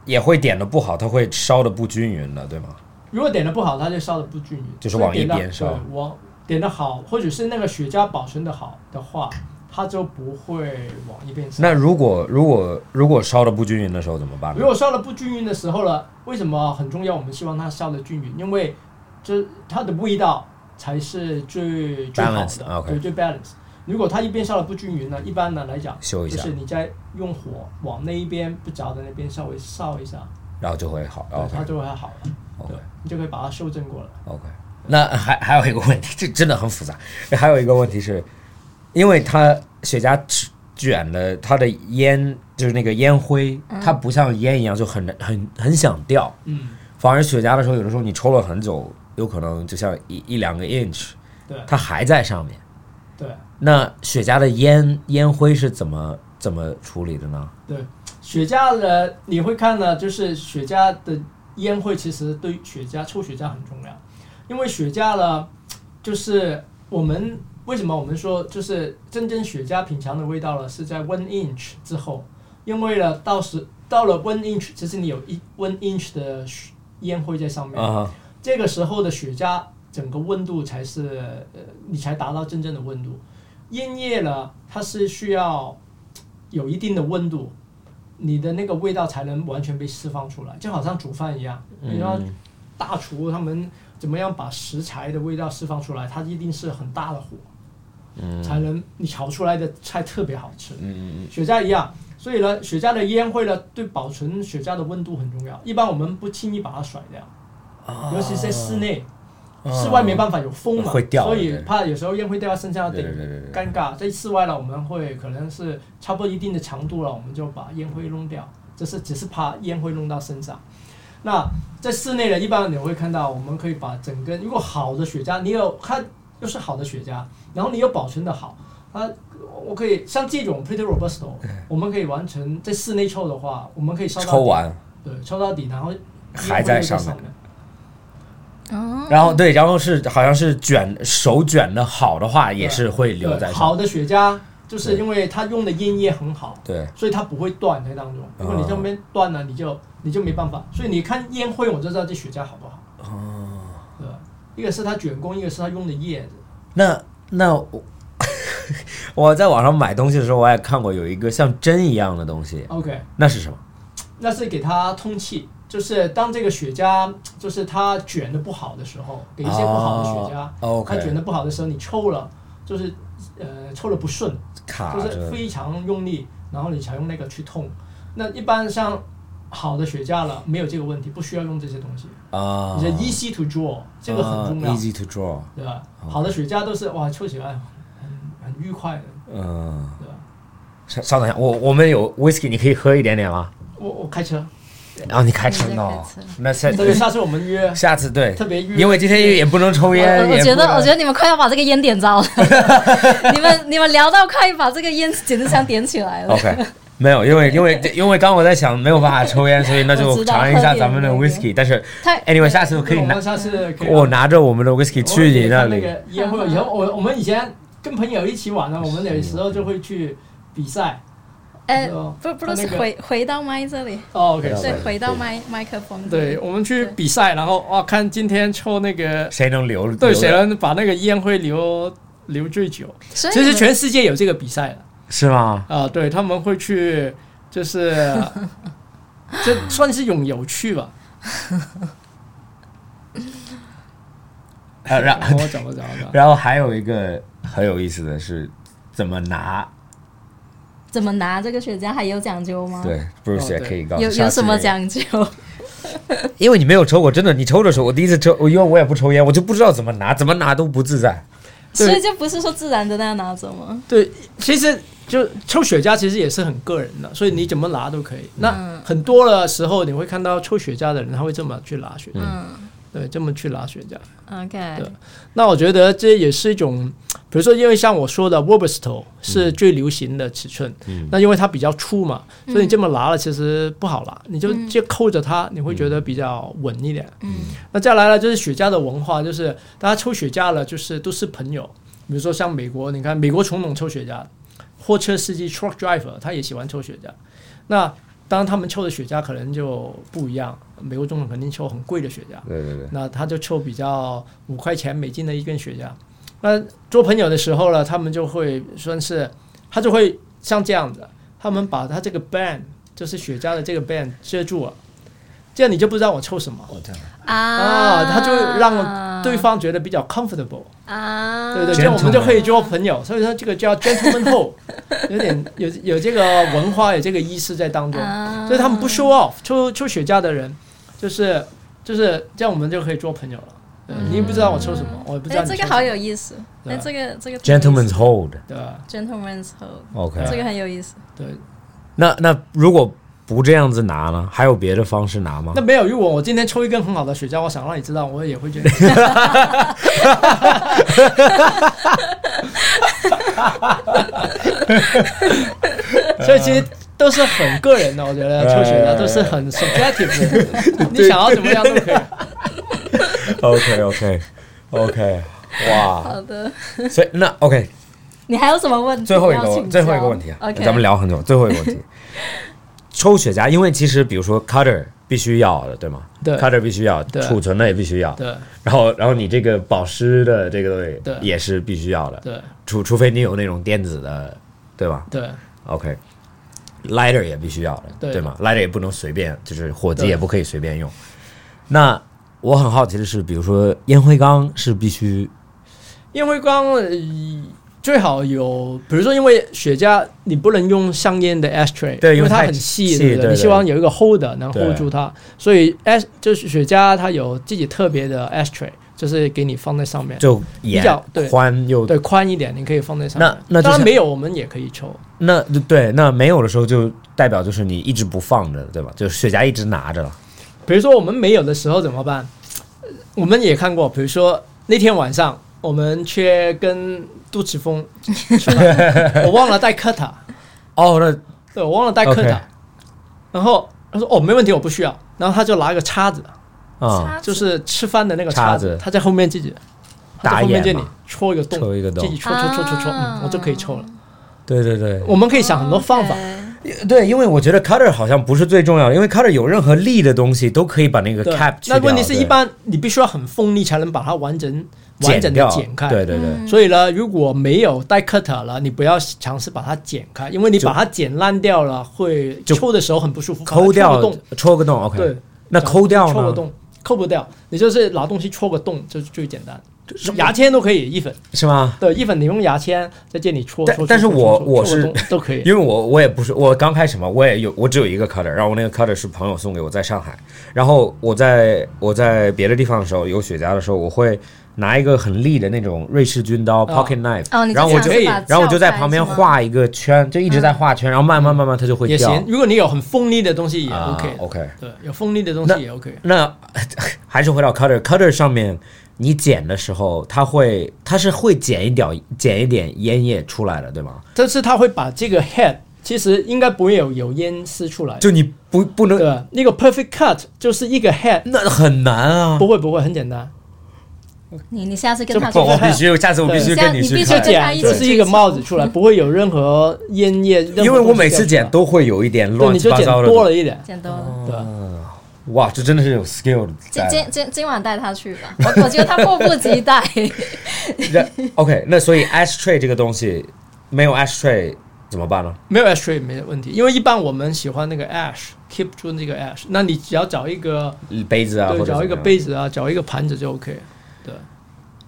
B: 也会点的不好，它会烧的不均匀的，对吗？
C: 如果点的不好，他就烧的不均匀，
B: 就是往一边
C: 所以点得
B: 烧
C: 对往点的好，或者是那个雪茄保存的好的话，它就不会往一边烧。
B: 那如果如果如果烧的不均匀的时候怎么办呢
C: 如？果烧的不均匀的时候呢，为什么很重要？我们希望它烧的均匀，因为这它的味道才是最最好的
B: Balance，OK
C: 对，最 balance。如果它一边烧的不均匀呢，一般呢来讲，
B: 修一
C: 就
B: 下
C: 是，你在用火往那一边不着的那边稍微烧一下，
B: 然后就会好。
C: 对
B: OK
C: 它就会好了，
B: OK
C: 对，你就可以把它修正过来。
B: OK，那还还有一个问题，这真的很复杂。还有一个问题是，因为它雪茄卷的，它的烟就是那个烟灰，它不像烟一样就很很很想掉，
C: 嗯，
B: 反而雪茄的时候，有的时候你抽了很久，有可能就像一一两个 inch，
C: 对
B: 它还在上面。
C: 对。
B: 那雪茄的烟烟灰是怎么怎么处理的呢？
C: 对，雪茄呢，你会看呢，就是雪茄的烟灰其实对雪茄抽雪茄很重要，因为雪茄呢，就是我们为什么我们说就是真正雪茄品尝的味道呢，是在 one inch 之后，因为呢，到时到了 one inch，其实你有一 one inch 的雪烟灰在上面，
B: 啊、
C: 这个时候的雪茄整个温度才是呃，你才达到真正的温度。烟叶呢，它是需要有一定的温度，你的那个味道才能完全被释放出来，就好像煮饭一样，你说大厨他们怎么样把食材的味道释放出来，它一定是很大的火，才能你炒出来的菜特别好吃。
B: 嗯
C: 雪茄一样。所以呢，雪茄的烟灰呢，对保存雪茄的温度很重要。一般我们不轻易把它甩掉，尤其在室内，室外没办法有风嘛，
B: 啊会掉的
C: 所以
B: 对
C: 怕有时候烟灰掉到身上要
B: 对
C: 顶
B: 对对对对
C: 尴尬。在室外呢，我们会可能是差不多一定的长度了，我们就把烟灰弄掉，这是只是怕烟灰弄到身上。那在室内呢，一般你会看到，我们可以把整根如果好的雪茄，你有它又是好的雪茄，然后你又保存的好，它我可以像这种 Pretty Robusto，我
B: 嗯
C: 们可以完成在室内抽的话，我们可以烧到底
B: 抽，完，
C: 对，抽到底，然后烟灰
B: 还在
C: 又
B: 上
C: 上
B: 面
C: 面。
B: 然后对，然后是好像是卷手卷的好的话，也是会留
C: 对
B: 在上
C: 好
B: 面。
C: 的雪茄，就是因为它用的烟叶很好，
B: 对，
C: 所以它不会断在当中。
B: 嗯
C: 如果你这边断了，你就你就没办法。所以你看烟灰，我就知道这雪茄好不好。哦，对吧，一个是它卷工，一个是它用的叶子。
B: 那那我 我在网上买东西的时候，我也看过有一个像针一样的东西，
C: OK，
B: 那是什么？
C: 那是给它通气，就是当这个雪茄就是它卷的不好的时候，给一些不好的雪茄，
B: 哦，OK
C: 它卷的不好的时候，你抽了就是呃抽的不顺，
B: 卡
C: 就
B: 着
C: 是非常用力，然后你才用那个去痛。那一般像好的雪茄了，没有这个问题，不需要用这些东西。
B: 啊
C: 你的 easy to draw 这个很重要，
B: 啊 easy to draw，
C: 对吧？好的雪茄都是哇，抽起来很很愉快的，
B: 嗯
C: 对吧？啊
B: 稍稍等一下，我我们有 whisky，你可以喝一点点吗？
C: 我我开车，
B: 啊，你开车
D: 我在
B: 呢
D: 开车？
B: 那下
C: 那就下次我们约，
B: 下次对，
C: 特别约，
B: 因为今天也不能抽烟，
D: 我我
B: 也
D: 觉
B: 不
D: 得，
B: 能
D: 我觉得你们快要把这个烟点着 了。你们你们聊到快把这个烟简直想点起来了。
B: OK，没有，因为因为因为刚我在想没有办法抽烟，所以那
D: 我
B: 就
D: 知道
B: 尝一下 咱们的
D: 喝点那
B: whisky。但是
D: 太
B: anyway，下 次可以
C: 我
B: 拿
C: 们下次可以
B: 我拿着我们的 whisky 去你那
C: 那
B: 里。
C: 个烟会，以后我我们以前跟朋友一起玩啊呢，我们有时候就会去比赛。
D: 哎
C: 哦，
D: 不不
C: 他
D: 如
C: 那
D: 是
C: 个
D: 回回到麦这里，
C: 哦，OK，
E: 对
D: 对，回到
E: 对
D: 麦麦克风。
C: 对，，我们去比赛，然后哇，看今天抽那个
B: 谁能留？
C: 对
B: 留
C: 谁能把那个烟灰留留最久。
D: 所以
C: 其
D: 你
C: 实
D: 们
C: 全世界有这个比赛的
B: 是吗？
C: 啊、对他们会去，就是这算是一种有趣吧。哎
B: 呃然
C: 我怎么怎么怎么
B: 然后还有一个很有意思的是，怎么拿？
D: 怎么拿这个雪茄还有讲究
C: 哦
D: 吗？，
B: 对，Bruce 也可以告诉
D: 有
B: 下
D: 有
B: 次
D: 什么讲究？
B: 因为你没有抽过，真的，你抽的时候，我第一次抽，我因为我也不抽烟，我就不知道怎么拿，怎么拿都不自在。
D: 所以就不是说自然的那样拿走吗？
C: 对，其实就抽雪茄其实也是很个人的，所以你怎么拿都可以。那很多的时候你会看到抽雪茄的人，他会这么去拿雪茄，
D: 嗯
C: 对，这么去拿雪茄。
D: ，OK，
C: 那我觉得这也是一种，比如说，因为像我说的 w o b e s t o 是最流行的尺寸，那因为它比较粗嘛，
D: 嗯
C: 所以你这么拿了其实不好拿，你就就扣着它，你会觉得比较稳一点。
D: 嗯，
C: 那再来呢，就是雪茄的文化，就是大家抽雪茄了，就是都是朋友。比如说像美国，你看美国总统抽雪茄，货车司机 truck driver 他也喜欢抽雪茄。那当然他们抽的雪茄可能就不一样，美国总统肯定抽很贵的雪茄，
B: 对对对，
C: 那他就抽比较五块钱美金的一根雪茄。那做朋友的时候呢，他们就会算是，他就会像这样子，他们把他这个 band 就是雪茄的这个 band 遮住了，这样你就不知道我抽什么啊，他就让对方觉得比较 comfortable，
D: 啊，
C: 对对，这样我们就可以做朋友。所以说这个叫 gentleman hole，有点有有这个文化有这个意识在当
D: 啊
C: 中，所以他们不 show off，抽抽雪茄的人就是就是这样，我们就可以做朋友了。对你也不知道我抽什么，我也不知道
D: 哎，
C: 你抽
D: 这
C: 什
D: 个
C: 么
D: 好有意思。
C: 对啊
D: 哎，这个这个
B: Gentlemen's Hold。
C: 对吧
D: gentleman's hold，
B: OK，
D: 这个很有意思。
C: 对。
B: 那那如果不这样子拿呢？还有别的方式拿吗
C: 那？没有，如果我今天抽一根很好的雪茄，我想让你知道，我也会觉得。所以其实都是很个人的，我觉得抽雪茄都是很 subjective 的，你想要怎么样都可以。
B: OK OK OK，哇！
D: 好的，
B: 所以那 OK，
D: 你还有什么问题？
B: 最后一个最后一个问题啊
D: o k
B: 咱们聊很久。最后一个问 题，抽雪茄，因为其实比如说 cutter 必须要的，对吗？
C: 对
B: ，cutter 必须要，
C: 对
B: 储存的也必须要，
C: 对
B: 然后然后你这个保湿的这个
C: 对
B: 东西也是必须要的，
C: 对
B: 除除非你有那种电子的，对吧
C: 对
B: ？OK。lighter 也必须要的，
C: 对
B: 吗？lighter 也不能随便，就是火机
C: 对
B: 也不可以随便用。那我很好奇的是，比如说烟灰缸是必须
C: 烟灰缸呃最好有，比如说，因为雪茄你不能用香烟的 ashtray，
B: 对
C: 因
B: 因为
C: 它
B: 太
C: 很细，
B: 细对
C: 对不对？
B: 对
C: 你希望有一个 holder 能
B: 对
C: hold 住它，所以 ash 就是雪茄它有自己特别的 ashtray，就是给你放在上面，
B: 就严
C: 比较对
B: 宽又
C: 对，宽一点，你可以放在上
B: 那
C: 面。
B: 那就
C: 当然
B: 像
C: 没有，我们也可以抽，
B: 那对那没有的时候就代表就是你一直不放着，对吧？就是雪茄一直拿着，
C: 比如说我们没有的时候怎么办？我们也看过，比如说那天晚上我们去跟杜琪峰出 来，我忘了带科塔，
B: 哦，那
C: 对我忘了带科
B: OK 啊
C: 塔，然后他说哦没问题，我不需要，然后他就拿一个叉子，
B: 啊，
C: 就是吃饭的那个
B: 叉
C: 叉
B: 子
C: 子，他在后面自己，他
B: 打
C: 在后面
B: 眼
C: 这里
B: 嘛
C: 戳一个洞，
B: 戳一个洞
C: 自己戳戳戳戳戳，
D: 啊
C: 嗯，我就可以抽了。
B: 对对对
C: 我们可以想很多方法，
B: 对，因为我觉得 cutter 好像不是最重要的，因为 cutter 有任何力的东西都可以把那个
C: 对
B: cap 去掉。
C: 那问题是
B: 对
C: 一般你必须要很锋利才能把它完整完整的
B: 掉
C: 剪开，
B: 对对对，
C: 所以呢，如果没有带 cutter 了，你不要尝试把它剪开，因为你把它剪烂掉了，会
B: 就
C: 抽的时候很不舒服，把它
B: 抠
C: 戳
B: 掉
C: 个洞，
B: 戳个洞，OK。
C: 对，
B: 那抠掉
C: 戳个
B: 呢？
C: 洞，抠不掉，你就是拿东西戳个洞，就是最简单。牙签都可以，一粉
B: 是吗？
C: 对一粉，你用牙签在这里戳，
B: 但
C: 戳
B: 但是
C: 戳戳
B: 我
C: 戳
B: 我
C: 戳个
B: 是
C: 洞都可以
B: 因，为我我也不是我刚开始嘛，我也有我只有一个 cutter，然后我那个 cutter 是朋友送给我，在上海。然后我在我在别的地方的时候有雪茄的时候，我会拿一个很利的那种瑞士军刀、
C: 哦
B: pocket knife，
D: 哦，你
B: 然后我就哎
C: 可以
B: 然后我就在旁边，画一个圈，就一直在画圈，然后慢慢慢慢它就会
C: 也
B: 掉。
C: 行。如果你有很锋利的东嗯西也
B: 啊
C: OK，的、
B: OK
C: 对，有锋利的东
B: 那
C: 西也 OK。
B: 那还是回到 cutter cutter 上面，你剪的时候，它会它是会剪一点剪一点烟叶出来的，对吗？
C: 但是它会把这个 head 其实应该不会有有烟丝出来，
B: 就你不不能，
C: 对，那个 perfect cut 就是一个 head，
B: 那很难啊。
C: 不会不会，很简单，
D: 你你下次跟他
B: 不
D: 去
B: 我
D: 看
B: 必须，下次我必须
D: 啊对
B: 跟
D: 你必
B: 去
D: 须
B: 看。
D: 跟他
C: 剪
D: 一起
C: 就是一个帽子出来，不会有任何烟叶。任何
B: 因为我
C: 东西
B: 每次
C: 掉
B: 剪
C: 出
B: 都会有一点
C: 来对
B: 乱
C: 你
B: 七
C: 就
B: 八
C: 剪
B: 糟的。
C: 多了一点，
D: 剪刀了。
C: 对。
B: 哇，这真的是有 skill
D: 今
B: 在的。
D: 今今今晚带他去吧， 我我觉得他迫不及 待。
B: 那 OK，那所以 ashtray 这个东西没有 ashtray 怎么办呢？
C: 没有 ash tree 没问题，因为一般我们喜欢那个 ash keep 住那个 ash，那你只要找一个、
B: 杯子啊，或
C: 对，
B: 者
C: 找一
B: 怎么
C: 个
B: 样。
C: 杯子啊，找一个盘子就 OK。对，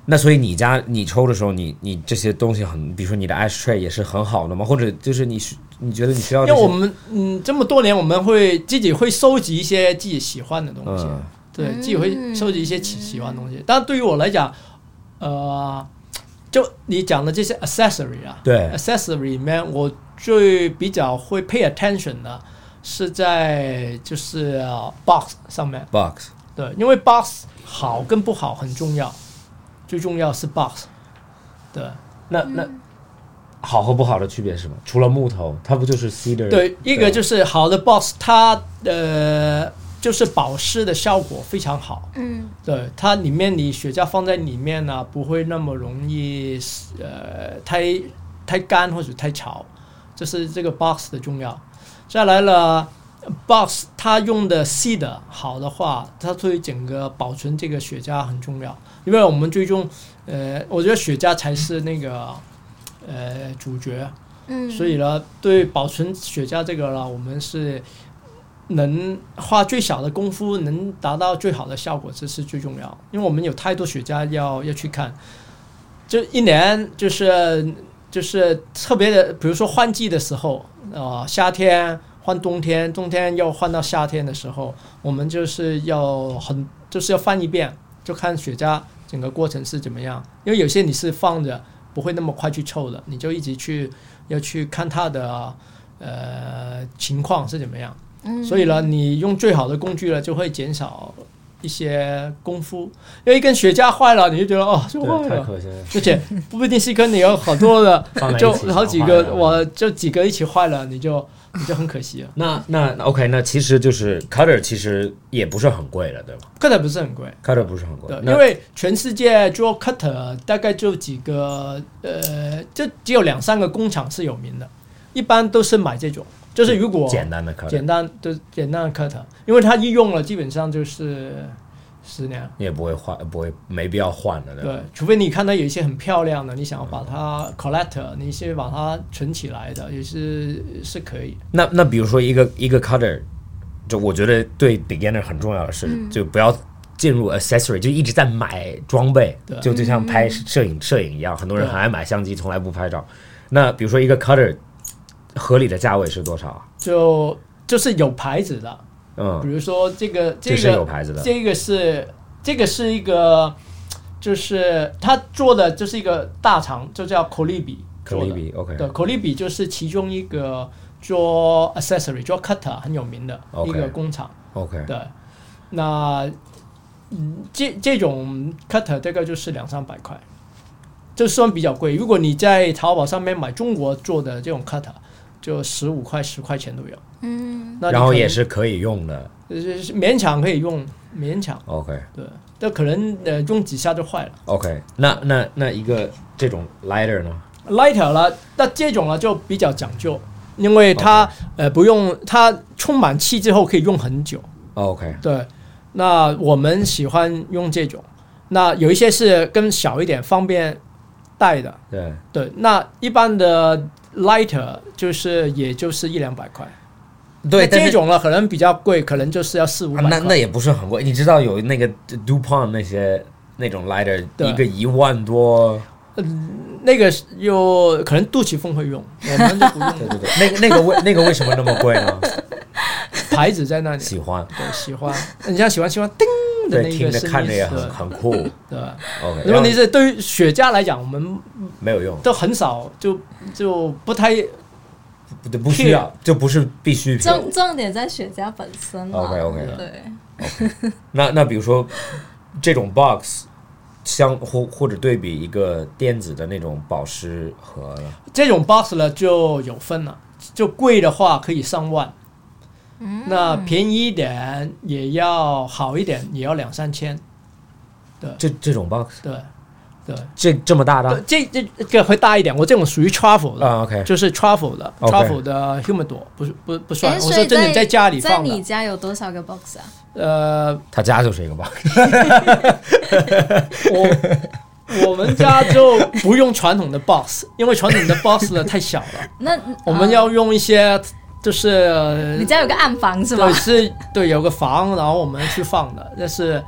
B: 那所以你家你抽的时候，你你这些东西很，比如说你的 ashtray 也是很好的吗？或者就是你需你觉得你需要
C: 因
B: 这
C: 为
B: 些？
C: 我们嗯这么多年我们会自己会收集一些自己喜欢的东西，
B: 嗯
C: 对自己会收集一些喜喜欢的东西。但对于我来讲，呃，就你讲的这些 accessory 啊，
B: 对
C: accessory 里面，我最比较会 pay attention 的是在就是、呃 box 上面。
B: box
C: 对，因为 box 好跟不好很重要，最重要是 box。对
B: 那
D: 嗯
B: 那好和不好的区别是什么？除了木头，它不就是 cedar？
C: 对，一个就是好的 box，它呃就是保湿的效果非常好。
D: 嗯，
C: 对，它里面你雪茄放在里面呢、不会那么容易呃太太干或者太潮，这是这个 box 的重要。再来了。box 它用的细的好的话，它对整个保存这个雪茄很重要，因为我们最终，呃，我觉得雪茄才是那个呃主角，
D: 嗯
C: 所以呢，对保存雪茄这个呢，我们是能花最小的功夫，能达到最好的效果，这是最重要。因为我们有太多雪茄要要去看，就一年就是就是特别的，比如说换季的时候啊、夏天换冬天，冬天要换到夏天的时候，我们就是要很就是要翻一遍，就看雪茄整个过程是怎么样。因为有些你是放着不会那么快去抽的，你就一直去要去看它的呃情况是怎么样。所以呢，你用最好的工具呢，就会减少一些功夫。因为一根雪茄坏了，你就觉得哦，就
E: 对
C: 坏
E: 太
C: 了。
E: 可惜了。
C: 而且不一定是跟你有好多的
E: 放在，一
C: 就
E: 起
C: 好几
E: 坏
C: 个，
E: 了
C: 我就几个一起坏了，你就你就很可惜了。
B: 那那那 OK，那其实就是 cutter 其实也不是很贵的，对吧
C: 看起来不是很贵，
B: ？cutter 不是
E: 哦
B: 很贵
C: 对，，
B: 那
C: 因为全世界做 cutter 大概就几个，呃，就只有两三个工厂是有名的，一般都是买这种，就是如果
B: 简单的 cutter
C: 简单的简单的 cutter，因为它一用了基本上就是十年，
B: 也不会换，不会没必要换的，对嗯吧？
C: 对，除非你看到有一些很漂亮的，你想要把它 collect，你先把它存起来的，也是是可以。
B: 那那比如说一个一个 cutter，就我觉得对 beginner 很重要的是，就不要进入 accessory，就一直在买装备，
C: 对
B: 就就像拍摄影摄影一样，很多人
C: 对
B: 很爱买相机，从来不拍照。那比如说一个 cutter，合理的价位是多少啊？
C: 就就是有牌子的，比
B: 嗯，
C: 如说这个
B: 这
C: 这
B: 是有
C: 个
B: 牌子的，
C: 这个是这个是一个，就是他做的就是一个大厂，就叫 c o l i b i
B: 可丽比 OK，
C: 对 c o l i b i 就是其中一个做 accessory 做 cutter 很有名的
B: OK
C: 一个工厂。
B: OK，
C: 对，那嗯，这这种 cutter 大概就是两三百块，就算比较贵。如果你在淘宝上面买中国做的这种 cutter，就十五块、十块钱都有。嗯，那你
B: 然后
C: 可能
B: 也是可以用的
C: 就是是勉强可以用，勉强
B: OK
C: 对，但可能呃用几下就坏了。
B: OK，那那那一个这种 lighter 呢？
C: lighter 了，那这种呢就比较讲究，因为它呃不用它充满气之后可以用很久。
B: 哦 OK，
C: 对，那我们喜欢用这种。那有一些是更小一点，方便带的。
B: 对，
C: 对，那一般的 lighter 就是也就是一两百块。
B: 对，
C: 那
B: 但
C: 这
B: 是
C: 种呢可能比较贵，可能就是要四五
B: 啊
C: 百块。
B: 那那也不是很贵，你知道有那个 DuPont 那些那种 lighter，
C: 对
B: 一个一万多，
C: 那个是有可能杜琪峰会用，我们就不用
B: 对对对，那个那个为那个为什么那么贵呢？
C: 牌子在那里。
B: 喜欢
C: 对，喜欢。你像喜欢喜欢叮听的那
B: 对，
C: 一
B: 听
C: 个
B: 着
C: 声音，
B: 看着也
C: 对
B: 很很 酷。
C: 对吧。
B: OK，
C: 问题
B: 然后
C: 是，对于雪茄来讲，我们
B: 没有用，
C: 都很少，就就不太
B: 不不需要，这不是必需品。
D: 重重点在雪茄本身嘛。
B: OK，OK
D: 对，
B: 那那比如说这种 box 相或或者对比一个电子的那种宝石盒呢，
C: 这种 box 呢就有分了，就贵的话可以上万，
D: 嗯
C: 那便宜一点也要好一点，也要两三千，
B: 这这种 box
C: 对对。
B: 这这么大
C: 呃
B: 的
C: 这这这个会大一点，我这种属于 travel 的，
B: 啊？OK，
C: 就是 travel 的
B: OK
C: travel 的 humidor 不是不不算，
D: 哎
C: 我
D: 所
C: 说
D: 以
C: 真正在家里
D: 在
C: 放
D: 你
C: 的，
D: 家有多少个 box 啊？
C: 呃，
B: 他家就是一个 box，
C: 我我们家就不用传统的 box，因为传统的 box 呢太小 了，
D: 那啊
C: 我们要用一些就是
D: 你家有个暗房是吗
C: 对？是对有个房，然后我们去放的，但是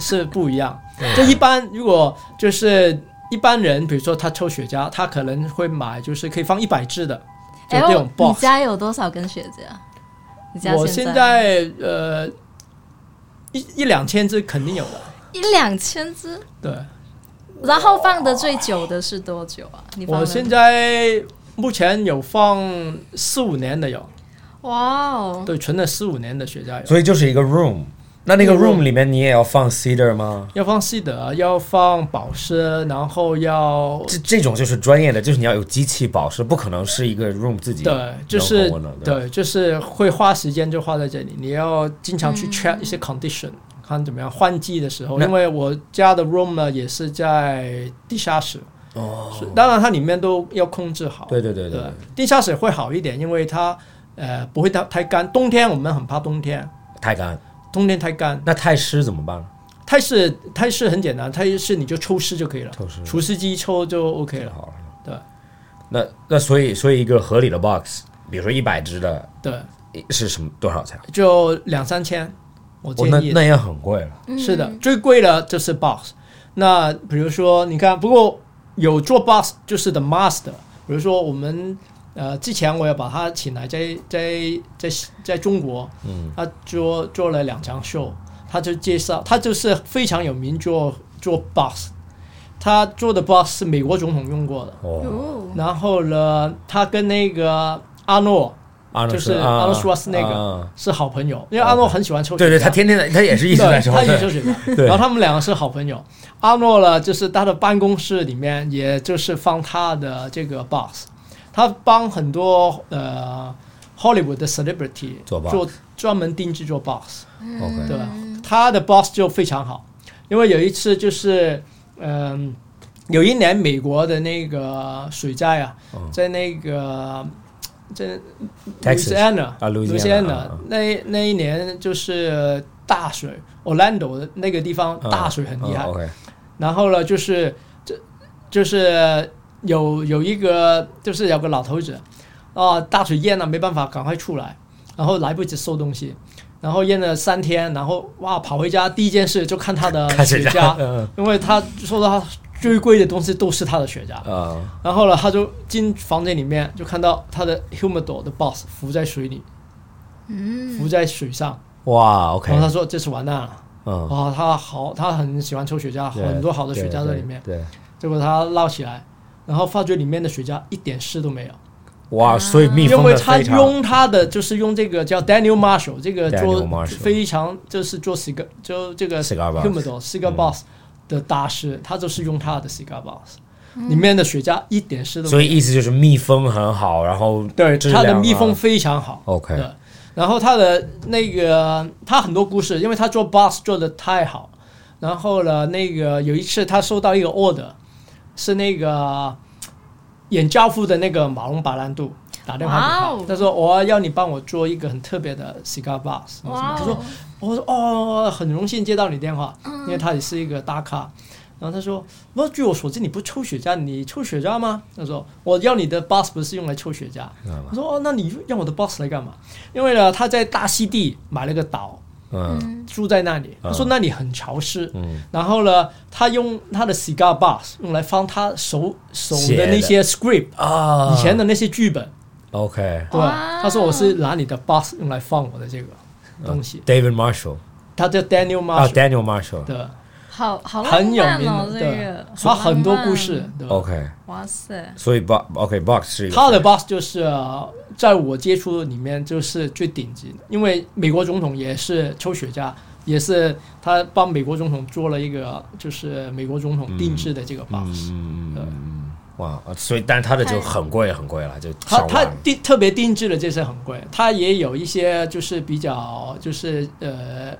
C: 是不一样。就一般如果就是一般人，比如说他抽雪茄，他可能会买就是可以放一百支的，就
D: 哎
C: 这种
D: 我
C: box。
D: 你家有多少根雪茄？你家
C: 我
D: 现
C: 现在呃一一两千只肯定有的，
D: 一两千支，
C: 对
D: 然后放的最久的是多久啊？你放
C: 我
D: 了
C: 现在目前有放四五年的有，
D: 哇哦，
C: 对，存了四五年的雪茄有，
B: 所以就是一个 room。那那个
C: 一个
B: room
C: room
B: 里面你也要放 cedar 吗？
C: 要放西德，要放宝石，然后要
B: 这这种就是专业的，就是你要有机器宝石，不可能是一个 room 自己
C: 对，就是
B: 能够弄的
C: 对，就是会花时间就花在这里，你要经常去 check 一些 condition，、看怎么样。换季的时候，
B: 那
C: 因为我家的 room 呢也是在地下室，哦，当然它里面都要控制好。
B: 对对对对
C: 对
B: 对，
C: 地下室会好一点，因为它呃不会太太干。冬天我们很怕冬天，
B: 太干。
C: 冬天太干。
B: 那太湿怎么办？
C: 泰式泰式很简单，泰式你就抽湿就可以了，
B: 抽湿
C: 除湿机抽就 OK 了。
B: 好了。
C: 对
B: 那那所以所以一个合理的 box，比如说一百只的
C: 对，
B: 是什么多少钱？
C: 就两三千，我
B: 哦
C: 建，
B: 那
C: 议。
B: 那也很贵了。
D: 嗯
C: 是的，最贵的就是 box。那比如说，你看，不过有做 box 就是 the master。比如说，我们呃之前我也把他请来在，在在在中国，嗯，他做做了两场 show，他就介绍，他就是非常有名做做 box。他做的 box 是美国总统用过的，
B: 哦，
D: 哦，
C: 然后呢，他跟那个阿诺
B: 阿诺
C: 就是
B: 施啊
C: 阿诺施瓦辛格
B: 啊
C: 是好朋友，因为阿诺很喜欢抽雪
B: 哦对对，
C: 茄
B: 他天天在，他也 是一直
C: 对，
B: 在说，
C: 他也
B: 对
C: 就 是
B: 对
C: 然后他们两个是好朋友。阿诺呢，就是他的办公室里面，也就是放他的这个 box，他帮很多呃 Hollywood 的 celebrity
B: 做 box 嗯
C: 专门定制做 box，
B: OK，
C: 对吧？他的 box 就非常好，因为有一次就是嗯、有一年美国的那个水灾啊，
B: 嗯
C: 在那个在
B: Texas
C: Louisiana
B: 啊 Louisiana，啊啊
C: 那那一年就是大水，Orlando 的那个地方
B: 啊
C: 大水很厉害。
B: 啊 OK，
C: 然后呢，就是这就是有有一个就是有个老头子啊，大水淹了没办法，赶快出来，然后来不及收东西。然后淹了三天，然后哇，跑回家第一件事就看他 的
B: 看雪
C: 呃雪
B: 茄
C: 茄
B: 嗯嗯，
C: 因为他说他最贵的东西都是他的雪茄。
B: 啊，
C: 然后呢，他就进房间里面，就看到他的 humidor 的 boss 浮在水里，
D: 嗯，
C: 浮在水上。
B: 哇，OK，
C: 然后他说：“这次完蛋了。”
B: 嗯，
C: 哇，他好，他很喜欢抽雪茄，
B: 对
C: 很多好的雪茄在
B: 对
C: 里面。
B: 对，对
C: 结果他捞起来，然后发觉里面的雪茄一点事都没有，
B: 哇，所以密
C: 因
B: 封
C: 为
B: 的
C: 他
B: 非常
C: 用他的就是用这个叫 Daniel Marshall 这个
B: Daniel
C: 做
B: Marshall
C: 非常就是做 cigar 就这个
B: Cigar box 嗯
C: humidor cigar box 的大师，他就是用他的 cigar box 里面的雪茄一点事都没有。
B: 所以意思就是密封很好，然后
C: 对，
B: 质
C: 它的
B: 量
C: 蜜
B: 啊
C: 蜂非常好。
B: OK
C: 对，然后它的那个它很多故事，因为它做 boss 做的太好。然后呢，那个有一次他收到一个 order，是那个演教父的那个马龙白兰度打电话
D: 哇
C: 给
D: 哦
C: 他，他说我要你帮我做一个很特别的 cigar box。
D: 哇哦
C: 他说我说哦，很荣幸接到你电话，
D: 嗯
C: 因为他也是一个大咖。然后他说：“我据我所知，你不抽雪茄，你抽雪茄吗？”他说：“我要你的 boss 不是用来抽雪茄。”我说：“哦，那你要我的 boss 来干嘛？”因为呢，他在大溪地买了个岛，
B: 嗯
C: 住在那里。他说那里很潮湿。然后呢，他用他的 cigar box 用来放他手手
B: 写的
C: 的那些 script，
B: 啊
C: 以前的那些剧本。
B: OK，
C: 对，
D: 哇
C: 他说我是拿你的 box 用来放我的这个东西。
B: David Marshall，
C: 他叫 Daniel
B: 啊
C: Marshall
B: ，Daniel Marshall。
C: 的，
D: 好好浪
C: 很有
D: 漫
C: 名
D: 哦，
C: 的，
D: 这
C: 对
D: 个，
C: 他很多
D: 好浪漫
C: 故事，对吧
B: OK，
D: 哇塞，
B: 所以 box OK box 哦是一个嗯
C: 他的 boss 就是呃在我接触里面就是最顶级的，因为美国总统也是抽雪茄，也是他帮美国总统做了一个就是美国总统定制的这个 boss，、
B: 嗯
C: 对
B: 哇，呃所以但他的就很贵很贵了，就
C: 他
B: 上
C: 他
B: 万
C: 定特别定制的这些很贵，他也有一些就是比较就是呃，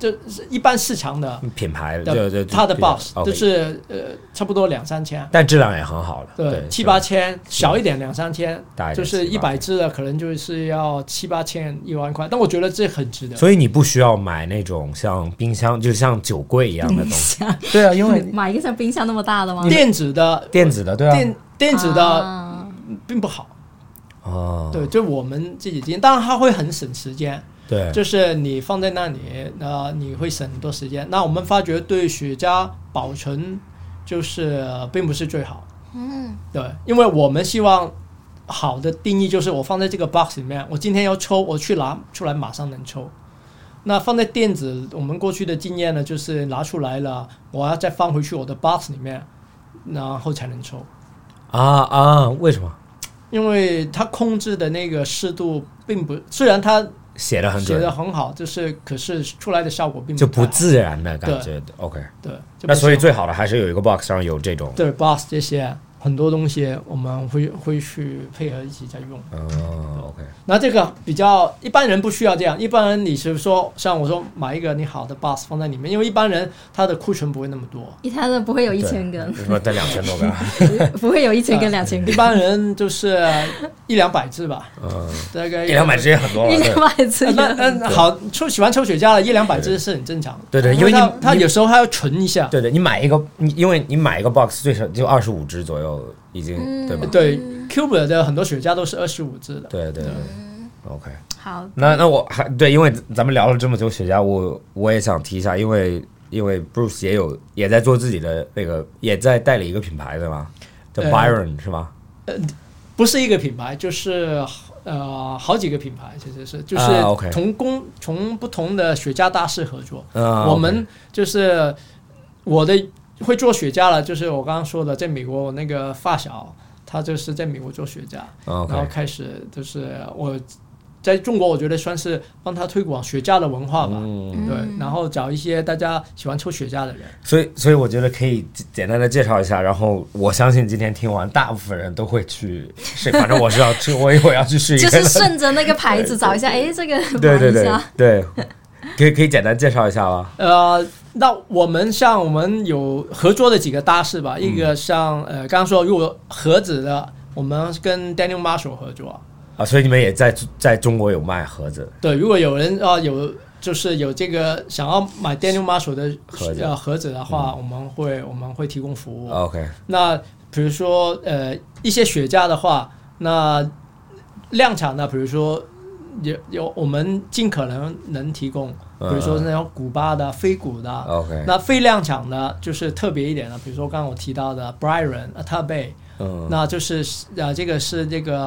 C: 就是一般市场的
B: 品牌
C: 的
B: 就就哦
C: 他的 boss 就
B: OK
C: 是呃差不多两三千。
B: 但质量也很好了，
C: 对，
B: 对，
C: 七
B: 是
C: 八千，小一点两三千
B: 大一，点
C: 就是
B: 七
C: 一
B: 八
C: 百支的可能就是要七八千、一万块，但我觉得这很值得。
B: 所以你不需要买那种像冰箱，就像酒柜一样的东西。
D: 箱，
B: 对啊，因
D: 买一个像冰箱那么大的吗？
C: 电子的
B: 电子的，对啊，
C: 电电子的
D: 啊
C: 并不好，
B: 哦，
C: 对，就我们这几天，当然它会很省时间，
B: 对，
C: 就是你放在那里，呃，你会省很多时间。那我们发觉对雪茄保存就是、呃并不是最好，嗯，对，因为我们希望好的定义就是我放在这个 box 里面，我今天要抽，我去拿出来马上能抽。那放在电子，我们过去的经验呢，就是拿出来了，我要再放回去我的 box 里面，然后才能抽。
B: 啊啊，为什么
C: 因为它控制的那个湿度并不，虽然它
B: 写的很
C: 写
B: 准
C: 的，很好，就是可是出来的效果并
B: 就
C: 不
B: 不
C: 太好
B: 自然的感觉？OK，
C: 对。就
B: 那
C: 不
B: 所以
C: 像
B: 最好的还是有一个 box 上有这种，
C: 对 boss 这些很多东西我们会会去配合一起在用。
B: 哦，OK，
C: 那这个比较一般人不需要这样，一般人你是说像我说买一个你好的 boss 放在里面，因为一般人他的库存不会那么多，
D: 一摊的不会有一
B: 对
D: 千根，
B: 为什么得两千多 个啊？
D: 不会有一千根、两千
C: 一
D: 根，
C: 般人就是一两百只吧，
B: 嗯，
C: 大概
B: 一两百只。也很多了
D: 一，两
B: 对
D: 百次
C: 呃。那嗯好，抽喜欢抽雪茄的，一两百只是很正常的。
B: 对对因
C: 因
B: 为
C: 为
B: 你
C: 他他有时候还要存一下。
B: 对对，你买一个，你因为你买一个 box 最少就二十五只左右，已
D: 嗯
B: 经对吧？
C: 对，Cuba 的很多雪茄都是二十五支的。
B: 对对对，OK。
D: 嗯好，
B: 那那我还对，因为咱们聊了这么久雪茄，我我也想提一下，因为因为 Bruce 也有也在做自己的那个，也在代理一个品牌对吗？叫
C: 呃
B: Byron、是吗？
C: 不是一个品牌，就是呃好几个品牌，其实是就是
B: 啊，OK
C: 从公、从不同的雪茄大师合作。
B: 嗯，
C: 我们就是我的会做雪茄了，就是我刚刚说的，在美国我那个发小，他就是在美国做雪茄，
B: 啊 OK，
C: 然后开始就是我。在中国，我觉得算是帮他推广雪茄的文化吧，
B: 嗯
C: 对，然后找一些大家喜欢抽雪茄的人，
B: 所以所以我觉得可以简简单的介绍一下，然后我相信今天听完，大部分人都会去试，反正我是要去，我一会儿要去试一
D: 就
B: 个。
D: 是顺着那个牌子找一下，哎，这个
B: 对对
D: 玩一
B: 对
D: 下
B: 对，可以可以简单介绍一下吗？
C: 呃，那我们像我们有合作的几个大事吧，一个像呃刚刚说如果盒子的，我们跟 Daniel Marshall 合作。
B: 啊，所以你们也在在中国有卖盒子，
C: 对，如果有人啊、呃有就是有这个想要买 Daniel Marshall 的
B: 盒子啊
C: 呃盒子的话，我们会我们会提供服务。
B: OK，
C: 那比如说呃一些雪茄的话，那量产的，比如说有有我们尽可能能提供，比如说那种古巴的、非古的。啊
B: OK，
C: 那非量产的，就是特别一点的，比如说刚刚我提到的 Byron、a t a b e
B: 嗯
C: 那就是呃，这个是这个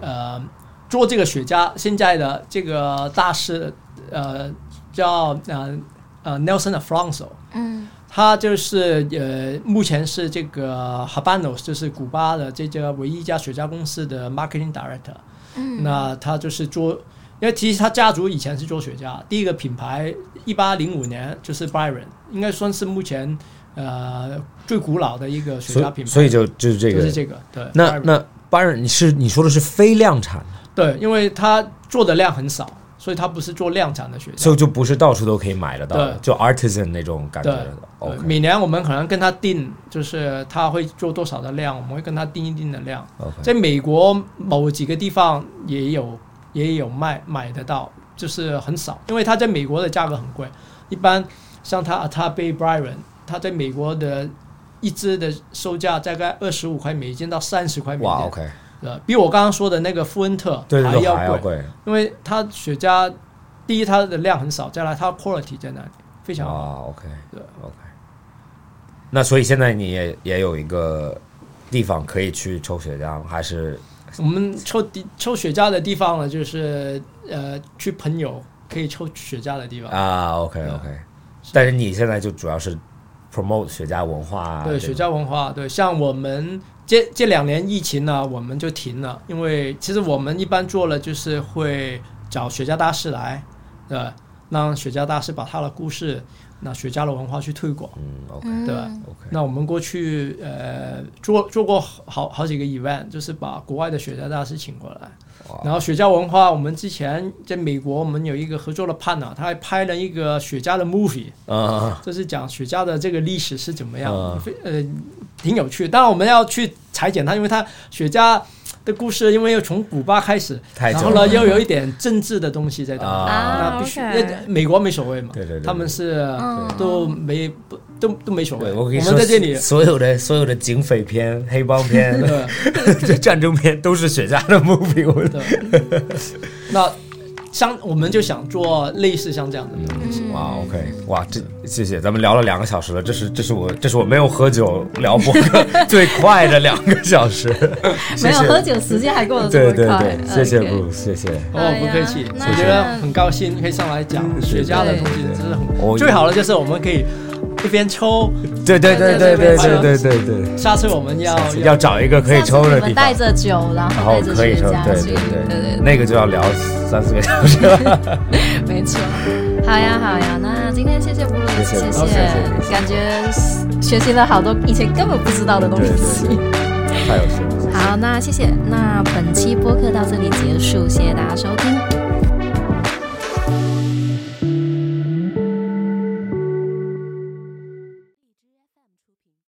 C: 呃，做这个雪茄现在的这个大师呃叫呃呃 Nelson Afronso，
D: 嗯，
C: 他就是呃目前是这个 Habanos，就是古巴的这家唯一一家雪茄公司的 Marketing Director。嗯，那他就是做，因为其实他家族以前是做雪茄，第一个品牌一八零五年就是 Byron，应该算是目前呃最古老的一个雪
B: 所
C: 茄品
B: 以
C: 牌。
B: 所以就就是这个
C: 就是这个，对。
B: 那
C: Byron
B: 那巴人，你是你说的是非量产，
C: 对，因为它做的量很少，所以它不是做量产的雪茄。
B: 所以就不是到处都可以买得到的，
C: 对
B: 就 artisan 那种感觉的。
C: 对
B: OK
C: 每年我们可能跟他定，就是他会做多少的量，我们会跟他定一定的量。
B: OK，
C: 在美国某几个地方也有也有卖买得到，就是很少，因为它在美国的价格很贵。一般像它 a t a b e Byron，它在美国的一支的售价大概二十五块美金到三十块美金，
B: 哇 OK，
C: 呃，比我刚刚说的那个富恩特
B: 对对
C: 还
B: 对，还
C: 要
B: 要
C: 贵。
B: 贵，
C: 因为它雪茄，第一它的量很少，再来它 quality 在那里非常好。
B: 哇 OK
C: 对
B: OK。那所以现在你也也有一个地方可以去抽雪茄吗，还是
C: 我们抽地抽雪茄的地方呢，就是呃去朋友可以抽雪茄的地方。
B: 啊，OK OK，但是你现在就主要是 promote 雪茄文化啊，
C: 对
B: 这
C: 雪
B: 种
C: 茄文化，对，像我们这这两年疫情呢，我们就停了，因为其实我们一般做了就是会找雪茄大师来，呃，让雪茄大师把他的故事，那雪茄的文化去推广，
B: 嗯，OK
D: 嗯
C: 对吧？
B: OK，
C: 那我们过去呃做做过好好几个 event，就是把国外的雪茄大师请过来，然后雪茄文化，我们之前在美国我们有一个合作的 partner，他还拍了一个雪茄的 movie。
B: 啊，
C: 这是讲雪茄的这个历史是怎么样
B: 嗯，
C: 非呃，挺有趣。当然我们要去裁剪它，因为它雪茄的故事，因为又从古巴开始，
B: 太
C: 然
B: 久
C: 后呢
B: 了
C: 又有一点政治的东西在当中，
B: 啊
C: 那必须。
D: OK
C: 那美国没所谓嘛，
B: 对对对对
C: 他们是都没不都都没所谓。
B: 对我
C: 我
B: 跟你
C: 们
B: 说，
C: 在这里，
B: 所有的所有的警匪片、黑帮片、
C: 对
B: 战争片都是雪茄的 movie，我
C: 对，那像我们就想做类似像这样的东西。
B: 嗯哇，OK，哇，这谢谢，咱们聊了两个小时了，这是这是我这是我没有喝酒聊博 客最快的两个小时，
D: 没有
B: 谢谢
D: 喝酒，时间还过得这
B: 对
D: 么
B: 对
D: 快。嗯
B: 对，谢谢
D: OK
B: 布鲁斯，谢谢。
C: 哦，不客气，
D: 哎呀
C: 我觉得很高兴可以上来讲雪茄的东西，真是
B: 我
C: 很最好的就是我们可以一边抽，
B: 对对对对对对对对对
C: 下次我们要
B: 对，要找一个可以抽
D: 下次
B: 的
D: 你
B: 地
D: 们
B: 方
D: 带，着酒，然
B: 然
D: 后
B: 后
D: 带着
B: 可以
D: 雪
B: 抽，
D: 茄
B: 对
D: 去，
B: 对
D: 对
B: 对，那个就要聊三四个小时 了。
D: 没错。好呀，好呀，那今天谢谢布鲁斯，
B: 谢
D: 谢
B: 谢谢谢谢
D: 感觉学习了好多以前根本不知道的东
B: 对
D: 西。
B: 对对，太有趣了。
D: 好，那谢谢，那本期播客到这里结束，谢谢大家收听，